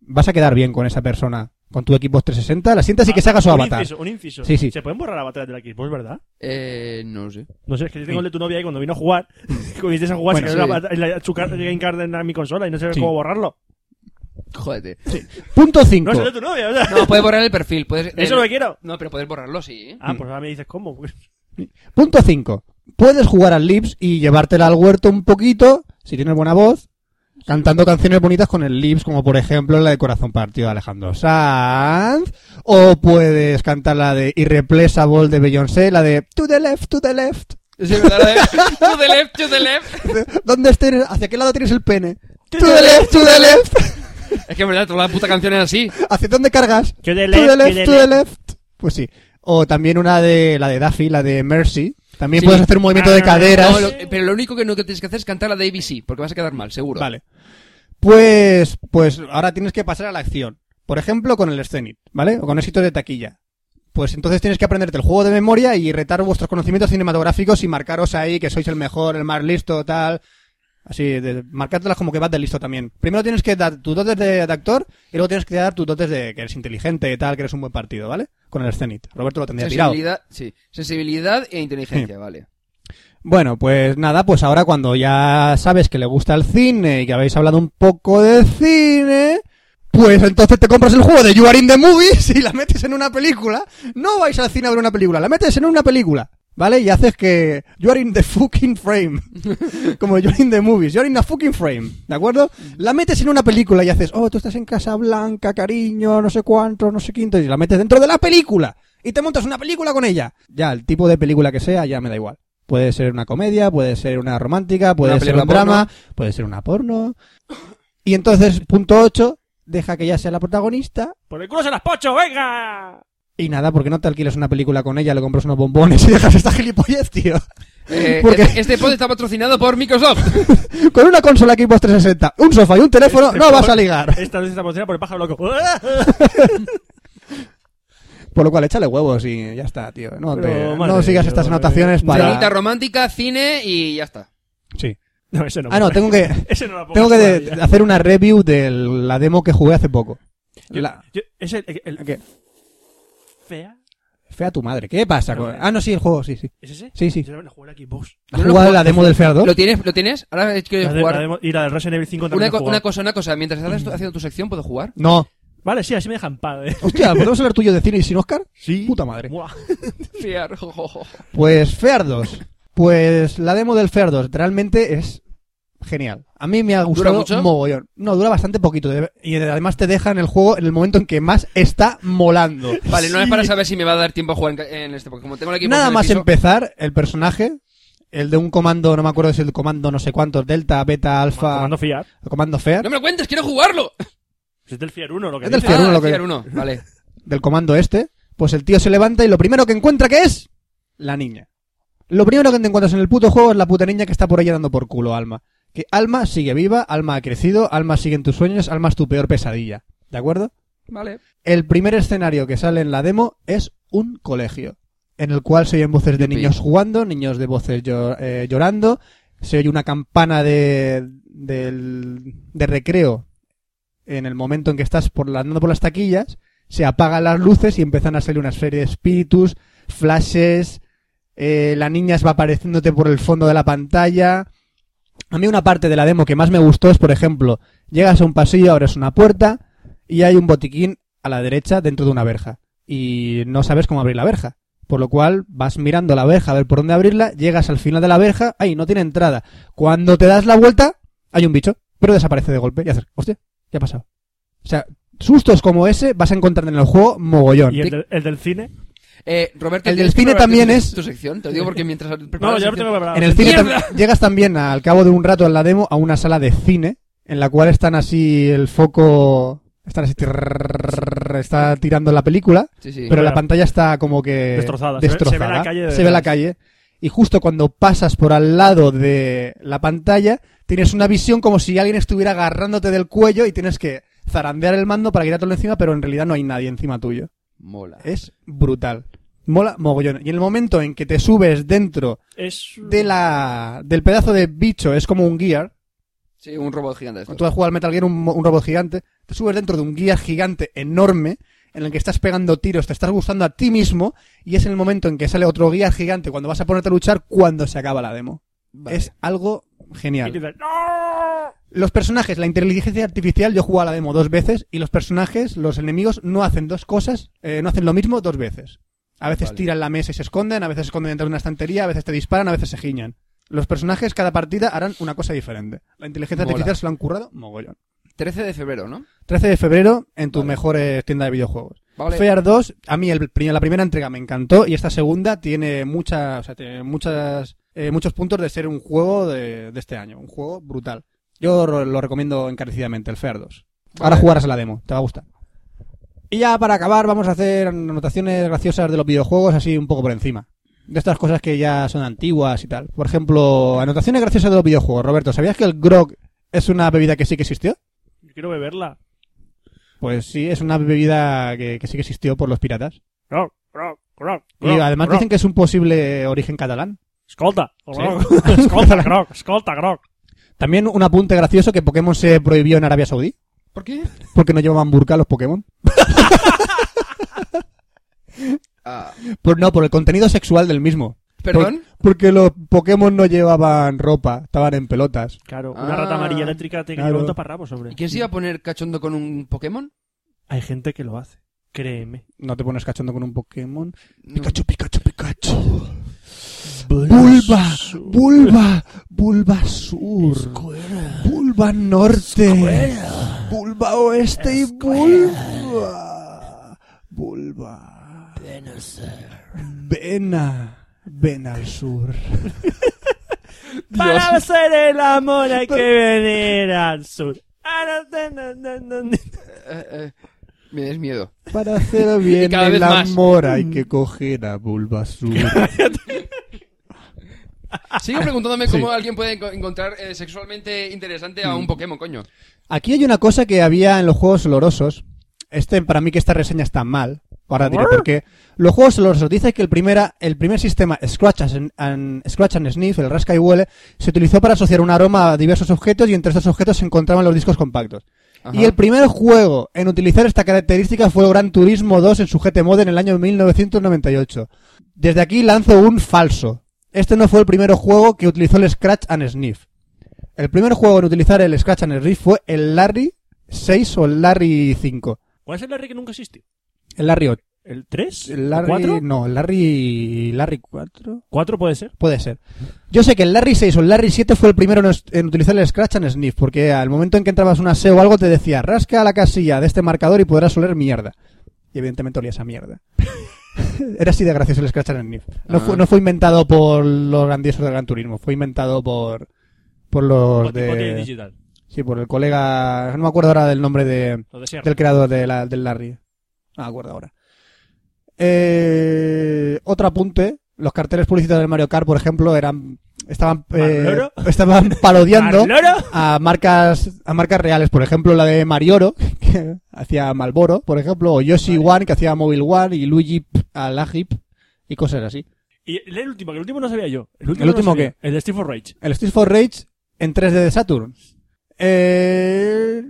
S2: Vas a quedar bien con esa persona. Con tu Xbox 360, la sientas y que se haga su
S3: un
S2: avatar.
S3: Inciso, un inciso.
S2: Sí, sí.
S3: Se pueden borrar avatares de la Xbox, ¿verdad?
S1: Eh, no lo sé.
S3: No sé, es que yo
S2: Sí. Mm.
S3: tengo el de tu novia ahí cuando vino a jugar. Comienzas a jugar,
S2: Bueno,
S3: se quedó
S1: sí.
S3: la- la, su car- Game Card en la- mi consola y no sé
S2: Sí.
S3: cómo borrarlo.
S1: Jódete.
S2: Punto
S3: No
S2: 5.
S3: es el de tu novia, o sea,
S1: No, puedes borrar el perfil. Puedes,
S3: Eso es lo que quiero.
S1: No, pero puedes borrarlo, sí.
S2: Mm.
S3: Ah, pues ahora me dices cómo. pues.
S2: Punto 5. Puedes jugar al Lips y llevártela al huerto un poquito, si tienes buena voz, cantando canciones bonitas con el Lips, como por ejemplo la de Corazón Partido de Alejandro Sanz, o puedes cantar la de Irreplaceable de Beyoncé, la de To the left, to the left.
S1: Sí, ¿verdad? Lo de- to the left, to the left.
S2: ¿Dónde estés? ¿Hacia qué lado tienes el pene? To the left, to the left.
S1: Es que en verdad, toda la puta canción es así.
S2: ¿Hacia dónde cargas?
S3: To the
S2: To the
S3: left, to
S2: left,
S3: the
S2: to the left. Pues sí. O también una de la de Daffy, la de Mercy. También
S1: Sí.
S2: puedes hacer un movimiento de
S3: Ah,
S2: caderas.
S1: No, lo- pero lo único que no que tienes que hacer es cantar la de ABC, porque vas a quedar mal, seguro.
S2: Vale. Pues, pues ahora tienes que pasar a la acción. Por ejemplo, con el Zenith, ¿vale? O con éxito de taquilla. Pues entonces tienes que aprenderte el juego de memoria y retar vuestros conocimientos cinematográficos y marcaros ahí que sois el mejor, el más listo, tal. Así, de, marcártelas como que vas de listo también. Primero tienes que dar tus dotes de, de actor y luego tienes que dar tus dotes de que eres inteligente, tal, que eres un buen partido, ¿vale? Con el Zenith. Roberto lo tendría tirado.
S1: Sensibilidad, sí. Sensibilidad e inteligencia, vale.
S2: Bueno, pues nada, pues ahora cuando ya sabes que le gusta el cine y que habéis hablado un poco de cine, pues entonces te compras el juego de You Are in the Movies y la metes en una película. No vais al cine a ver una película, la metes en una película, ¿vale? Y haces que You Are in the fucking frame. Como You Are in the Movies, You Are in a fucking frame, ¿de acuerdo? La metes en una película y haces, oh, tú estás en Casa Blanca, cariño, no sé cuánto, no sé quinto, y la metes dentro de la película. Y te montas una película con ella. Ya, el tipo de película que sea, ya me da igual. Puede ser una comedia, puede ser una romántica, puede
S1: Una
S2: ser
S1: película
S2: un drama, puede ser una porno. Y entonces, punto 8, deja que ella sea la protagonista.
S3: ¡Por el culo se las pocho, venga!
S2: Y nada, porque no te alquilas una película con ella, le compras unos bombones y dejas esta gilipollez, tío.
S1: Eh,
S2: Porque-
S1: este- Este pod está patrocinado por Microsoft.
S2: Con una consola Xbox 360, un sofá y un teléfono,
S3: Este
S2: no
S3: por-
S2: vas a ligar.
S3: Esta vez está emocionada por el pájaro loco.
S2: Por lo cual, échale huevos y ya está, tío. No,
S3: Pero,
S2: te-
S3: madre
S2: no sigas
S3: de
S2: estas
S3: Dios,
S2: anotaciones
S3: eh.
S1: Cenita
S2: para...
S1: romántica, cine y ya está.
S2: Sí.
S3: No, ese no.
S2: Ah, no, tengo que,
S3: Ese no lo pongo
S2: tengo que de-
S3: todavía.
S2: hacer una review de la demo que jugué hace poco.
S3: Yo-
S2: La-
S3: yo- es el, el- el-
S2: ¿Qué?
S3: fea.
S2: Fea tu madre, ¿qué pasa? con- Ah, no, sí, el juego, sí, sí.
S3: ¿Es ese?
S2: Sí, sí.
S3: Yo no juego el Xbox.
S2: ¿Has
S1: Yo no
S2: jugado
S1: juego-
S2: la demo del Fear 2?
S1: ¿Lo tienes? ¿Lo tienes? Ahora es que
S3: La de-
S1: jugar.
S3: la de- y la del Resident Evil 5 también
S1: Una,
S3: la he
S1: co-
S3: jugado.
S1: una cosa, una cosa. Mientras estás haciendo tu sección, ¿puedo jugar?
S2: No.
S3: Vale, sí, así me dejan paz. eh.
S2: Hostia, ¿podemos hablar tuyo de cine y sin Oscar?
S3: Sí.
S2: Puta madre.
S3: Buah.
S1: Fiar, jo, jo, jo.
S2: Pues Fear 2. Pues la demo del Fear 2 realmente es genial. A mí me ha gustado
S1: mucho?
S2: mogollón. No, dura bastante poquito. de- Y además te deja en el juego en el momento en que más está molando.
S1: Vale, no es
S3: Sí.
S1: para saber si me va a dar tiempo a jugar en, ca- en este, porque como tengo el equipo en
S2: Nada
S1: el
S2: más
S1: piso-
S2: empezar, el personaje, el de un comando, no me acuerdo si el comando no sé cuántos, delta, beta, alfa,
S3: Tomando fiar.
S2: el comando FEAR,
S1: ¡No me lo cuentes! ¡Quiero jugarlo!
S3: Es del fiar 1 lo que
S2: Es del
S3: dice.
S2: Fiar uno,
S1: Ah,
S2: lo que-
S1: Fiar uno, vale.
S2: del comando este, pues el tío se levanta y lo primero que encuentra que es la niña. Lo primero que te encuentras en el puto juego es la puta niña que está por ahí dando por culo, Alma. Que Alma sigue viva, Alma ha crecido, Alma sigue en tus sueños, Alma es tu peor pesadilla. ¿De acuerdo?
S1: Vale.
S2: El primer escenario que sale en la demo es un colegio, en el cual se oyen voces de
S1: Yupi.
S2: niños jugando, niños de voces llo- eh, llorando, se oye una campana de, del- de recreo en el momento en que estás por la- andando por las taquillas, se apagan las luces y empiezan a salir una serie de espíritus, flashes, eh, la niña va apareciéndote por el fondo de la pantalla. A mí una parte de la demo que más me gustó es, por ejemplo, llegas a un pasillo, abres una puerta y hay un botiquín a la derecha dentro de una verja. Y no sabes cómo abrir la verja. Por lo cual vas mirando la verja a ver por dónde abrirla, llegas al final de la verja, ¡ay, no tiene entrada! Cuando te das la vuelta, hay un bicho, pero desaparece de golpe y haces, ¡hostia! ¿Qué ha pasado? O sea, sustos como ese vas a encontrar en el juego mogollón.
S3: ¿Y el
S2: Te-
S3: del, el del cine?
S1: Eh, Roberto,
S2: El
S1: ¿tienes
S2: del cine
S1: que preparar
S2: también
S1: tu-
S2: es-
S1: tu sección? Te lo digo porque mientras
S3: No,
S1: preparas
S3: ya
S1: la
S3: lo tengo
S1: sección-
S3: preparado.
S2: En el cine
S1: ¡Mierda!
S2: tam- llegas también al cabo de un rato en la demo a una sala de cine en la cual están así el foco están así tirrrrrrrr, está tirando la película,
S1: Sí, sí.
S2: pero la
S3: Claro.
S2: pantalla está como que
S3: Destrozada. Se ve- se ve
S2: destrozada.
S3: la calle de
S2: Se ve la
S3: detrás.
S2: calle. y justo cuando pasas por al lado de la pantalla tienes una visión como si alguien estuviera agarrándote del cuello y tienes que zarandear el mando para quitártelo encima, pero en realidad no hay nadie encima tuyo.
S1: Mola.
S2: Es brutal. Mola mogollón. Y en el momento en que te subes dentro
S3: Es.
S2: de la, del pedazo de bicho, es como un gear.
S1: Sí, un robot gigante. de estos.
S2: Cuando tú has jugado al Metal Gear, un, mo- un robot gigante. Te subes dentro de un gear gigante enorme en el que estás pegando tiros, te estás gustando a ti mismo. Y es en el momento en que sale otro gear gigante cuando vas a ponerte a luchar cuando se acaba la demo.
S1: Vale.
S2: Es algo
S3: y
S2: genial.
S3: dices, "No".
S2: Los personajes, la inteligencia artificial, yo he jugado a la demo dos veces y los personajes, los enemigos, no hacen dos cosas, eh, no hacen lo mismo dos veces. A veces
S1: Vale.
S2: tiran la mesa y se esconden, a veces se esconden dentro de una estantería, a veces te disparan, a veces se giñan. Los personajes cada partida harán una cosa diferente. La inteligencia
S1: Mola.
S2: artificial se lo han currado mogollón.
S1: 13 de febrero, ¿no?
S2: 13 de febrero en tus
S1: Vale.
S2: mejores tiendas de videojuegos.
S1: Vale.
S2: Fear 2, a mí el pri- la primera entrega me encantó y esta segunda tiene muchas, o sea, tiene muchas, eh, muchos puntos de ser un juego de, de este año, un juego brutal. Yo ro- lo recomiendo encarecidamente, el Fear 2. Ahora
S1: Vale.
S2: jugarás a la demo, te va a gustar. Y ya para acabar vamos a hacer anotaciones graciosas de los videojuegos así un poco por encima. De estas cosas que ya son antiguas y tal. Por ejemplo, anotaciones graciosas de los videojuegos. Roberto, ¿sabías que el grog es una bebida que sí que existió?
S3: Yo quiero beberla.
S2: Pues sí, es una bebida que, que sí que existió por los piratas.
S3: Rock, rock, rock.
S2: Y además dicen que es un posible origen catalán.
S3: Escolta,
S2: Sí.
S3: grog. escolta, grog, escolta, grog.
S2: También un apunte gracioso que Pokémon se prohibió en Arabia Saudí
S1: ¿Por qué?
S2: porque no llevaban burka los Pokémon.
S1: Ah,
S2: Por, no, por el contenido sexual del mismo.
S1: ¿Perdón?
S2: Por- porque los Pokémon no llevaban ropa, estaban en pelotas.
S3: Claro, una
S1: Ah,
S3: rata amarilla eléctrica te
S2: claro.
S3: lleva un taparrabos, hombre.
S1: ¿Y quién se iba a poner cachondo con un Pokémon?
S3: Hay gente que lo hace. Créeme.
S2: No te pones cachondo con un Pokémon.
S1: No.
S2: Pikachu, Pikachu, Pikachu. Bulba, Bulba, Bulba Sur, Bulba Norte, Bulba Oeste y Bulba, Bulba, Vena, Vena al Sur.
S3: Para hacer el amor hay que venir al sur. Ahora te- na- na- na- na-
S1: Eh, eh, me des miedo.
S2: Para hacer bien
S1: cada vez
S2: el
S1: más.
S2: amor hay que coger a Bulba Sur.
S1: Sigo preguntándome cómo
S2: Sí.
S1: alguien puede enco- encontrar eh, sexualmente interesante a un Pokémon, coño.
S2: Aquí hay una cosa que había en los juegos olorosos. Este, para mí que esta reseña está mal. Ahora diré por qué. Los juegos olorosos dice que el, primera, el primer sistema Scratch and, and- Scratch and Sniff, el rasca y huele, se utilizó para asociar un aroma a diversos objetos y entre estos objetos se encontraban los discos compactos.
S1: Ajá.
S2: Y el primer juego en utilizar esta característica fue el Gran Turismo 2 en su GT Mod en el año 1998. Desde aquí lanzo un falso. Este no fue el primer juego que utilizó el Scratch and Sniff. El primer juego en utilizar el Scratch and Sniff fue el Larry 6 o el Larry 5.
S3: ¿Cuál es el Larry que nunca existió?
S2: El Larry 8.
S3: ¿El 3?
S2: El Larry,
S3: ¿Cuatro?
S2: No, el Larry... ¿Larry 4?
S3: ¿Cuatro puede ser?
S2: Puede ser. Yo sé que el Larry 6 o el Larry 7 fue el primero en, os- en utilizar el Scratch and Sniff, porque al momento en que entrabas una SEO o algo te decía, rasca la casilla de este marcador y podrás oler mierda. Y evidentemente olía esa mierda. Era así de gracioso el Scratch and Sniff. No,
S1: Ah.
S2: fue, no fue inventado por los grandiosos del Gran Turismo, fue inventado por, por los
S3: Poti- Poti
S2: de...
S3: digital.
S2: Sí, por el colega... No me acuerdo ahora del nombre de,
S3: Lo de Sierra.
S2: del creador de la- del Larry. No me acuerdo ahora. Eh, otro apunte. Los carteles publicitarios del Mario Kart, por ejemplo, eran estaban eh,
S3: ¿Marloro?
S2: estaban parodiando
S3: ¿Marloro?
S2: a marcas a marcas reales, por ejemplo, la de Marioro que hacía Malboro, por ejemplo, o Yoshi One que hacía Mobile One y Luigi p- a la hip y cosas así.
S3: Y lee el último, que el último no sabía yo. ¿El último,
S2: ¿El último
S3: no sabía.
S2: qué?
S3: El de Steve for Rage.
S2: El Street for Rage en 3D de Saturn. Eh,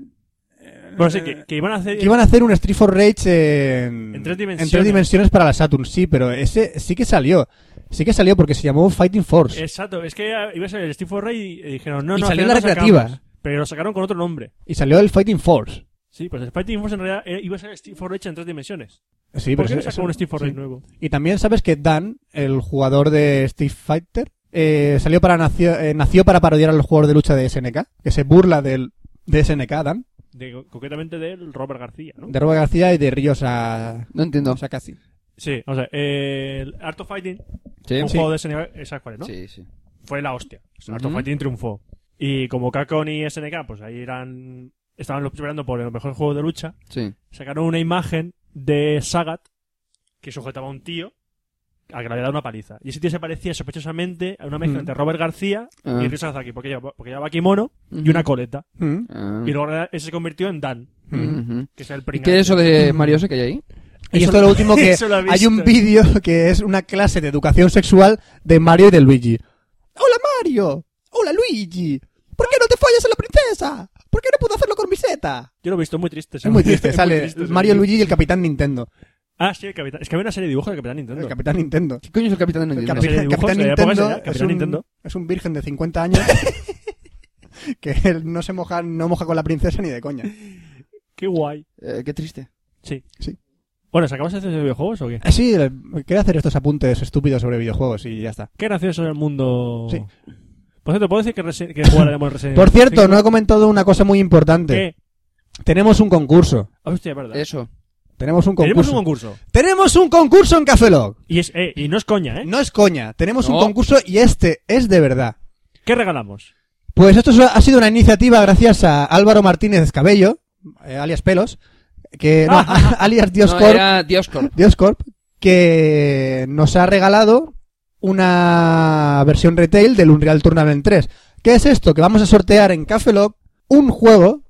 S3: Bueno, sí, que, que iban a hacer...
S2: Que iban a hacer un Street for Rage en,
S3: En tres dimensiones.
S2: en tres dimensiones para la Saturn, sí, pero ese sí que salió. Sí que salió porque se llamó Fighting Force.
S3: Exacto, es que iba a ser el Steve for Rage y, y dijeron, no,
S2: Y
S3: no,
S2: salió
S3: al final
S2: la
S3: lo sacamos.
S2: recreativa.
S3: pero lo sacaron con otro nombre.
S2: Y salió el Fighting Force.
S3: Sí, pues el Fighting Force en realidad era- iba a ser Steve for Rage en tres dimensiones.
S2: Sí,
S3: ¿Por
S2: pero
S3: qué no
S2: ese-
S3: sacó un
S2: ese-
S3: Steve for
S2: sí.
S3: Rage nuevo?
S2: Y también sabes que Dan, el jugador de Street Fighter, eh, salió para nació, eh, nació para parodiar al jugador de lucha de SNK, que se burla del de SNK, Dan,
S3: De- concretamente del Robert García, ¿no?
S2: de Robert García y de Riosa
S1: No entiendo.
S2: Sakasi.
S3: Sí, o sea, eh, el Art of Fighting,
S1: Sí,
S3: un
S1: sí.
S3: juego de SNK, ¿sabes cuál es, no?
S1: Sí, sí.
S3: Fue la hostia. O sea, Art of
S1: Ujú.
S3: Fighting triunfó. Y como Capcom y SNK, pues ahí eran... Estaban esperando por el mejor juego de lucha.
S1: Sí.
S3: sacaron una imagen de Sagat que sujetaba a un tío a que le había dado una paliza. Y ese tío se parecía sospechosamente a una mezcla
S2: Mm.
S3: entre Robert García
S1: Ah.
S3: y Ryu Sasaki, porque llevaba, porque llevaba kimono y una coleta.
S1: Ah.
S2: Mm.
S3: Y luego ese se convirtió en Dan,
S1: Ujú.
S3: que es el
S1: ¿Y
S3: pringante.
S1: qué es eso de Mario ese que hay ahí?
S2: Y esto
S3: Eso
S2: es
S3: lo-
S2: lo último que
S3: eso lo he
S2: hay un
S3: visto.
S2: vídeo que es una clase de educación sexual de Mario y de Luigi. ¡Hola Mario! ¡Hola Luigi! ¿Por qué no te follas a la princesa? ¿Por qué no puedo hacerlo con mi seta?
S3: Yo lo he visto muy triste.
S2: Es muy triste, sale
S3: sí.
S2: Mario, Luigi y el Capitán Nintendo.
S3: Ah, sí, el Capitán. Es que había una serie de dibujos del Capitán Nintendo.
S2: El Capitán Nintendo.
S1: ¿Qué coño es el Capitán de
S3: Capitán-
S1: Nintendo?
S3: serie
S2: Capitán,
S3: de dibujos,
S2: Capitán
S3: de la época
S2: Nintendo,
S3: esa,
S2: es
S3: Capitán
S2: un,
S3: Nintendo.
S2: es un virgen de 50 años que él no se moja, no moja con la princesa ni de coña.
S3: Qué guay.
S1: Eh, qué triste.
S3: Sí.
S2: Sí.
S3: Bueno, ¿sacamos sección de videojuegos o qué?
S2: Ah, Sí, quería hacer estos apuntes estúpidos sobre videojuegos y ya está.
S3: Qué gracioso es el mundo.
S2: Sí.
S3: Por cierto, ¿puedo decir que, Resi- que jugaremos Resident
S2: Por cierto,
S3: cinco?
S2: no he comentado una cosa muy importante.
S3: ¿Qué? Ah,
S2: Tenemos un concurso.
S3: Hostia, es verdad.
S1: Eso.
S2: Tenemos un
S3: Tenemos un
S2: concurso.
S3: concurso.
S2: Tenemos un concurso en Cafelog.
S3: Y, es, eh, y no es coña, ¿eh?
S2: No es coña. Tenemos
S1: No.
S2: un concurso y este es de verdad.
S3: ¿Qué regalamos?
S2: Pues esto ha sido una iniciativa gracias a Álvaro Martínez Cabello, eh, alias Pelos, que no, alias Dios
S1: no,
S2: Corp,
S1: era Dioscorp.
S2: Dios Corp, que nos ha regalado una versión retail del Unreal Tournament 3. ¿Qué es esto? Que vamos a sortear en Cafelog un juego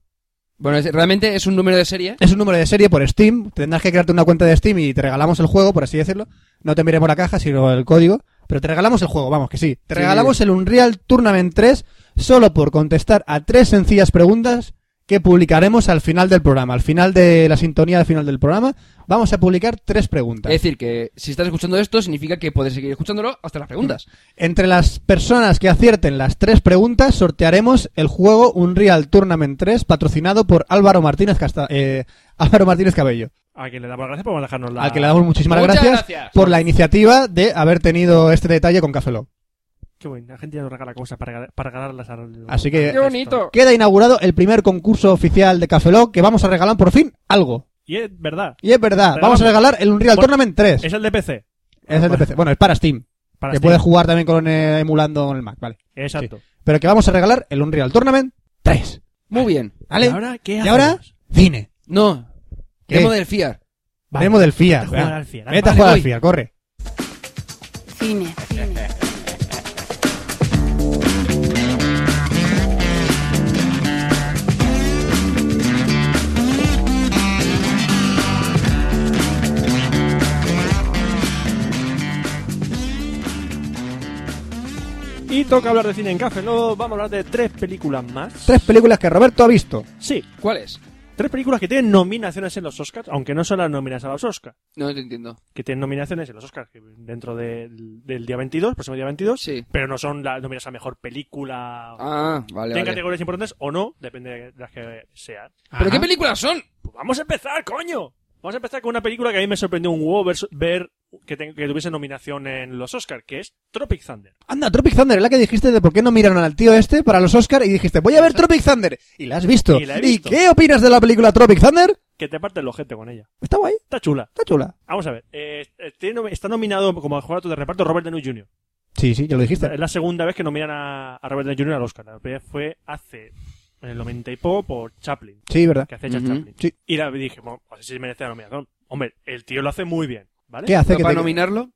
S1: Bueno, es- realmente es un número de serie.
S2: Es un número de serie por Steam. Tendrás que crearte una cuenta de Steam y te regalamos el juego, por así decirlo. No te miremos la caja, sino el código. Pero te regalamos el juego, vamos, que sí. Te
S1: Sí.
S2: regalamos el Unreal Tournament 3 solo por contestar a tres sencillas preguntas que publicaremos al final del programa. Al final de la sintonía, al final del programa, vamos a publicar tres preguntas.
S1: Es decir, que si estás escuchando esto, significa que puedes seguir escuchándolo hasta las preguntas.
S2: Entre las personas que acierten las tres preguntas, sortearemos el juego Unreal Tournament 3 patrocinado por Álvaro Martínez, Casta- eh, Álvaro Martínez Cabello.
S3: Al que le damos gracias por dejarnos la...
S2: Al que le damos muchísimas
S1: Muchas
S2: gracias,
S1: gracias.
S2: por la iniciativa de haber tenido este detalle con Café Lock.
S3: Qué bueno, la gente ya nos regala cosas para, regalar- para regalarlas al...
S2: Así que- Qué
S1: bonito.
S2: Queda inaugurado el primer concurso oficial de Café Lock que vamos a regalar por fin algo.
S3: Y es verdad.
S2: Y es verdad,
S3: Pero
S2: vamos a
S3: vamos.
S2: regalar el Unreal
S3: Por-
S2: Tournament 3.
S3: Es el de PC.
S2: Es el de PC. Bueno, es para Steam,
S3: Para
S2: que
S3: Steam.
S2: puedes jugar también con eh, emulando con el Mac, vale.
S3: Exacto.
S2: Pero que vamos a regalar el Unreal Tournament 3.
S1: Muy bien.
S2: ¿Vale?
S3: ¿Y ahora qué
S2: ¿Y ahora?
S3: hacemos?
S2: Cine.
S1: No.
S2: ¿Qué?
S1: Demo del FIAR.
S3: Vale.
S2: Demo del FIA.
S3: Vete a jugar
S2: ¿verdad?
S3: al FIA,
S2: Vete a
S1: vale,
S2: jugar al
S1: voy.
S2: FIA, corre.
S4: Cine. Cine.
S3: Y toca hablar de cine en café. Luego vamos a hablar de tres películas más.
S2: Tres películas que Roberto ha visto.
S3: Sí.
S1: ¿Cuál es?
S3: Tres películas que tienen nominaciones en los Oscars, aunque no son las nominadas a los Oscars.
S1: No te entiendo.
S3: Que tienen nominaciones en los Oscars que dentro del, del día 22, próximo día 22.
S1: Sí.
S3: Pero no son las nominadas a mejor película.
S1: Ah, vale,
S3: tienen
S1: vale.
S3: categorías importantes o no, depende de las que sean.
S1: ¿Pero
S2: Ajá.
S1: qué películas son?
S3: Pues vamos a empezar, coño. Vamos a empezar con una película que a mí me sorprendió un huevo ver, ver que, te- que tuviese nominación en los Oscars, que es Tropic Thunder.
S2: Anda, Tropic Thunder, es la que dijiste de por qué no miraron al tío este para los Oscar y dijiste, voy a ver Tropic Thunder. Y la has visto.
S3: Y la he visto.
S2: qué opinas de la película Tropic Thunder?
S3: Que te parte el ojete con ella.
S2: Está guay,
S3: Está chula.
S2: está chula.
S3: Vamos a ver. eh, eh, tiene nom- está nominado como mejor actor de reparto Robert Downey Jr.
S2: Sí, sí, ya lo dijiste.
S3: Es la segunda vez que nominan a, a Robert Downey Jr. al Oscar. La primera fue hace en el 90 y poco por Chaplin,
S2: Sí, verdad.
S3: que hace Charles
S1: Ujú.
S3: Chaplin.
S2: Sí.
S3: Y la dije, bueno, pues si merece la nominación. Hombre, el tío lo hace muy bien, ¿vale?
S2: ¿Qué hace
S1: ¿No
S2: que
S1: ¿Para
S2: te-
S1: nominarlo?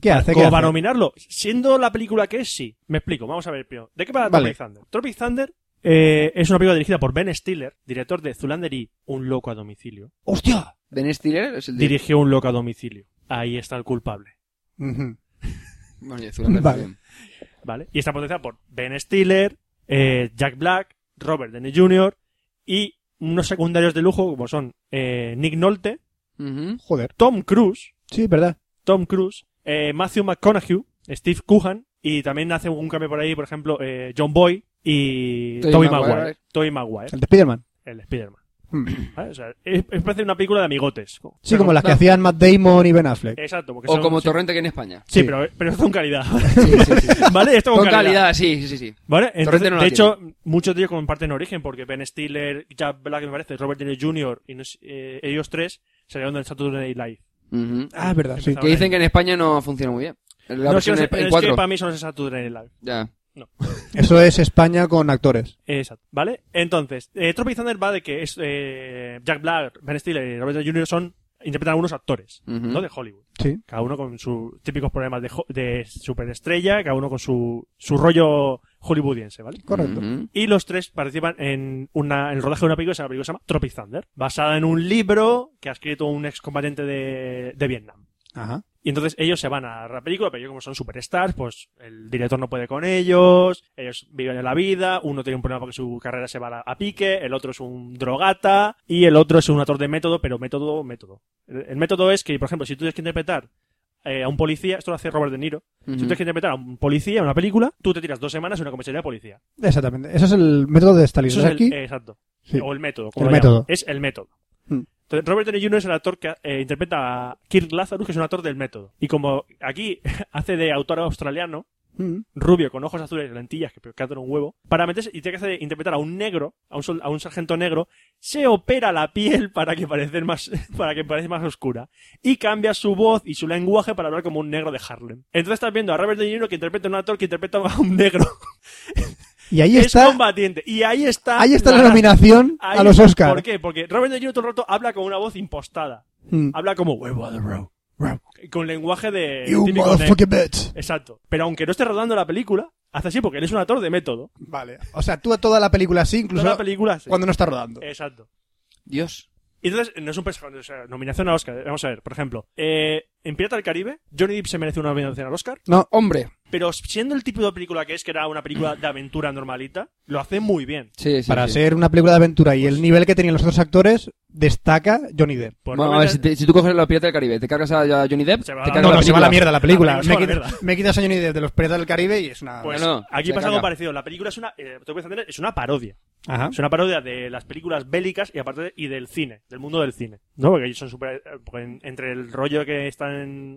S2: ¿Qué hace?
S3: Como
S2: ¿Qué
S3: para
S2: hace?
S3: nominarlo. Siendo la película que es, sí. Me explico, vamos a ver primero. ¿De qué va
S2: Vale.
S3: Tropic Thunder? Tropic Thunder eh, es una película dirigida por Ben Stiller, director de Zulander y Un loco a domicilio.
S2: ¡Hostia!
S1: Ben Stiller es el de...
S3: Dirigió Un loco a domicilio. Ahí está el culpable.
S2: Ujú.
S1: Bueno, ya, Zulander
S2: Vale.
S1: también.
S3: ¿Vale? Y está protagonizada por Ben Stiller, eh, Jack Black, Robert Downey Jr. y unos secundarios de lujo como son eh, Nick Nolte,
S1: Ujú.
S2: Joder.
S3: Tom Cruise,
S2: Sí, verdad.
S3: Tom Cruise, eh, Matthew McConaughey, Steve Coogan y también hace un cambio por ahí, por ejemplo, eh, John Boy y
S1: Tobey
S3: Tobey
S1: Maguire.
S3: Maguire. Tobey Maguire,
S2: El de Spiderman.
S3: el de Spider-Man.
S2: Hmm.
S3: ¿Vale? O sea, es, es parece una película de amigotes.
S2: Sí, como las que
S1: no.
S2: hacían Matt Damon y Ben Affleck.
S3: Exacto. Porque
S1: O
S3: son-
S1: como
S3: sí,
S1: Torrente que en España.
S3: Sí,
S2: Sí.
S3: pero, pero esto con calidad.
S1: Sí, sí, sí.
S3: ¿Vale? Esto
S1: Con calidad, sí, sí, sí.
S3: ¿Vale? Entonces,
S1: no la
S3: de hecho, muchos de ellos comparten origen, porque Ben Stiller, Jack Black, me parece, Robert Downey Jr. y no sé, eh, ellos tres salieron del Saturday Night Live.
S1: Ujú.
S2: Ah, es verdad, sí.
S1: Que dicen que en España no funciona muy bien. La
S3: No, es que,
S1: versión
S3: no
S1: en
S3: sé,
S1: Espa-
S3: es
S1: en
S3: que
S1: 4.
S3: para mí son Saturday Night Live.
S1: Ya.
S2: Eso es España con actores.
S3: Exacto, ¿vale? Entonces, eh, Tropic Thunder va de que es eh, Jack Black, Ben Stiller y Robert Downey Jr. son interpretan a algunos actores,
S1: Ujú.
S3: ¿no? De Hollywood.
S2: Sí.
S3: Cada uno con sus típicos problemas de, jo- de superestrella, cada uno con su, su rollo hollywoodiense, ¿vale?
S2: Correcto.
S1: Ujú.
S3: Y los tres participan en, una, en el rodaje de una película, que se llama- película que se llama Tropic Thunder, basada en un libro que ha escrito un excombatiente de, de Vietnam.
S2: Ajá.
S3: Y entonces ellos se van a la película, pero ellos como son superstars, pues el director no puede con ellos, ellos viven en la vida, uno tiene un problema porque su carrera se va a, la- a pique, el otro es un drogata y el otro es un actor de método, pero método, método. El, el método es que, por ejemplo, si tú tienes que interpretar eh, a un policía, esto lo hace Robert De Niro, si tú tienes que interpretar a un policía en una película, tú te tiras dos semanas en una comisaría de policía.
S2: Exactamente. Eso es el método de Stalin.
S3: Eso
S2: ¿no
S3: es
S2: es
S3: el-
S2: aquí?
S3: eh, exacto.
S2: Sí.
S3: O el método. Como
S2: El
S3: lo llaman.
S2: método.
S3: Es el método.
S2: Hmm.
S3: Entonces, Robert Downey Jr. es el actor que eh, interpreta a Kirk Lazarus, que es un actor del método. Y como aquí hace de autor australiano,
S2: Mm.
S3: rubio, con ojos azules, lentillas, que catan un huevo, para meterse y tiene que hacer, interpretar a un negro, a un, sol- a un sargento negro, se opera la piel para que parecer más, para que parezca más oscura. Y cambia su voz y su lenguaje para hablar como un negro de Harlem. Entonces estás viendo a Robert De Niro que interpreta a un actor que interpreta a un negro.
S2: Y ahí
S3: es
S2: está,
S3: combatiente. Y ahí está.
S2: ahí está la
S3: nominación
S2: nominación
S3: Ahí-
S2: a los Oscars.
S3: ¿Por qué? Porque Robert De Niro todo el rato habla con una voz impostada. Habla como huevo de row, row", Con lenguaje de.
S2: You
S3: típico de-
S2: motherfucking bitch.
S3: Exacto. Pero aunque no esté rodando la película, hace así porque él es un actor de método.
S2: Vale. O sea, tú a toda la película sí,
S3: Toda
S2: incluso
S3: la película. sí.
S2: cuando no está rodando.
S3: Exacto.
S1: Dios.
S3: Y entonces, no es un personaje. O sea, nominación a Oscar. Vamos a ver, por ejemplo. eh, en Pirata del Caribe, Johnny Depp se merece una nominación al Oscar.
S2: No,
S1: Hombre.
S3: Pero siendo el tipo de película que es, que era una película de aventura normalita, lo hace muy bien.
S1: Sí, sí.
S2: para
S1: sí.
S2: ser una película de aventura y el nivel que tenían los otros actores, destaca Johnny Depp.
S3: Por
S1: Bueno,
S3: no
S1: a ver,
S3: meter-
S1: si, te- si tú coges los piratas del Caribe, te cargas a a Johnny Depp,
S3: Se va
S1: te
S3: a-
S1: cargas
S2: No,
S1: la
S2: no, se va a la mierda la película. me,
S3: La película se va a la
S2: quita- me quitas a Johnny Depp de los Piratas del Caribe y es una...
S3: Pues,
S1: No, no,
S3: aquí
S1: se
S3: pasa algo
S1: carga.
S3: parecido. La película es una. eh, Tropic Thunder es una parodia.
S2: Ajá.
S3: Es una parodia de las películas bélicas y aparte de- y del cine, del mundo del cine. ¿No? Porque ellos son super, eh, porque en- entre el rollo que están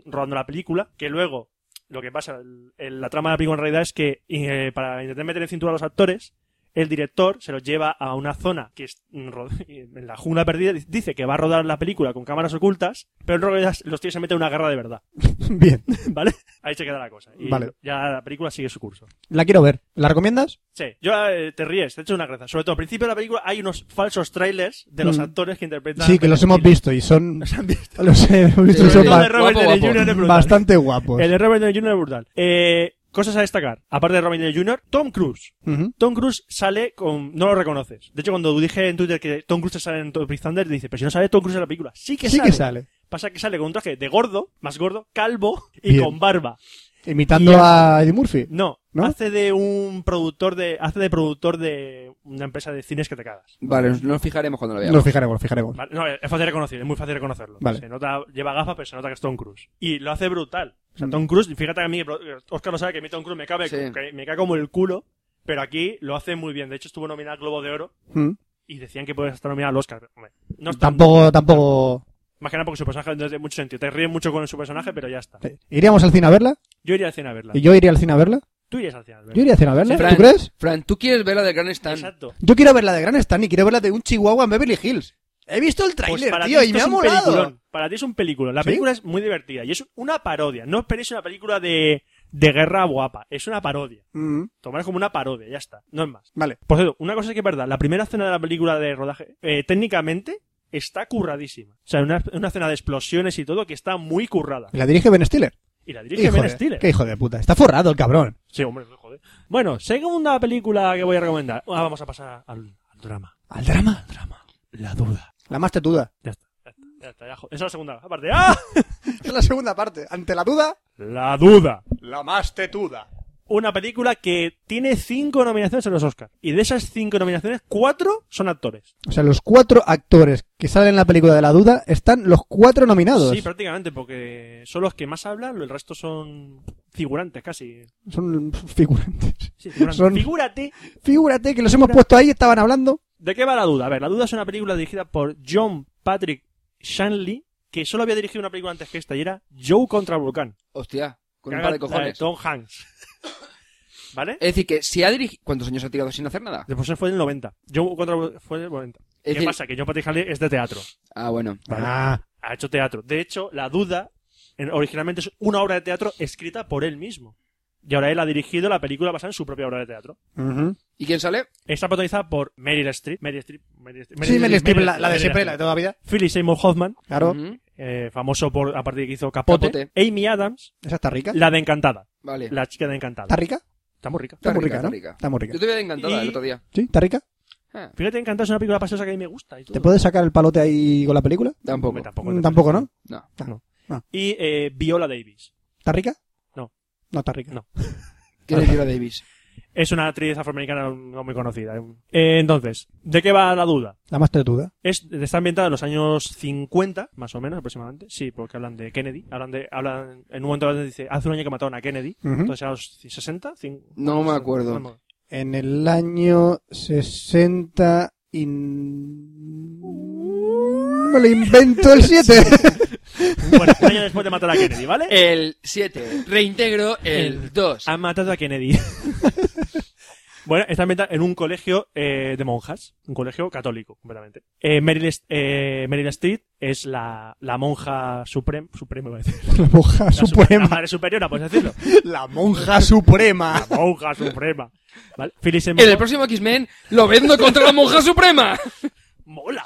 S3: rodando la película, que luego lo que pasa, el- el- la trama de la película en realidad es que eh, para intentar meter en cintura a los actores, el director se los lleva a una zona que es mm, ro- en la jungla perdida, di- dice que va a rodar la película con cámaras ocultas, pero en realidad los tíos se meten en una guerra de verdad,
S2: Bien.
S3: ¿vale? Ahí se queda la cosa. Y
S2: Vale.
S3: ya la película sigue su curso.
S2: La quiero ver. ¿La recomiendas?
S3: Sí, yo eh, te ríes, te echo una gracia. Sobre todo al principio de la película hay unos falsos trailers de los
S2: Mm.
S3: actores que interpretan.
S2: Sí, que los hemos visto y son... Los hemos visto y
S1: Sí,
S2: son
S1: sí.
S2: ba-
S3: El de Robert
S1: Guapo,
S3: Downey
S1: guapo.
S3: Jr. es brutal.
S2: bastante guapos.
S3: El de Robert Downey Jr. es brutal. Eh, cosas a destacar. Aparte de Robert Downey Jr., Tom Cruise.
S2: Ujú.
S3: Tom Cruise sale con... No lo reconoces. De hecho, cuando dije en Twitter que Tom Cruise sale en Top Thunder, dice, pero si no sale Tom Cruise en la película. Sí que
S2: Sí
S3: sale.
S2: que sale.
S3: Pasa que sale con un traje de gordo, más gordo, calvo y
S2: Bien.
S3: con barba.
S2: Imitando
S3: Y-
S2: a Eddie Murphy.
S3: No,
S2: ¿No?
S3: hace de un productor de... Hace de productor de una empresa de cines que te cagas.
S1: Vale, nos, nos fijaremos cuando lo veamos.
S2: Nos fijaremos, fijaremos.
S3: Vale, no, es fácil reconocer, es muy fácil reconocerlo.
S2: Vale.
S3: Se nota, lleva gafas, pero se nota que es Tom Cruise. Y lo hace brutal. O
S2: Mm.
S3: sea, Tom Cruise, fíjate que a mí, Oscar lo sabe que a mí Tom Cruise me cabe,
S1: Sí.
S3: que me cae como el culo, pero aquí lo hace muy bien. De hecho, estuvo nominado al Globo de Oro
S2: Mm.
S3: y decían que podía estar nominado al Oscar. Pero, hombre, no está-
S2: Tampoco, tampoco...
S3: Más que nada porque su personaje no tiene mucho sentido. Te ríen mucho con su personaje, pero ya está.
S2: eh, ¿Iríamos al cine a verla?
S3: Yo iría al cine a verla.
S2: ¿Y yo iría al cine a verla?
S3: Tú irías al cine a verla.
S2: Yo iría al cine a verla.
S1: Sí, Fran.
S2: ¿Tú crees?
S1: Fran, ¿tú quieres ver la del Gran Stand?
S3: Exacto.
S2: Yo quiero ver la de Gran Stanley, quiero ver la de un chihuahua en Beverly Hills. He visto el
S3: Pues
S2: tráiler,
S3: para
S2: tío,
S3: ti
S2: y
S3: esto
S2: me
S3: es
S2: ha
S3: un
S2: molado.
S3: peliculón. Para ti es un película. La
S2: ¿Sí?
S3: película es muy divertida y es una parodia. No esperéis una película de, de guerra guapa. Es una parodia.
S2: Mm,
S3: Tomar como una parodia, ya está. No es más.
S2: Vale.
S3: Por cierto, una cosa que es verdad. La primera escena de la película de rodaje, eh, técnicamente, está curradísima. O sea, una, una escena de explosiones y todo que está muy currada.
S2: La dirige Ben Stiller.
S3: Y la dirige
S2: Hijo
S3: Ben
S2: de-
S3: Stiller.
S2: Qué hijo de puta. Está forrado el cabrón.
S3: Sí, hombre, no joder. Bueno, segunda película que voy a recomendar. Ah, vamos a pasar al, al drama.
S2: Al drama.
S3: La duda.
S2: La más tetuda.
S3: Ya está. Ya está, ya está, ya jo- Esa es la segunda parte. ¡Ah!
S2: Es la segunda parte. Ante la duda,
S3: La duda.
S2: la más tetuda.
S3: Una película que tiene cinco nominaciones en los Oscars. Y de esas cinco nominaciones, cuatro son actores.
S2: O sea, los cuatro actores que salen en la película de la duda están los cuatro nominados.
S3: Sí, prácticamente, porque son los que más hablan, el resto son figurantes casi.
S2: Son figurantes.
S3: Sí, figurantes.
S2: Son-
S3: Figúrate.
S2: Figúrate que los hemos puesto ahí, estaban hablando.
S3: ¿De qué va la duda? A ver, la duda es una película dirigida por John Patrick Shanley, que solo había dirigido una película antes que esta, y era Joe contra el Volcán.
S1: Hostia, con un
S3: Caga-
S1: par
S3: la
S1: de cojones.
S3: Tom Hanks. ¿Vale?
S1: Es decir, que si ha dirigido... ¿Cuántos años ha tirado sin hacer nada?
S3: Después se fue en el 90. Joe contra el Volcán fue en el 90.
S1: Es
S3: ¿Qué
S1: decir-
S3: pasa? Que John Patrick Shanley es de teatro.
S1: Ah, bueno.
S2: Ah,
S3: Ha hecho teatro. De hecho, la duda en- originalmente es una obra de teatro escrita por él mismo. Y ahora él ha dirigido la película basada en su propia obra de teatro.
S2: ujú.
S1: ¿Y quién sale?
S3: Está protagonizada por Meryl Streep. Meryl Streep. Meryl Streep.
S2: Sí, Meryl Streep, la, la de
S3: Meryl
S2: siempre, la de
S3: Streep.
S2: toda la vida.
S3: Philip Seymour Hoffman,
S2: Claro,
S1: Ujú,
S3: eh, famoso por, aparte de que hizo Capote.
S1: Capote.
S3: Amy Adams,
S2: esa está rica.
S3: la de Encantada.
S1: Vale.
S3: La chica de
S2: ¿Está
S3: Encantada.
S2: rica?
S3: Está muy rica.
S2: Está, muy
S1: rica,
S2: rica,
S1: está
S2: ¿no?
S1: rica.
S2: Está muy rica.
S1: Yo te voy a encantada
S3: Y-
S1: el otro día.
S2: ¿Sí? ¿Está rica?
S1: Ah,
S3: Fíjate, Encantado es una película pasosa que a mí me gusta. y todo.
S2: ¿Te puedes sacar el palote ahí con la película?
S1: tampoco.
S3: Hombre,
S2: Mm,
S3: te-
S2: Tampoco, ¿no?
S1: No.
S3: Y eh, Viola Davis.
S2: ¿Está rica?
S3: No.
S2: No está rica.
S3: No.
S1: ¿Quién es Viola Davis?
S3: Es una actriz afroamericana no muy conocida. Eh, entonces, ¿de qué va la duda?
S2: La más tetuda.
S3: Es, está ambientada en los años 50, más o menos, aproximadamente. Sí, porque hablan de Kennedy. Hablan de, hablan, en un momento hablan de- dice, hace un año que mataron a Kennedy.
S2: Ujú.
S3: Entonces, a los 60, cin-
S1: No me acuerdo.
S3: no,
S2: En el año 60 y... Me lo invento el 7.
S3: Bueno, un año después de matar a Kennedy, ¿vale?
S1: El 7. Reintegro el
S3: El-
S1: 2.
S3: Han matado a Kennedy. bueno, está ambientada en un colegio eh, de monjas, un colegio católico, completamente. Eh, Meryl, Est- eh, Meryl Streep es la, la monja suprema, suprema iba a decir.
S2: la monja
S3: La, supre- la
S2: suprema.
S3: madre superiora, puedes decirlo.
S2: La monja suprema.
S3: monja suprema. ¿Vale? Philip Seymour-
S1: En el próximo X-Men lo vendo contra la monja suprema.
S3: Mola.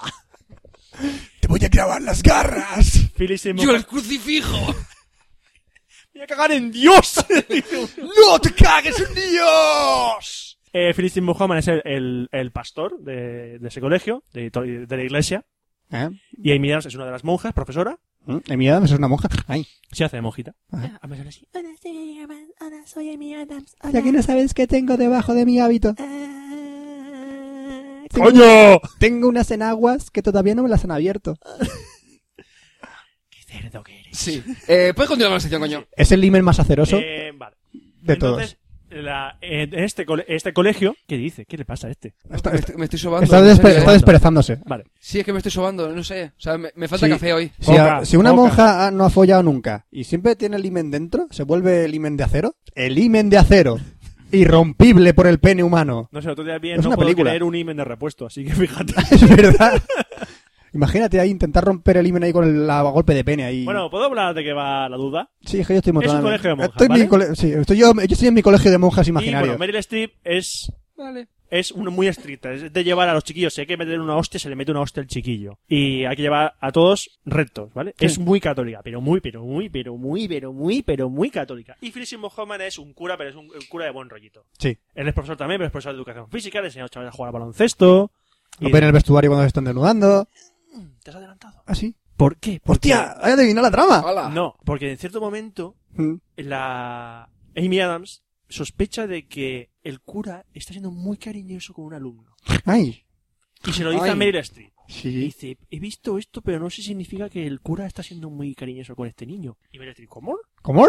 S2: Te voy a clavar las garras.
S3: Philip Seymour-
S1: Yo el crucifijo.
S3: ¡Voy a cagar en Dios!
S2: ¡No te cagues en Dios!
S3: eh, Philip Seymour Hoffman es el, el- el pastor de, de ese colegio, de, de la iglesia.
S2: ¿Eh?
S3: Y Amy Adams es una de las monjas, profesora.
S2: ¿Mm? Amy Adams es una monja. Ay.
S3: Se hace de monjita.
S2: Ajá.
S3: Ah, me suena así.
S7: Hola, soy Amy Adams. Hola, soy Amy Adams. Hola.
S2: Ya que no sabes qué tengo debajo de mi hábito.
S7: Ah,
S2: Tengo-
S3: ¡Coño!
S2: Tengo unas enaguas que todavía no me las han abierto.
S3: ¡Qué cerdo que eres!
S1: Sí. Eh, ¿Puedes continuar con la sección, coño?
S2: Es el limen más aceroso
S3: Eh, vale.
S2: de
S3: Entonces, la- en este, cole- este colegio... ¿Qué dice? ¿Qué le pasa a este?
S2: todos. Está,
S1: Me estoy, me estoy sobando.
S2: está
S1: en
S2: despe-
S1: serio,
S2: está
S1: ¿eh?
S2: desperezándose.
S3: Vale.
S1: Sí, es que me estoy sobando, no sé. O sea, me, me falta
S2: Sí.
S1: café hoy.
S2: Si,
S3: Poca,
S2: a- si una
S3: poca.
S2: monja ah, no ha follado nunca y siempre tiene el himen dentro, ¿se vuelve el himen de acero? El himen de acero, irrompible por el pene humano.
S3: No sé, otro día bien,
S2: Es
S3: no
S2: una
S3: puedo
S2: película.
S3: creer un imen de repuesto, así que fíjate.
S2: Es verdad. Imagínate ahí intentar romper el himen ahí con el la- golpe de pene ahí.
S3: Bueno, ¿puedo hablar de qué va la duda?
S2: sí, es que yo estoy montando-
S3: un colegio de monjas,
S2: Estoy en mi
S3: ¿vale?
S2: cole- sí, estoy yo, yo estoy en mi colegio de monjas
S3: Y
S2: imaginario.
S3: bueno, Meryl Streep es...
S1: Vale.
S3: Es un- muy estricta, es de llevar a los chiquillos. Si hay que meter una hostia, se le mete una hostia al chiquillo. Y hay que llevar a todos rectos, ¿vale? Es muy católica, pero muy, pero muy, pero muy, pero muy, pero muy católica. Y Philip Seymour Hoffman es un cura, pero es un, un cura de buen rollito.
S2: Sí.
S3: Él es profesor también, pero es profesor de educación física, le enseña a los chavales a jugar al baloncesto.
S2: Lo ven en el vestuario cuando se están desnudando.
S3: ¿Te has adelantado?
S2: Así.
S3: ¿Por qué? Porque-
S2: ¡Hostia! ¡Hay adivinado la trama!
S1: Hola.
S3: No, porque en cierto momento
S2: Mm.
S3: la Amy Adams sospecha de que el cura está siendo muy cariñoso con un alumno.
S2: ¡Ay!
S3: Y se lo dice
S1: Ay.
S3: a Meryl Streep. Y
S2: Sí.
S3: dice, he visto esto, pero no sé si significa que el cura está siendo muy cariñoso con este niño. Y Meryl Streep, ¿cómo?
S2: ¿Cómo?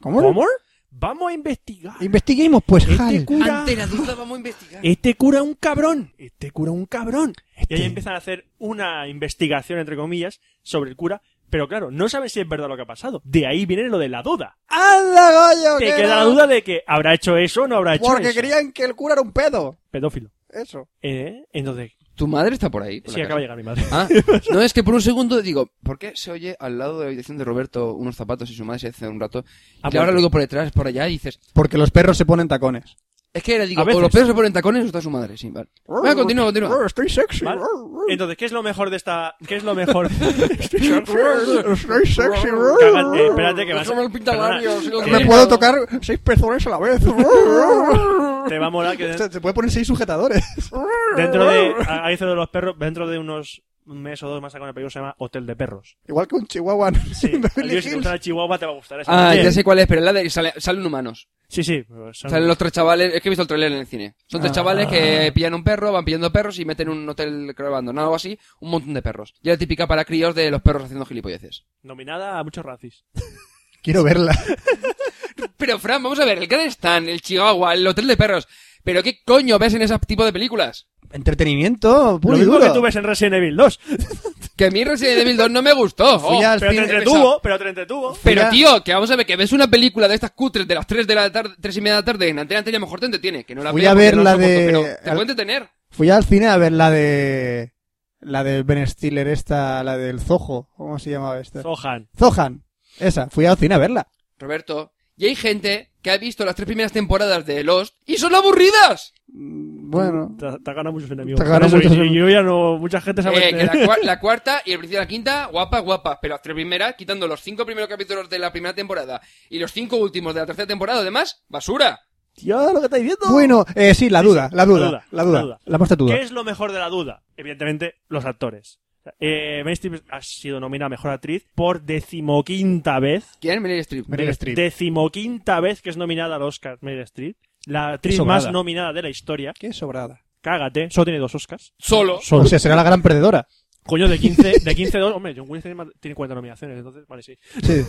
S2: ¿Cómo?
S3: ¿Cómo? Vamos a investigar.
S2: Investiguemos, pues,
S3: Este
S2: Hal.
S3: cura,
S1: Ante la duda vamos a investigar.
S3: este cura es un cabrón. Este cura es un cabrón. Y ahí
S2: Este-
S3: empiezan a hacer una investigación, entre comillas, sobre el cura. Pero claro, no saben si es verdad lo que ha pasado. De ahí viene lo de la duda.
S2: ¡Hala, Goyo!
S3: Te
S2: que
S3: queda
S2: no!
S3: la duda de que habrá hecho eso o no habrá hecho
S2: Porque
S3: eso.
S2: creían que el cura era un pedo.
S3: Pedófilo.
S2: Eso.
S3: Eh, entonces,
S1: ¿Tu madre está por ahí? por
S3: sí,
S1: la
S3: acaba de
S1: casa?
S3: llegar mi madre.
S1: Ah, no, es que por un segundo digo, ¿por qué se oye al lado de la habitación de Roberto unos zapatos y su madre se hace un rato?
S3: Ah,
S1: y ahora
S3: bueno.
S1: luego por detrás, por allá, y dices,
S2: Porque los perros se ponen tacones.
S1: es que le digo,
S3: A veces.
S1: o los perros se ponen tacones o está su madre. Sí, vale. Venga, continúa, continúa.
S2: Estoy sexy.
S3: ¿Vale? Entonces, ¿qué es lo mejor de esta...? ¿Qué es lo mejor?
S2: Estoy sexy.
S3: Cagan- eh, espérate que vas
S1: Déjame el pintalabio, si lo
S3: que
S2: Me puedo tocar seis pezones a la vez.
S3: Te va a molar que
S2: Se, se puede poner seis sujetadores.
S3: dentro de... Ahí dice lo de los perros, dentro de unos un mes o dos más saca una película que se llama Hotel de Perros.
S2: Igual que un chihuahua. ¿no?
S3: Sí.
S2: En Beverly
S3: Adiós, si
S2: Hills.
S3: te gusta la chihuahua te va a gustar esa.
S1: Ah,
S3: Bien.
S1: ya sé cuál es, pero es la de sale- salen humanos.
S3: Sí, sí. pues son-
S1: Salen los tres chavales, es que he visto el trailer en el cine. Son tres
S2: Ah.
S1: chavales que pillan un perro, van pillando perros y meten en un hotel creo abandonado o así, un montón de perros. Ya la típica para críos de los perros haciendo gilipolleces.
S3: Nominada a muchos racis.
S2: Quiero verla.
S1: Pero Fran, vamos a ver, el Gran Stan, el Chihuahua, el hotel de perros. ¿Pero qué coño ves en ese tipo de películas?
S2: Entretenimiento,
S3: Lo
S2: puro y
S3: mismo
S2: duro.
S3: que tú ves en Resident Evil 2.
S1: Que a mí Resident Evil 2 no me gustó.
S2: Fui
S1: oh.
S2: al
S3: Pero te
S2: cine-
S3: entretuvo, pero te entretuvo.
S1: Pero
S2: Ya.
S1: tío, que vamos a ver, que ves una película de estas cutres de las 3 de la tarde, 3 y media de la tarde en Antena 3 y a lo mejor te entretiene, que no la
S2: Fui
S1: veo
S2: a
S1: porque
S2: ver
S1: no
S2: la
S1: soporto,
S2: de-
S1: pero te
S2: al-
S1: puede entretener.
S2: Fui al cine a ver la de. La de Ben Stiller, esta, la del Zojo. ¿Cómo se llamaba esta?
S3: Sohan.
S2: Zohan. Esa. Fui al cine a verla.
S1: Roberto, y hay gente que ha visto las tres primeras temporadas de Lost y son aburridas.
S2: Mm, Bueno.
S3: Te, te ha ganado muchos enemigos.
S2: Te ha ganado
S3: Por eso,
S2: muchos
S3: y- y-
S2: enemigos.
S3: Yo ya no... Mucha gente sabe...
S1: Eh, que la, cua- la cuarta y el principio de la quinta, guapas, guapas. Pero las tres primeras, quitando los cinco primeros capítulos de la primera temporada y los cinco últimos de la tercera temporada, además, basura.
S3: Hostia, lo que estáis viendo.
S2: Bueno, eh, sí, la
S3: Sí,
S2: duda,
S3: sí,
S2: la duda, la duda. La hemos duda.
S3: ¿Qué es lo mejor de la duda? Evidentemente, los actores. Eh, Meryl Streep ha sido nominada a Mejor Actriz por decimoquinta vez.
S1: ¿Quién? Meryl Streep.
S2: Meryl Streep.
S3: Decimoquinta vez que es nominada al Oscar Meryl Streep. La actriz
S2: sobrada.
S3: más nominada de la historia.
S2: Qué sobrada.
S3: Cágate, solo tiene dos Oscars.
S1: Solo.
S3: Solo.
S2: O sea, será la gran perdedora.
S3: Coño, de 15, de 15 dos. Hombre, John Williams tiene, más- tiene 40 nominaciones, entonces, vale, sí.
S2: Sí.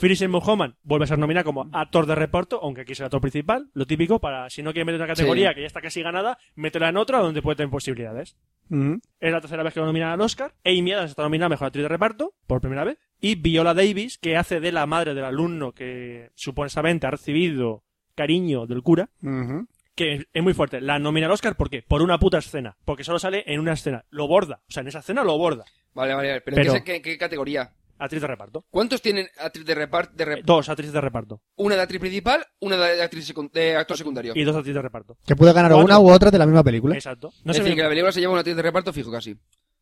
S3: Philip Seymour Hoffman vuelve a ser nominada como actor de reparto, aunque aquí es el actor principal. Lo típico para, si no quieres meter en una categoría
S1: Sí.
S3: que ya está casi ganada, métela en otra donde puede tener posibilidades.
S2: Mm.
S3: Es la tercera vez que lo nominan al Oscar. Amy Adams está nominada a Mejor Actriz de Reparto, por primera vez. Y Viola Davis, que hace de la madre del alumno que supuestamente ha recibido cariño del cura,
S2: Mhm.
S3: que es muy fuerte. La nomina al Oscar, ¿por qué? Por una puta escena. Porque solo sale en una escena. Lo borda. O sea, en esa escena lo borda.
S1: Vale, vale, vale. Pero,
S3: Pero-
S1: ¿qué, se- qué- qué categoría?
S3: Actriz de reparto.
S1: ¿Cuántos tienen actriz de reparto? De
S3: Eh,
S1: rep-
S3: Dos actrices de reparto.
S1: Una de actriz principal, una de, actriz secun- de actor secundario.
S3: Y dos actrices de reparto.
S2: Que puede ganar
S3: Cuatro.
S2: una u otra de la misma película.
S3: Exacto. No
S1: es
S3: sé
S1: decir,
S3: bien-
S1: que la película se lleva una actriz de reparto fijo casi.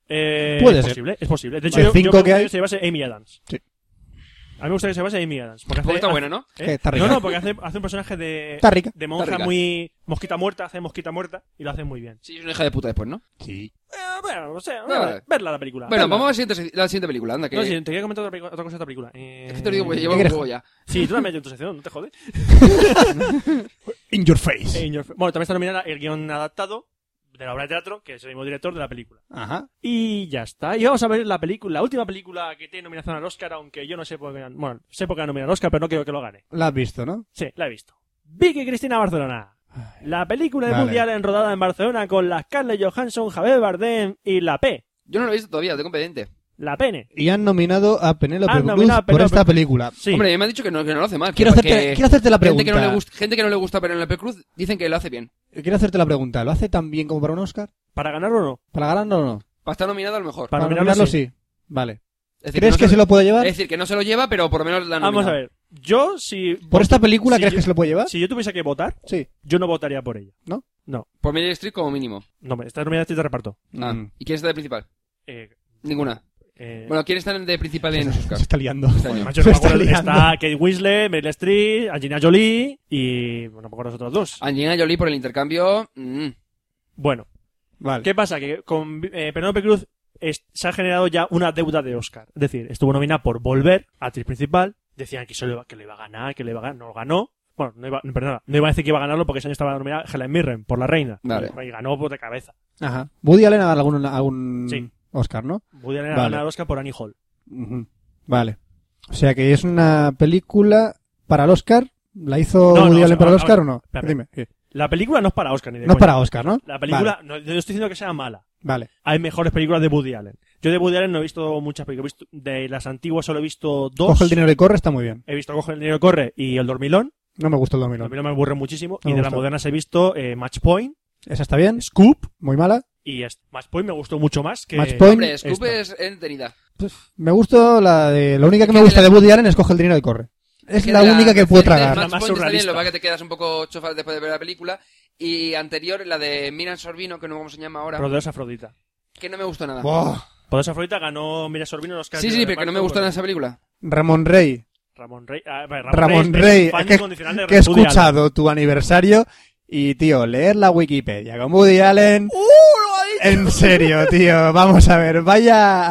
S3: Eh,
S2: Puede
S3: es
S2: ser.
S3: posible, es posible. De hecho,
S2: Vale,
S3: yo,
S2: cinco
S3: yo creo
S2: que hay.
S3: que se base Amy Adams.
S2: Sí.
S3: A mí me gusta que se base Amy Adams. Porque,
S1: Porque
S3: hace-
S1: Pues está
S3: hace-
S1: buena, ¿no?
S3: ¿eh?
S2: Que está rica.
S3: No, no, porque hace, hace un personaje de,
S2: Está rica.
S3: de monja
S1: Está rica.
S3: muy mosquita muerta, hace mosquita muerta y lo hace muy bien.
S1: Sí, es una hija de puta después, ¿no?
S2: Sí.
S3: Eh, bueno, no sé, eh,
S1: Vale.
S3: verla la película.
S1: Bueno,
S3: verla.
S1: vamos a la siguiente, la siguiente película, anda. Que,
S3: Ah, No, sí, te quería comentar otra, pelicu- otra cosa de esta película. Eh,
S1: es que te lo digo, pues lleva
S2: ¿Qué
S1: un
S2: quieres?
S1: juego ya.
S3: Sí, tú también en tu sección, no te jodes.
S2: In your face.
S3: Eh, Your- Bueno, también está nominada el guión adaptado de la obra de teatro, que es el mismo director de la película.
S2: Ajá.
S3: Y ya está. Y vamos a ver la película, la última película que tiene nominación al Oscar, aunque yo no sé por qué, bueno, sé por qué la nominan al Oscar, pero no quiero que lo gane.
S2: La has visto, ¿no?
S3: Sí, la he visto. Vicky Cristina Barcelona. La película de
S2: Vale.
S3: Woody Allen rodada en Barcelona con la Scarlett Johansson, Javier Bardem y la P.
S1: Yo no lo he visto todavía, tengo pendiente.
S3: La pene.
S2: Y han nominado a Penélope
S3: Han
S2: Cruz
S3: nominado a
S2: por
S3: Penélope
S2: esta
S3: Cruz.
S2: película.
S3: Sí.
S1: Hombre, me han dicho que no, que no lo hace mal. que-
S2: Quiero hacerte,
S1: que
S2: quiero hacerte la pregunta.
S1: gente, que no le gusta, gente que no le gusta Penélope Cruz dicen que lo hace bien.
S2: Quiero hacerte la pregunta. ¿Lo hace tan bien como para un Oscar?
S3: ¿Para ganarlo o no?
S2: ¿Para ganarlo o no?
S1: Para estar nominado a lo mejor.
S3: Para nominarlo, sí.
S2: Vale.
S1: Es decir,
S2: ¿Crees
S1: no
S2: que se lo puede llevar?
S1: Es decir, que no se lo lleva, pero por lo menos la nomina.
S3: Vamos a ver. Yo, si.
S2: ¿Por esta película
S3: si
S2: crees
S3: yo-
S2: que se lo puede llevar?
S3: Si yo tuviese que votar,
S2: Sí.
S3: yo no votaría por ella.
S1: Por Meryl Streep como mínimo.
S3: No, hombre, esta nominada actriz de reparto.
S1: Ah,
S2: Mm.
S1: ¿Y quién está de principal?
S3: Eh,
S1: Ninguna.
S3: eh,
S1: Bueno, ¿quién está de principal en los
S2: Se
S1: Oscars?
S2: está liando.
S1: Este año.
S3: macho, no
S2: se
S3: me
S2: está
S3: acuerdo.
S2: liando.
S3: está Kate Winslet, Meryl Streep, Angelina Jolie y. Bueno, no me acuerdo los otros
S2: Ah.
S3: dos.
S1: Angelina Jolie por el intercambio. mm.
S3: Bueno,
S2: Vale.
S3: ¿Qué pasa? Que con eh, Penélope Cruz es- se ha generado ya una deuda de Oscar. Es decir, estuvo nominada por Volver, actriz principal. Decían que, solo iba, que lo iba a ganar, que lo iba a ganar. No lo ganó. Bueno, no iba, perdona, no iba a decir que iba a ganarlo porque ese año estaba nominada Helen Mirren por La Reina.
S1: Vale.
S3: Y, y ganó por de cabeza.
S2: Ajá. Woody Allen ha algún, algún
S3: Sí.
S2: Oscar, ¿no?
S3: Woody Allen ha
S2: Vale.
S3: ganado el Oscar por Annie Hall.
S2: Ujú. Vale. O sea que es una película para el Oscar. ¿La hizo
S3: No, no,
S2: Woody
S3: o sea,
S2: Allen para el
S3: ahora-
S2: Oscar o
S3: ahora-
S2: no?
S3: espera,
S2: Dime. Sí.
S3: La película no es para Oscar ni de
S2: No es
S3: coña.
S2: para Oscar, ¿no?
S3: La película, no, yo estoy diciendo que sea mala.
S2: Vale.
S3: Hay mejores películas de Woody Allen. Yo de Woody Allen no he visto muchas películas. He visto- de las antiguas solo he visto dos.
S2: Coge el dinero y corre, está muy bien.
S3: He visto Coge el dinero y corre y El dormilón.
S2: No me gustó el
S3: A
S2: 2001.
S3: mí no me aburre muchísimo.
S2: No
S3: y
S2: me
S3: de las
S2: gusta.
S3: modernas he visto eh, Match Point,
S2: Esa está bien.
S3: Scoop
S2: Muy mala.
S3: y es- Match Point me gustó mucho más que
S2: Match Point.
S1: Hombre, Scoop
S3: Esta.
S1: es entretenida.
S2: Me gustó la de. La única que me
S1: Que
S2: gusta
S1: la-
S2: de Woody Allen es coge el dinero y corre. Es
S1: Que
S2: la única que puedo
S1: precedente de
S2: tragar.
S1: Match
S3: La más
S1: Point está bien,
S3: surrealista.
S1: lo que pasa es que te quedas un poco chofas después de ver la película. Y anterior, la de Miran Sorbino, que no vamos a llamar ahora,
S3: Poderosa Afrodita.
S1: que no me gustó nada.
S2: Buah.
S3: Poderosa Afrodita ganó Mira Sorbino en los
S1: Sí, sí, pero que no me gustó nada esa película.
S2: Ramón Rey.
S3: Ramón Rey. ah, bueno,
S2: Ramón
S3: es
S2: Rey,
S3: un fan
S2: es que-
S3: incondicional de
S2: que he
S3: Woody Allen.
S2: escuchado tu aniversario y, tío, leer la Wikipedia con Woody Allen. En serio, tío, vamos a ver, vaya.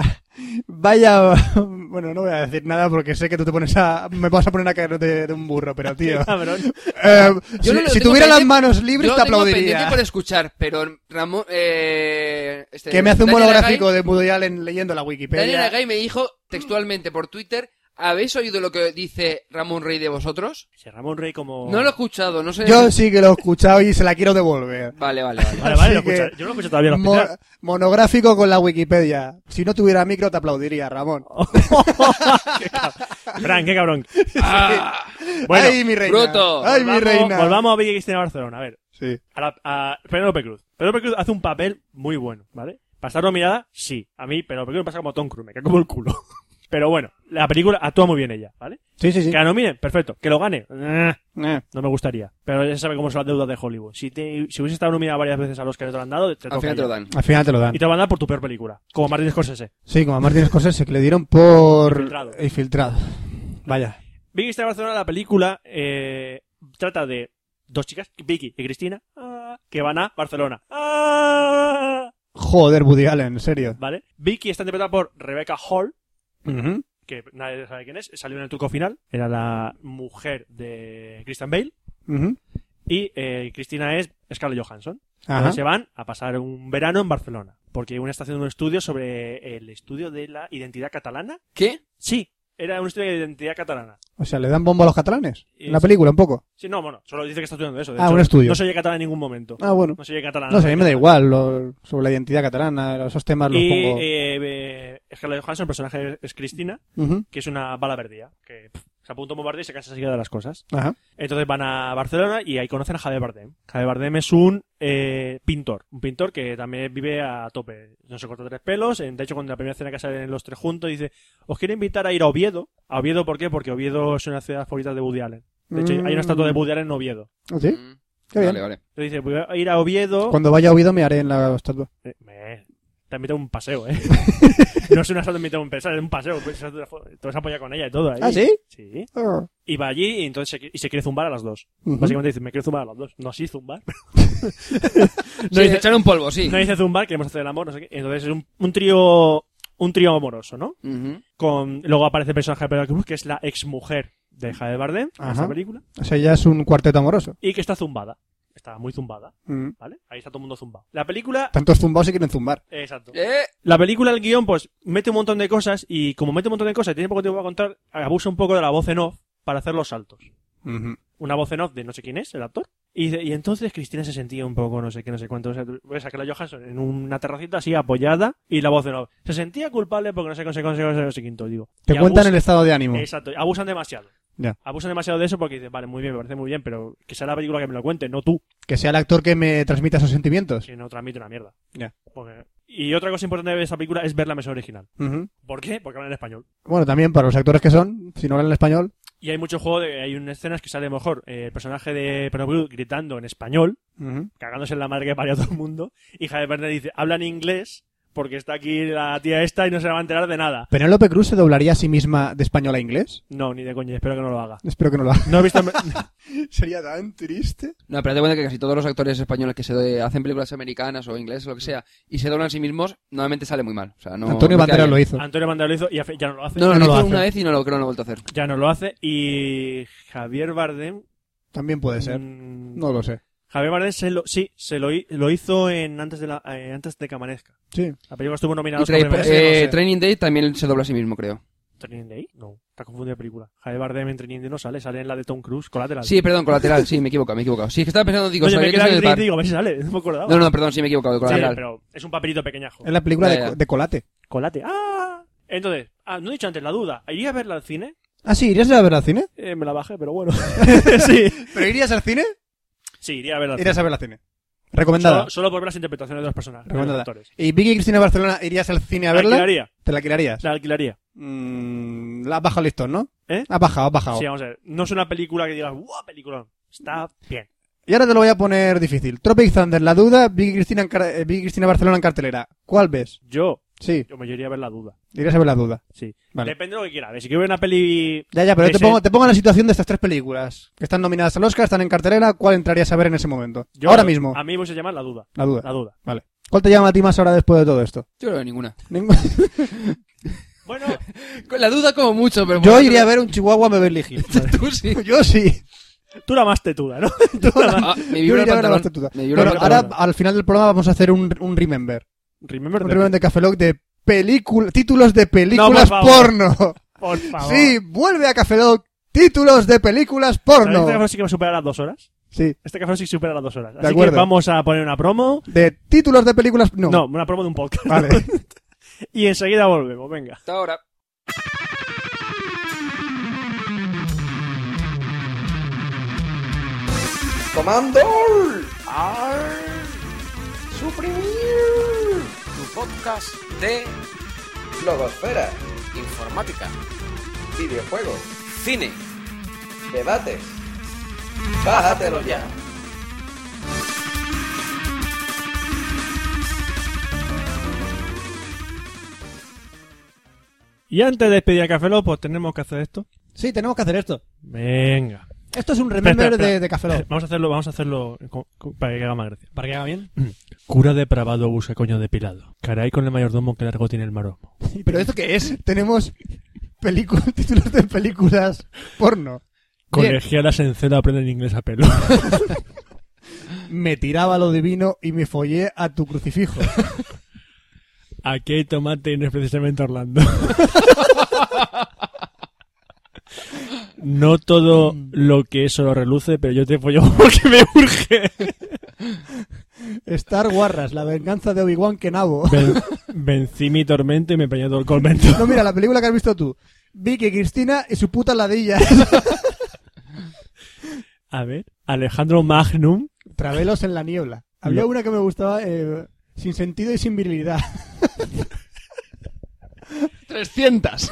S2: Vaya. Bueno, no voy a decir nada porque sé que tú te pones a. Me vas a poner a caer de, de un burro, pero, tío.
S3: Cabrón.
S2: eh,
S1: Yo
S2: si
S1: no lo
S2: si
S1: tengo
S2: tuviera las
S1: pendiente-
S2: manos libres,
S1: Yo
S2: te
S1: lo tengo pendiente
S2: aplaudiría.
S1: por escuchar, pero Ramón... Eh, este,
S2: Que me hace un
S1: Daniel
S2: monográfico
S1: Agay-
S2: de Woody Allen leyendo la
S1: Daniel
S2: Wikipedia.
S1: Agay me dijo textualmente por Twitter, ¿habéis oído lo que dice Ramón Rey de vosotros?
S3: Sí, Ramón Rey como.
S1: No lo he escuchado, no sé...
S2: Yo sí que lo he escuchado y se la quiero devolver.
S1: Vale, vale, vale.
S3: Vale, vale, lo
S2: Así que-
S3: escucha- Yo no lo escucho todavía. Lo
S2: Mo- monográfico con la Wikipedia. Si no tuviera micro, te aplaudiría, Ramón.
S3: Frank, qué cabrón.
S1: Ah,
S3: Bueno,
S2: ¡Ay, mi reina!
S1: bruto.
S2: ¡Ay, mi
S3: volvamos-
S2: reina!
S3: Volvamos a Vicky Cristina Barcelona. A ver.
S2: Sí.
S3: a, la, a Penélope Cruz. Penélope Cruz hace un papel muy bueno, ¿vale? Para estar nominada, sí. A mí Penélope Cruz me pasa como Tom Cruise, me cae como el culo. Pero bueno, la película actúa muy bien ella, ¿vale?
S2: Sí, sí, sí.
S3: Que la nominen, perfecto. Que lo gane, eh,
S2: Eh,
S3: no me gustaría. Pero ya se sabe cómo son las deudas de Hollywood. Si, te, si hubiese estado nominada varias veces a los que no te lo han dado, te
S1: Al
S3: toca
S1: final te
S3: ya.
S1: lo dan.
S2: Al final te lo dan.
S3: Y te lo van a dar por tu peor película. Como Martin Scorsese.
S2: Sí, como a Martin Scorsese, que le dieron por...
S3: Infiltrado.
S2: Infiltrado. Vaya.
S3: Big Star Barcelona, la película, eh, trata de dos chicas, Vicky y Cristina, ah, que van a Barcelona. Ah,
S2: Joder, Woody Allen, en serio.
S3: ¿Vale? Vicky está interpretada por Rebecca Hall,
S2: Ujú.
S3: que nadie sabe quién es, salió en el truco final, era la mujer de Christian Bale,
S2: Ujú.
S3: y eh, Cristina es Scarlett Johansson.
S2: Ajá.
S3: Entonces se van a pasar un verano en Barcelona, porque una está haciendo un estudio sobre el estudio de la identidad catalana.
S1: ¿Qué?
S3: Sí, era un estudio de identidad catalana.
S2: O sea, le dan bombo a los catalanes. En la
S3: Sí.
S2: película, un poco.
S3: Sí, no, bueno, solo dice que está estudiando eso. de
S2: Ah,
S3: hecho,
S2: un estudio.
S3: No se oye catalán en ningún momento.
S2: Ah, bueno.
S3: No se oye catalán.
S2: No sé, a mí me da igual lo- sobre la identidad catalana, esos temas los
S3: Y
S2: pongo.
S3: eh, eh, Scarlett Johansson, el personaje es Cristina,
S2: Ujú.
S3: que es una bala perdida, que pff, se apunta un bombarde y se cansa seguida de las cosas.
S2: Ajá.
S3: Entonces van a Barcelona y ahí conocen a Javier Bardem. Javier Bardem es un eh, pintor, un pintor que también vive a tope. No se corta tres pelos. En- De hecho, cuando la primera cena que salen los tres juntos, dice, os quiero invitar a ir a Oviedo. ¿A Oviedo por qué? Porque Oviedo es una ciudad favorita de Woody Allen. De hecho,
S2: Mm.
S3: hay una estatua de Woody Allen en Oviedo.
S2: Sí,
S1: Mm.
S2: qué bien.
S1: Vale, vale.
S3: Entonces dice, voy a ir a Oviedo.
S2: Cuando vaya a Oviedo me haré en la estatua.
S3: Eh, meh, te invita a un paseo, ¿eh? no es una estatua, te invita a un paseo, es un paseo. Pues, esa- te vas a apoyar con ella y todo. ahí.
S2: ¿Ah, sí?
S3: Sí.
S2: Ah.
S3: Y va allí y entonces se, y se quiere zumbar a las dos.
S2: Ujú.
S3: Básicamente dice, me quiero zumbar a las dos. No así zumbar.
S1: No,
S3: no,
S1: dice
S3: dice,
S1: echar un polvo, sí.
S3: no dice zumbar, queremos hacer el amor, no sé qué. Entonces es un, un trío, un trío amoroso, ¿no?
S1: Ujú.
S3: Con, luego aparece el personaje de Penélope Cruz, que es la exmujer de Javier Bardem, en
S2: Ajá.
S3: esta película,
S2: O sea, ya es un cuarteto amoroso.
S3: y que está zumbada. Está muy zumbada,
S2: Mm.
S3: ¿vale? Ahí está todo el mundo zumbado. La película,
S2: Tantos zumbados se quieren zumbar.
S3: exacto.
S1: Eh,
S3: La película, el guión, pues mete un montón de cosas y como mete un montón de cosas y tiene poco tiempo para contar, abusa un poco de la voz en off para hacer los saltos. Una voz en off de no sé quién es, el actor. Y, dice, "Y entonces Cristina se sentía un poco, no sé qué, no sé cuánto. O sea, voy a sacar a Johansson en una terracita así apoyada y la voz en off. Se sentía culpable porque no sé, qué, no sé, qué, no sé, qué, no sé, qué, no sé quinto, digo.
S2: Te
S3: Y
S2: cuentan
S3: abusa-
S2: el estado de ánimo.
S3: Exacto, abusan demasiado.
S2: Ya.
S3: Abusan demasiado de eso porque dicen, vale, muy bien, me parece muy bien, pero que sea la película que me lo cuente, no tú.
S2: Que sea el actor que me transmita esos sentimientos.
S3: Que no transmite una mierda.
S2: Ya.
S3: Porque- Y otra cosa importante de esa película es ver la mesa original.
S2: Ujú.
S3: ¿Por qué? Porque hablan en español.
S2: Bueno, también para los actores que son, si no hablan español.
S3: Y hay mucho juego, de, hay unas escenas que sale mejor eh, el personaje de Penelope Cruz gritando en español,
S2: Ujú.
S3: cagándose en la madre que parió a todo el mundo, y Javier Bardem dice, habla en inglés porque está aquí la tía esta y no se va a enterar de nada.
S2: ¿Penélope Cruz se doblaría a sí misma de español a inglés?
S3: No, ni de coña, espero que no lo haga.
S2: Espero que no lo haga.
S3: No he visto...
S2: Sería tan triste.
S1: No, pero date cuenta que casi todos los actores españoles que se eh, hacen películas americanas o inglesas o lo que sea y se doblan a sí mismos, normalmente sale muy mal. O sea, no,
S2: Antonio
S1: no queda
S2: Banderas lo
S1: bien.
S2: hizo.
S3: Antonio Banderas lo hizo y hace- ya no lo hace.
S1: No, no,
S2: No
S1: lo,
S2: lo
S1: hizo
S2: hace.
S1: una vez y no lo creo no lo ha vuelto a hacer.
S3: Ya no lo hace. Y Javier Bardem...
S2: También puede ser.
S3: mm,
S2: No lo sé.
S3: Javier Bardem se lo, sí, se lo, hi- lo hizo en antes de, la, eh, antes de que amanezca.
S2: Sí.
S3: La película estuvo nominada a
S1: Y
S3: los
S1: Tra-
S2: premios, no
S1: eh,
S2: sé.
S1: Training Day también se dobla a sí mismo, creo.
S3: ¿Training Day? No, está confundida de película. Javier Bardem en Training Day no sale, sale en la de Tom Cruise, Collateral.
S1: Sí, perdón, colateral, sí, me he equivocado, me he equivocado. Sí, es que estaba pensando, digo,
S3: Oye, me
S1: sabía
S3: he
S1: que
S3: quedado en
S1: se del
S3: Training
S1: par.
S3: Day, digo, a ver si sale, no me acordaba.
S1: No, no, perdón, sí me he equivocado, de
S3: Sale,
S1: colateral.
S3: pero es un papelito pequeñajo.
S2: Es la película
S1: Ya,
S2: de,
S1: ya.
S2: de Colate.
S3: Colate. ¡Ah! Entonces, ah, no he dicho antes la duda. ¿Iría a verla al cine?
S2: Ah, sí, ¿irías a ver al cine?
S3: Eh, me la bajé, pero bueno. sí.
S2: ¿Pero irías al cine?
S3: Sí, iría a verla al cine.
S2: Irías a ver al cine.
S3: Solo,
S2: Recomendada.
S3: solo por ver las interpretaciones de los personajes, de los
S2: Recomendada.
S3: actores.
S2: ¿Y Vicky Cristina Barcelona irías al cine a
S3: La
S2: verla?
S3: alquilaría.
S2: ¿Te la alquilarías?
S3: La alquilaría.
S2: Mm, la has bajado listón, ¿no?
S3: ¿Eh?
S2: Has bajado, has bajado.
S3: Sí, vamos a ver. No es una película que digas, ¡guau, película! Está bien.
S2: Y ahora te lo voy a poner difícil. Tropic Thunder, la duda, Vicky Cristina, en car- eh, Vicky Cristina Barcelona en cartelera. ¿Cuál ves?
S3: Yo,
S2: Sí,
S3: yo me iría a ver la duda.
S2: irías a ver la duda.
S3: Sí.
S2: Vale.
S3: Depende de lo que quiera. A ver, si quiero ver una peli.
S2: Ya, ya, pero yo
S3: Que
S2: te
S3: se-
S2: pongo, te pongo en la situación de estas tres películas que están nominadas al Oscar, están en cartelera. ¿Cuál entrarías a ver en ese momento?
S3: Yo,
S2: ahora mismo,
S3: A mí me gusta llamar la duda.
S2: la duda.
S3: La duda.
S2: Vale. ¿Cuál te llama a ti más ahora después de todo esto?
S1: Yo creo que ninguna.
S2: Ningún-
S3: Bueno,
S1: Con la duda como mucho, pero...
S2: Yo iría a ver un Chihuahua Beverly Hills.
S1: Tú sí.
S2: Yo sí.
S3: tú la más tetuda, ¿no? Tú la más.
S1: Ah, me
S2: Yo iría
S1: vibra el
S2: a ver la
S1: pantalón.
S2: prostituta.
S1: Me vibra
S2: Bueno,
S1: el
S2: ahora
S1: pantalón.
S2: al final del programa vamos a hacer un, un remember.
S3: Remember
S2: Un
S3: the-
S2: remember de Café Lock de película, títulos de películas
S3: favor.
S2: porno.
S3: Por favor.
S2: Sí, vuelve a Café Lock. Títulos de películas
S3: ¿Sabes que Este
S2: porno.
S3: café sí que va a superar las dos horas.
S2: Sí,
S3: Este café sí que supera las dos horas.
S2: De
S3: Así que
S2: acuerdo.
S3: vamos a poner una promo.
S2: de títulos de películas. No.
S3: No, una promo de un podcast.
S2: Vale.
S3: y enseguida volvemos, venga.
S1: Hasta ahora.
S8: ¡Comando! ¡Ar! ¡Suprimir! Tu podcast de Logosfera,
S9: informática,
S8: videojuegos,
S9: cine.
S8: debates. ¡Bájatelo ya!
S3: Y antes de despedir a pues Café Lock, pues tenemos que hacer esto.
S2: Sí, tenemos que hacer esto.
S3: Venga.
S2: Esto es un
S3: Espera,
S2: remember
S3: espera, espera.
S2: de, de Café Lock.
S3: Vamos a hacerlo, vamos a hacerlo co- co- para que haga más gracia. ¿Para que haga bien? Cura depravado busca coño depilado. Caray con el mayordomo que largo tiene el maromo.
S2: Pero esto que es, tenemos películas, títulos de películas porno. Bien.
S3: Colegialas en celo aprenden inglés a pelo.
S2: Me tiraba lo divino y me follé a tu crucifijo.
S3: Aquí hay tomate y no es precisamente Orlando. No todo lo que eso lo reluce, pero yo te follo porque me urge.
S2: Star Warras, la venganza de Obi-Wan Kenabo.
S3: Ven- vencí mi tormento y me empeñé todo el convento.
S2: No, mira, la película que has visto tú. Vicky Cristina y su puta ladilla.
S3: A ver, Alejandro Magnum.
S2: Travelos en la niebla. Había
S3: Lo-
S2: una que me gustaba, eh, sin sentido y sin virilidad.
S1: 300.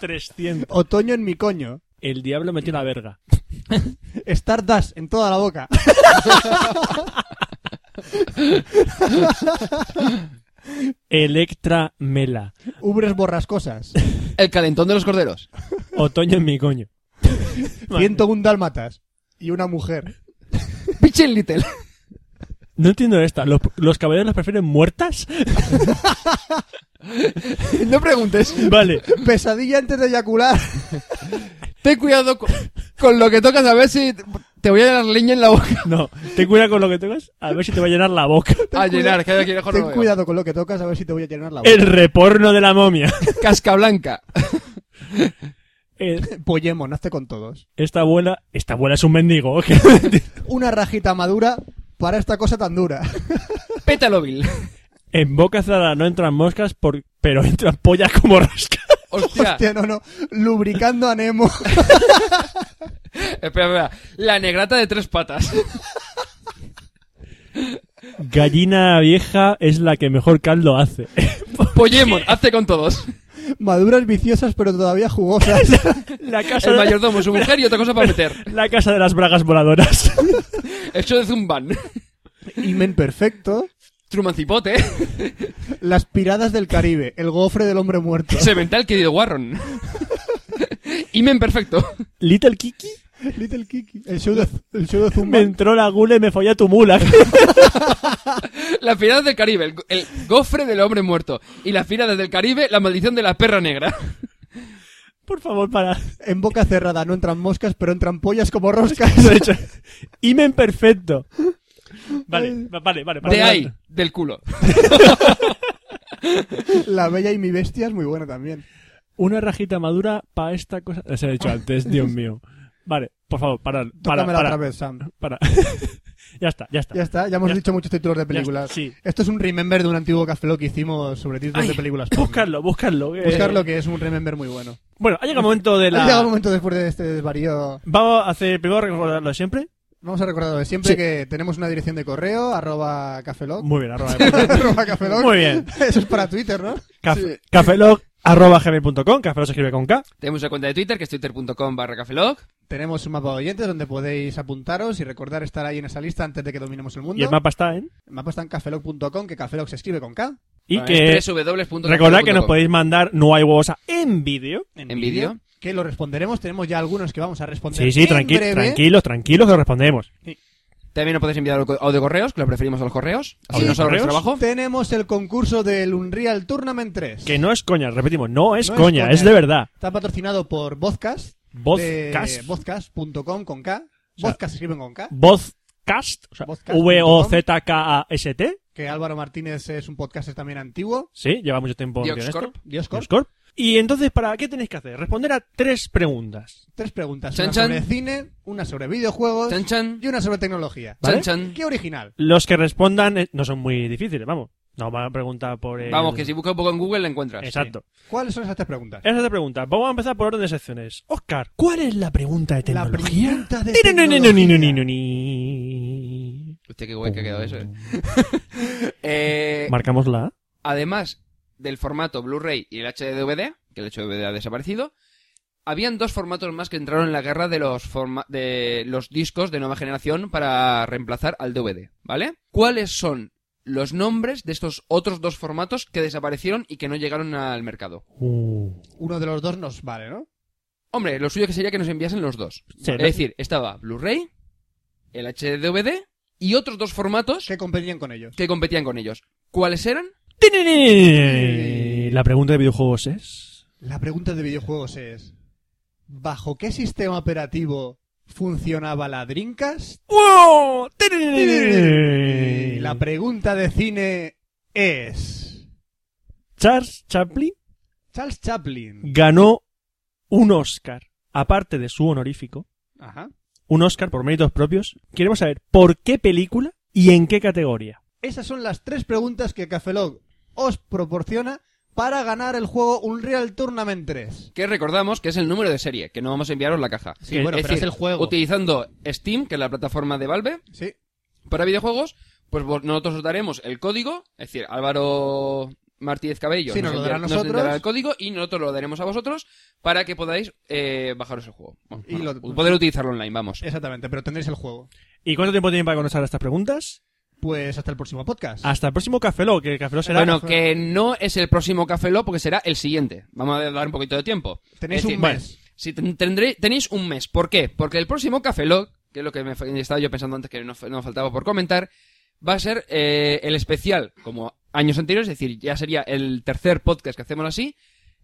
S3: 300.
S2: Otoño en mi coño.
S3: El diablo metió la verga.
S2: Stardust en toda la boca.
S3: Electra Mela.
S2: Ubres borrascosas.
S1: El calentón de los corderos.
S3: Otoño en mi coño.
S2: 101 dálmatas. Y una mujer.
S1: Pitching Little.
S3: No entiendo esta. ¿Los, los caballeros las prefieren muertas?
S1: No preguntes.
S3: Vale.
S2: Pesadilla antes de eyacular.
S1: Ten cuidado con, con lo que tocas a ver si te voy a llenar leña en la boca.
S3: No. Ten cuidado con lo que tengas. A ver si te va a llenar la boca.
S1: A llenar, que aquí mejor no
S2: Ten
S1: veo.
S2: cuidado con lo que tocas, a ver si te voy a llenar la boca.
S3: El reporno de la momia.
S1: Casca blanca.
S3: El-
S2: Pollemos, nace con todos.
S3: esta abuela... Esta abuela es un mendigo. ¿ok?
S2: Una rajita madura para esta cosa tan dura.
S1: Pétalo, Bill.
S3: En boca cerrada no entran moscas, por, pero entran pollas como rasca.
S1: Hostia.
S2: Hostia, no, no. Lubricando a Nemo.
S1: Espera, espera. La negrata de tres patas.
S3: Gallina vieja es la que mejor caldo hace.
S1: Pokémon, hazte con todos.
S2: Maduras viciosas, pero todavía jugosas.
S3: La casa,
S1: El
S3: de-
S1: mayordomo, su mujer y otra cosa para meter.
S3: la casa de las bragas voladoras.
S1: Hecho de Zumban.
S2: Imen perfecto.
S1: Truman Cipote.
S2: Las piradas del Caribe. El gofre del hombre muerto.
S1: Semental querido Warren. Imen perfecto.
S3: Little Kiki
S2: Little Kiki. El show de, el show de Zumba.
S3: me entró la gula y me follé a tu mula.
S1: Las piratas del Caribe, el, el gofre del hombre muerto. Y las piratas del Caribe, la maldición de la perra negra.
S3: Por favor, para.
S2: En boca cerrada no entran moscas, pero entran pollas como roscas.
S3: Eso he hecho. Imen perfecto. Vale, va- vale, vale. vale.
S1: De ahí, del culo.
S2: La bella y mi bestia es muy buena también.
S3: Una rajita madura para esta cosa. Se he dicho antes, Dios mío. Vale, por favor, para. Para,
S2: Tócamela
S3: para.
S2: otra vez, Sam.
S3: para. ya está, ya está.
S2: Ya está, ya hemos
S3: Ya
S2: dicho muchos títulos de películas.
S3: está, sí.
S2: Esto es un remember de un antiguo café Lock que hicimos sobre títulos
S3: Ay,
S2: de películas.
S3: Buscarlo, buscarlo. eh.
S2: Buscarlo que es un remember muy bueno.
S3: Bueno, ha llegado el momento de
S2: Ha llegado el
S3: la.
S2: momento después de este desvarío.
S3: Vamos a hacer. Primero recordarlo de siempre.
S2: Vamos a recordar lo de siempre
S3: Sí.
S2: que tenemos una dirección de correo, arroba cafeloc.
S3: Muy bien, arroba.
S2: arroba cafeloc.
S3: Muy bien.
S2: Eso es para Twitter, ¿no?
S3: Café, Cafelog arroba gmail.com. Cafelog se escribe con K.
S1: Tenemos una cuenta de Twitter, que es twitter.com barra cafelog.
S2: Tenemos un mapa de oyentes donde podéis apuntaros y recordar estar ahí en esa lista antes de que dominemos el mundo.
S3: Y el mapa está en.
S2: El mapa está en cafeloc.com, que cafeloc se escribe con K.
S3: Y
S1: Vale,
S3: que.
S1: www.cafelog.com.
S3: Recordad que nos podéis mandar no hay huevos a- en vídeo.
S1: En vídeo.
S2: Que lo responderemos. Tenemos ya algunos que vamos a responder.
S3: Sí, sí,
S2: en
S3: tranqui-
S2: breve.
S3: tranquilos, tranquilos, que lo respondemos.
S1: También nos podéis enviar audio correos, que lo preferimos a los correos. Así
S3: ¿Audio
S1: nos ahorráis
S3: correos?
S1: trabajo.
S2: Tenemos el concurso del Unreal Tournament 3.
S3: Que no es coña, repetimos, no es
S2: No es
S3: coña,
S2: coña.
S3: es de verdad.
S2: Está patrocinado por Vozcast.
S3: Vozcast.
S2: de Vozcast.com con K.
S3: sea,
S2: Vozcast se escriben con K.
S3: Vozcast, o sea,
S2: Vozcast.com.
S3: V-O-Z-K-A-S-T.
S2: Que Álvaro Martínez es un podcast también antiguo.
S3: Sí, lleva mucho tiempo en esto.
S1: Dioxcorp.
S2: Dios Corp.
S3: Dioscorp. Y entonces, ¿para qué tenéis que hacer? Responder a tres preguntas.
S2: Tres preguntas.
S1: Chan,
S2: una
S1: chan.
S2: sobre cine, una sobre videojuegos
S1: Chan, chan.
S2: y una sobre tecnología.
S1: Chan, chan.
S2: Qué original.
S3: Los que respondan eh, no son muy difíciles, vamos. No, van a preguntar por el...
S1: Vamos, que si buscas un poco en Google la encuentras.
S3: Eh, Exacto.
S2: ¿Cuáles son esas tres preguntas?
S3: Esa es la pregunta. Vamos a empezar por orden de secciones. Oscar, ¿cuál es la pregunta de
S2: La
S3: tecnología?
S2: pregunta de
S3: Ni, ni, ni, ni, ni, ni, ni,
S2: tecnología.
S3: ni.
S1: Hostia, qué guay que ha quedado eso, eh. Eh,
S3: Marcamos la A.
S1: además del formato Blu-ray y el HD-DVD, que el HD-DVD ha desaparecido, habían dos formatos más que entraron en la guerra de los, forma- de los discos de nueva generación para reemplazar al DVD, ¿vale? ¿Cuáles son los nombres de estos otros dos formatos que desaparecieron y que no llegaron al mercado?
S3: Uh.
S2: Uno de los dos nos vale, ¿no?
S1: Hombre, lo suyo que sería que nos enviasen los dos.
S3: Sí,
S1: es
S3: ¿no?
S1: decir, estaba Blu-ray, el HDVD y otros dos formatos
S2: ¿Qué competían con ellos?
S1: que competían con ellos. ¿Cuáles eran?
S3: La pregunta de videojuegos es.
S2: La pregunta de videojuegos es: ¿bajo qué sistema operativo funcionaba la Drinkas? La pregunta de cine es:
S3: Charles Chaplin
S2: Charles Chaplin.
S3: ganó un Oscar, aparte de su honorífico,
S2: Ajá.
S3: un Oscar por méritos propios. Queremos saber por qué película y en qué categoría.
S2: Esas son las tres preguntas que Cafelog os proporciona para ganar el juego Unreal Tournament 3.
S1: Que recordamos que es el número de serie, que no vamos a enviaros la caja.
S5: Sí, bueno, pero es el juego.
S1: Utilizando Steam, que es la plataforma de Valve,
S2: Sí.
S1: para videojuegos, pues vos- nosotros os daremos el código, es decir, Álvaro Martínez Cabello
S2: Sí, nos lo dará a
S1: enviará-
S2: nosotros.
S1: enviará el código y nosotros lo daremos a vosotros para que podáis eh, bajaros el juego. Bueno,
S2: Y
S1: bueno,
S2: lo- Eh,
S1: poder utilizarlo online, vamos.
S2: Exactamente, pero tendréis el juego.
S3: ¿Y cuánto tiempo tienen para conocer estas preguntas?
S2: Pues hasta el próximo podcast.
S5: Ah,
S3: Hasta el próximo Café Lock, que el Café Lock será.
S1: Bueno, que no es el próximo Café Lock porque será el siguiente. Vamos a dar un poquito de tiempo.
S2: Tenéis
S1: Es
S2: un mes.
S1: si ten- tendré- tenéis un mes. ¿Por qué? Porque el próximo Café Lock, que es lo que me fa- estaba yo pensando antes que no, fa- no faltaba por comentar, va a ser eh, el especial, como años anteriores, es decir, ya sería el tercer podcast que hacemos así,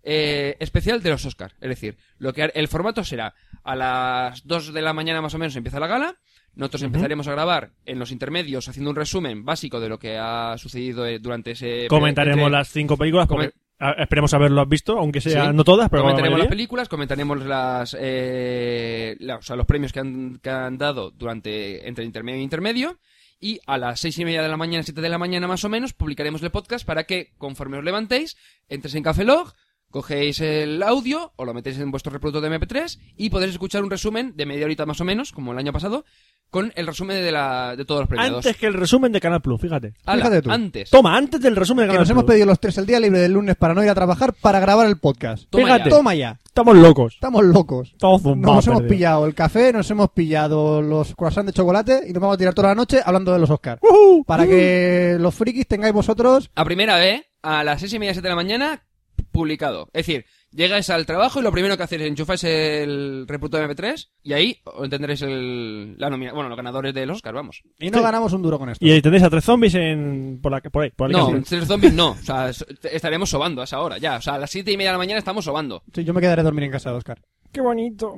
S1: eh, especial de los Oscars. Es decir, lo que ha- el formato será a las 2 de la mañana más o menos empieza la gala. Nosotros empezaremos a grabar en los intermedios haciendo un resumen básico de lo que ha sucedido eh, durante ese...
S3: Comentaremos
S1: entre-
S3: las cinco películas. porque-
S1: Comen-
S3: a- Esperemos haberlo visto, aunque sea
S1: Sí.
S3: no todas, pero la
S1: comentaremos las
S3: mayoría.
S1: películas, comentaremos las, eh, la- o sea, los premios que han, que han dado durante entre intermedio e intermedio. Y a las seis y media de la mañana, siete de la mañana más o menos, publicaremos el podcast para que, conforme os levantéis, entréis en Cafelog, cogéis el audio o lo metéis en vuestro reproductor de MP3 y podéis escuchar un resumen de media horita más o menos, como el año pasado, con el resumen de, la, de todos los premiados.
S3: Antes que el resumen de Canal Plus, fíjate.
S1: Ala,
S2: Fíjate tú.
S1: antes.
S3: Toma, antes del resumen de
S2: Que
S3: Canal
S2: nos hemos
S3: Plus.
S2: pedido los tres el día libre del lunes para no ir a trabajar para grabar el podcast.
S1: Toma
S3: fíjate.
S1: ya.
S2: Toma ya.
S3: Estamos locos.
S2: Estamos locos.
S3: Estamos
S2: Nos
S3: zumbados.
S2: hemos
S3: perdidos.
S2: pillado el café, nos hemos pillado los croissants de chocolate y nos vamos a tirar toda la noche hablando de los Oscars.
S3: Ujú.
S2: Para que los frikis tengáis vosotros.
S1: a primera vez, a las seis y media, siete de la mañana, publicado. Es decir, llegáis al trabajo y lo primero que hacéis es enchufáis el reproductor MP3 y ahí tendréis el, la nomina, bueno, los ganadores del Oscar, vamos.
S2: Y no
S3: Sí.
S2: ganamos un duro con esto.
S3: Y ahí tendréis a tres zombies en... por, la... por ahí. Por
S1: No,
S3: Alicante.
S1: tres zombies no. O sea, so- estaremos sobando a esa hora ya. O sea, a las siete y media de la mañana estamos sobando.
S2: Sí, yo me quedaré a dormir en casa de Oscar.
S7: Qué bonito.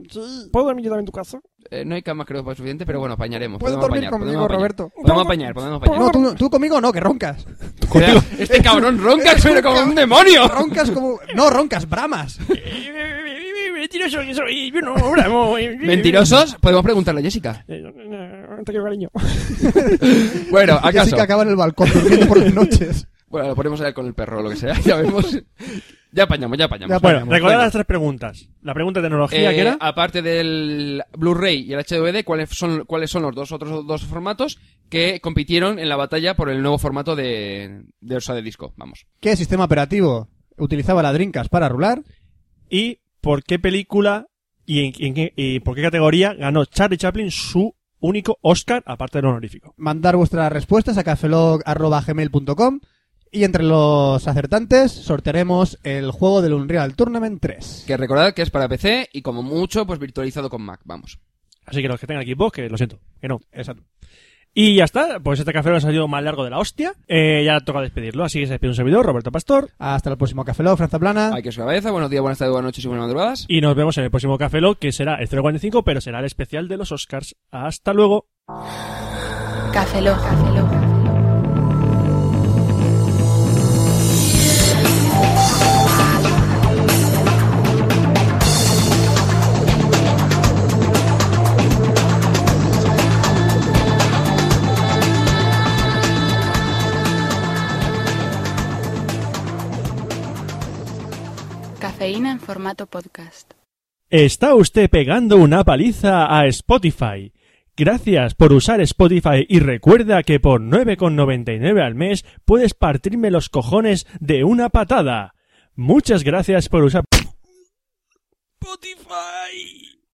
S7: ¿Puedo dormir yo también en tu casa?
S1: Eh, no hay camas creo que suficiente, pero bueno, apañaremos.
S2: Puedes
S1: podemos
S2: dormir
S1: apañar,
S2: conmigo,
S1: podemos apañar.
S2: Roberto.
S1: Podemos apañar, podemos apañar.
S2: No, tú, tú conmigo no, que roncas.
S1: Este cabrón ronca, pero como un demonio.
S2: Roncas como... No, roncas, bramas.
S7: Mentiroso que soy. Yo no.
S1: Mentirosos, podemos preguntarle a Jessica.
S7: Te quiero cariño.
S1: Bueno,
S2: Así
S1: acaso.
S2: que acaba en el balcón durmiendo por las noches.
S1: Bueno, lo ponemos ahí con el perro o lo que sea. Ya vemos. Ya apañamos, ya apañamos.
S2: Ya
S3: Bueno,
S2: apañamos.
S3: recordad
S1: Bueno.
S3: las tres preguntas. La pregunta de tecnología
S1: Eh,
S3: que era...
S1: Aparte del Blu-ray y el HDVD, ¿cuáles son, ¿cuáles son los dos otros dos formatos que compitieron en la batalla por el nuevo formato de, de, o sea, de disco? Vamos.
S2: ¿Qué sistema operativo utilizaba la Drinkas para rular?
S3: ¿Y por qué película y, en- en qué- y por qué categoría ganó Charlie Chaplin su único Oscar, aparte del honorífico?
S2: Mandar vuestras respuestas a cafelog.gmail.com y entre los acertantes sortearemos el juego del Unreal Tournament 3.
S1: Que recordad que es para PC y como mucho, pues virtualizado con Mac. Vamos.
S3: Así que los que tengan equipos, que lo siento, que no.
S2: Exacto.
S3: Y ya está, pues este café ha salido más largo de la hostia. Eh, ya toca despedirlo, así que se despide un servidor, Roberto Pastor.
S2: Hasta el próximo Café Log, Franza
S3: Ah.
S2: Plana.
S1: Hay que os cabeza. Buenos días, buenas tardes, buenas noches y buenas madrugadas.
S3: Y nos vemos en el próximo Café Lock, que será el 045, pero será el especial de los Oscars. Hasta luego.
S4: Café Lock. Café Lock. Cafeína en formato podcast.
S3: Está usted pegando una paliza a Spotify. Gracias por usar Spotify y recuerda que por 9,99 al mes puedes partirme los cojones de una patada. Muchas gracias por usar...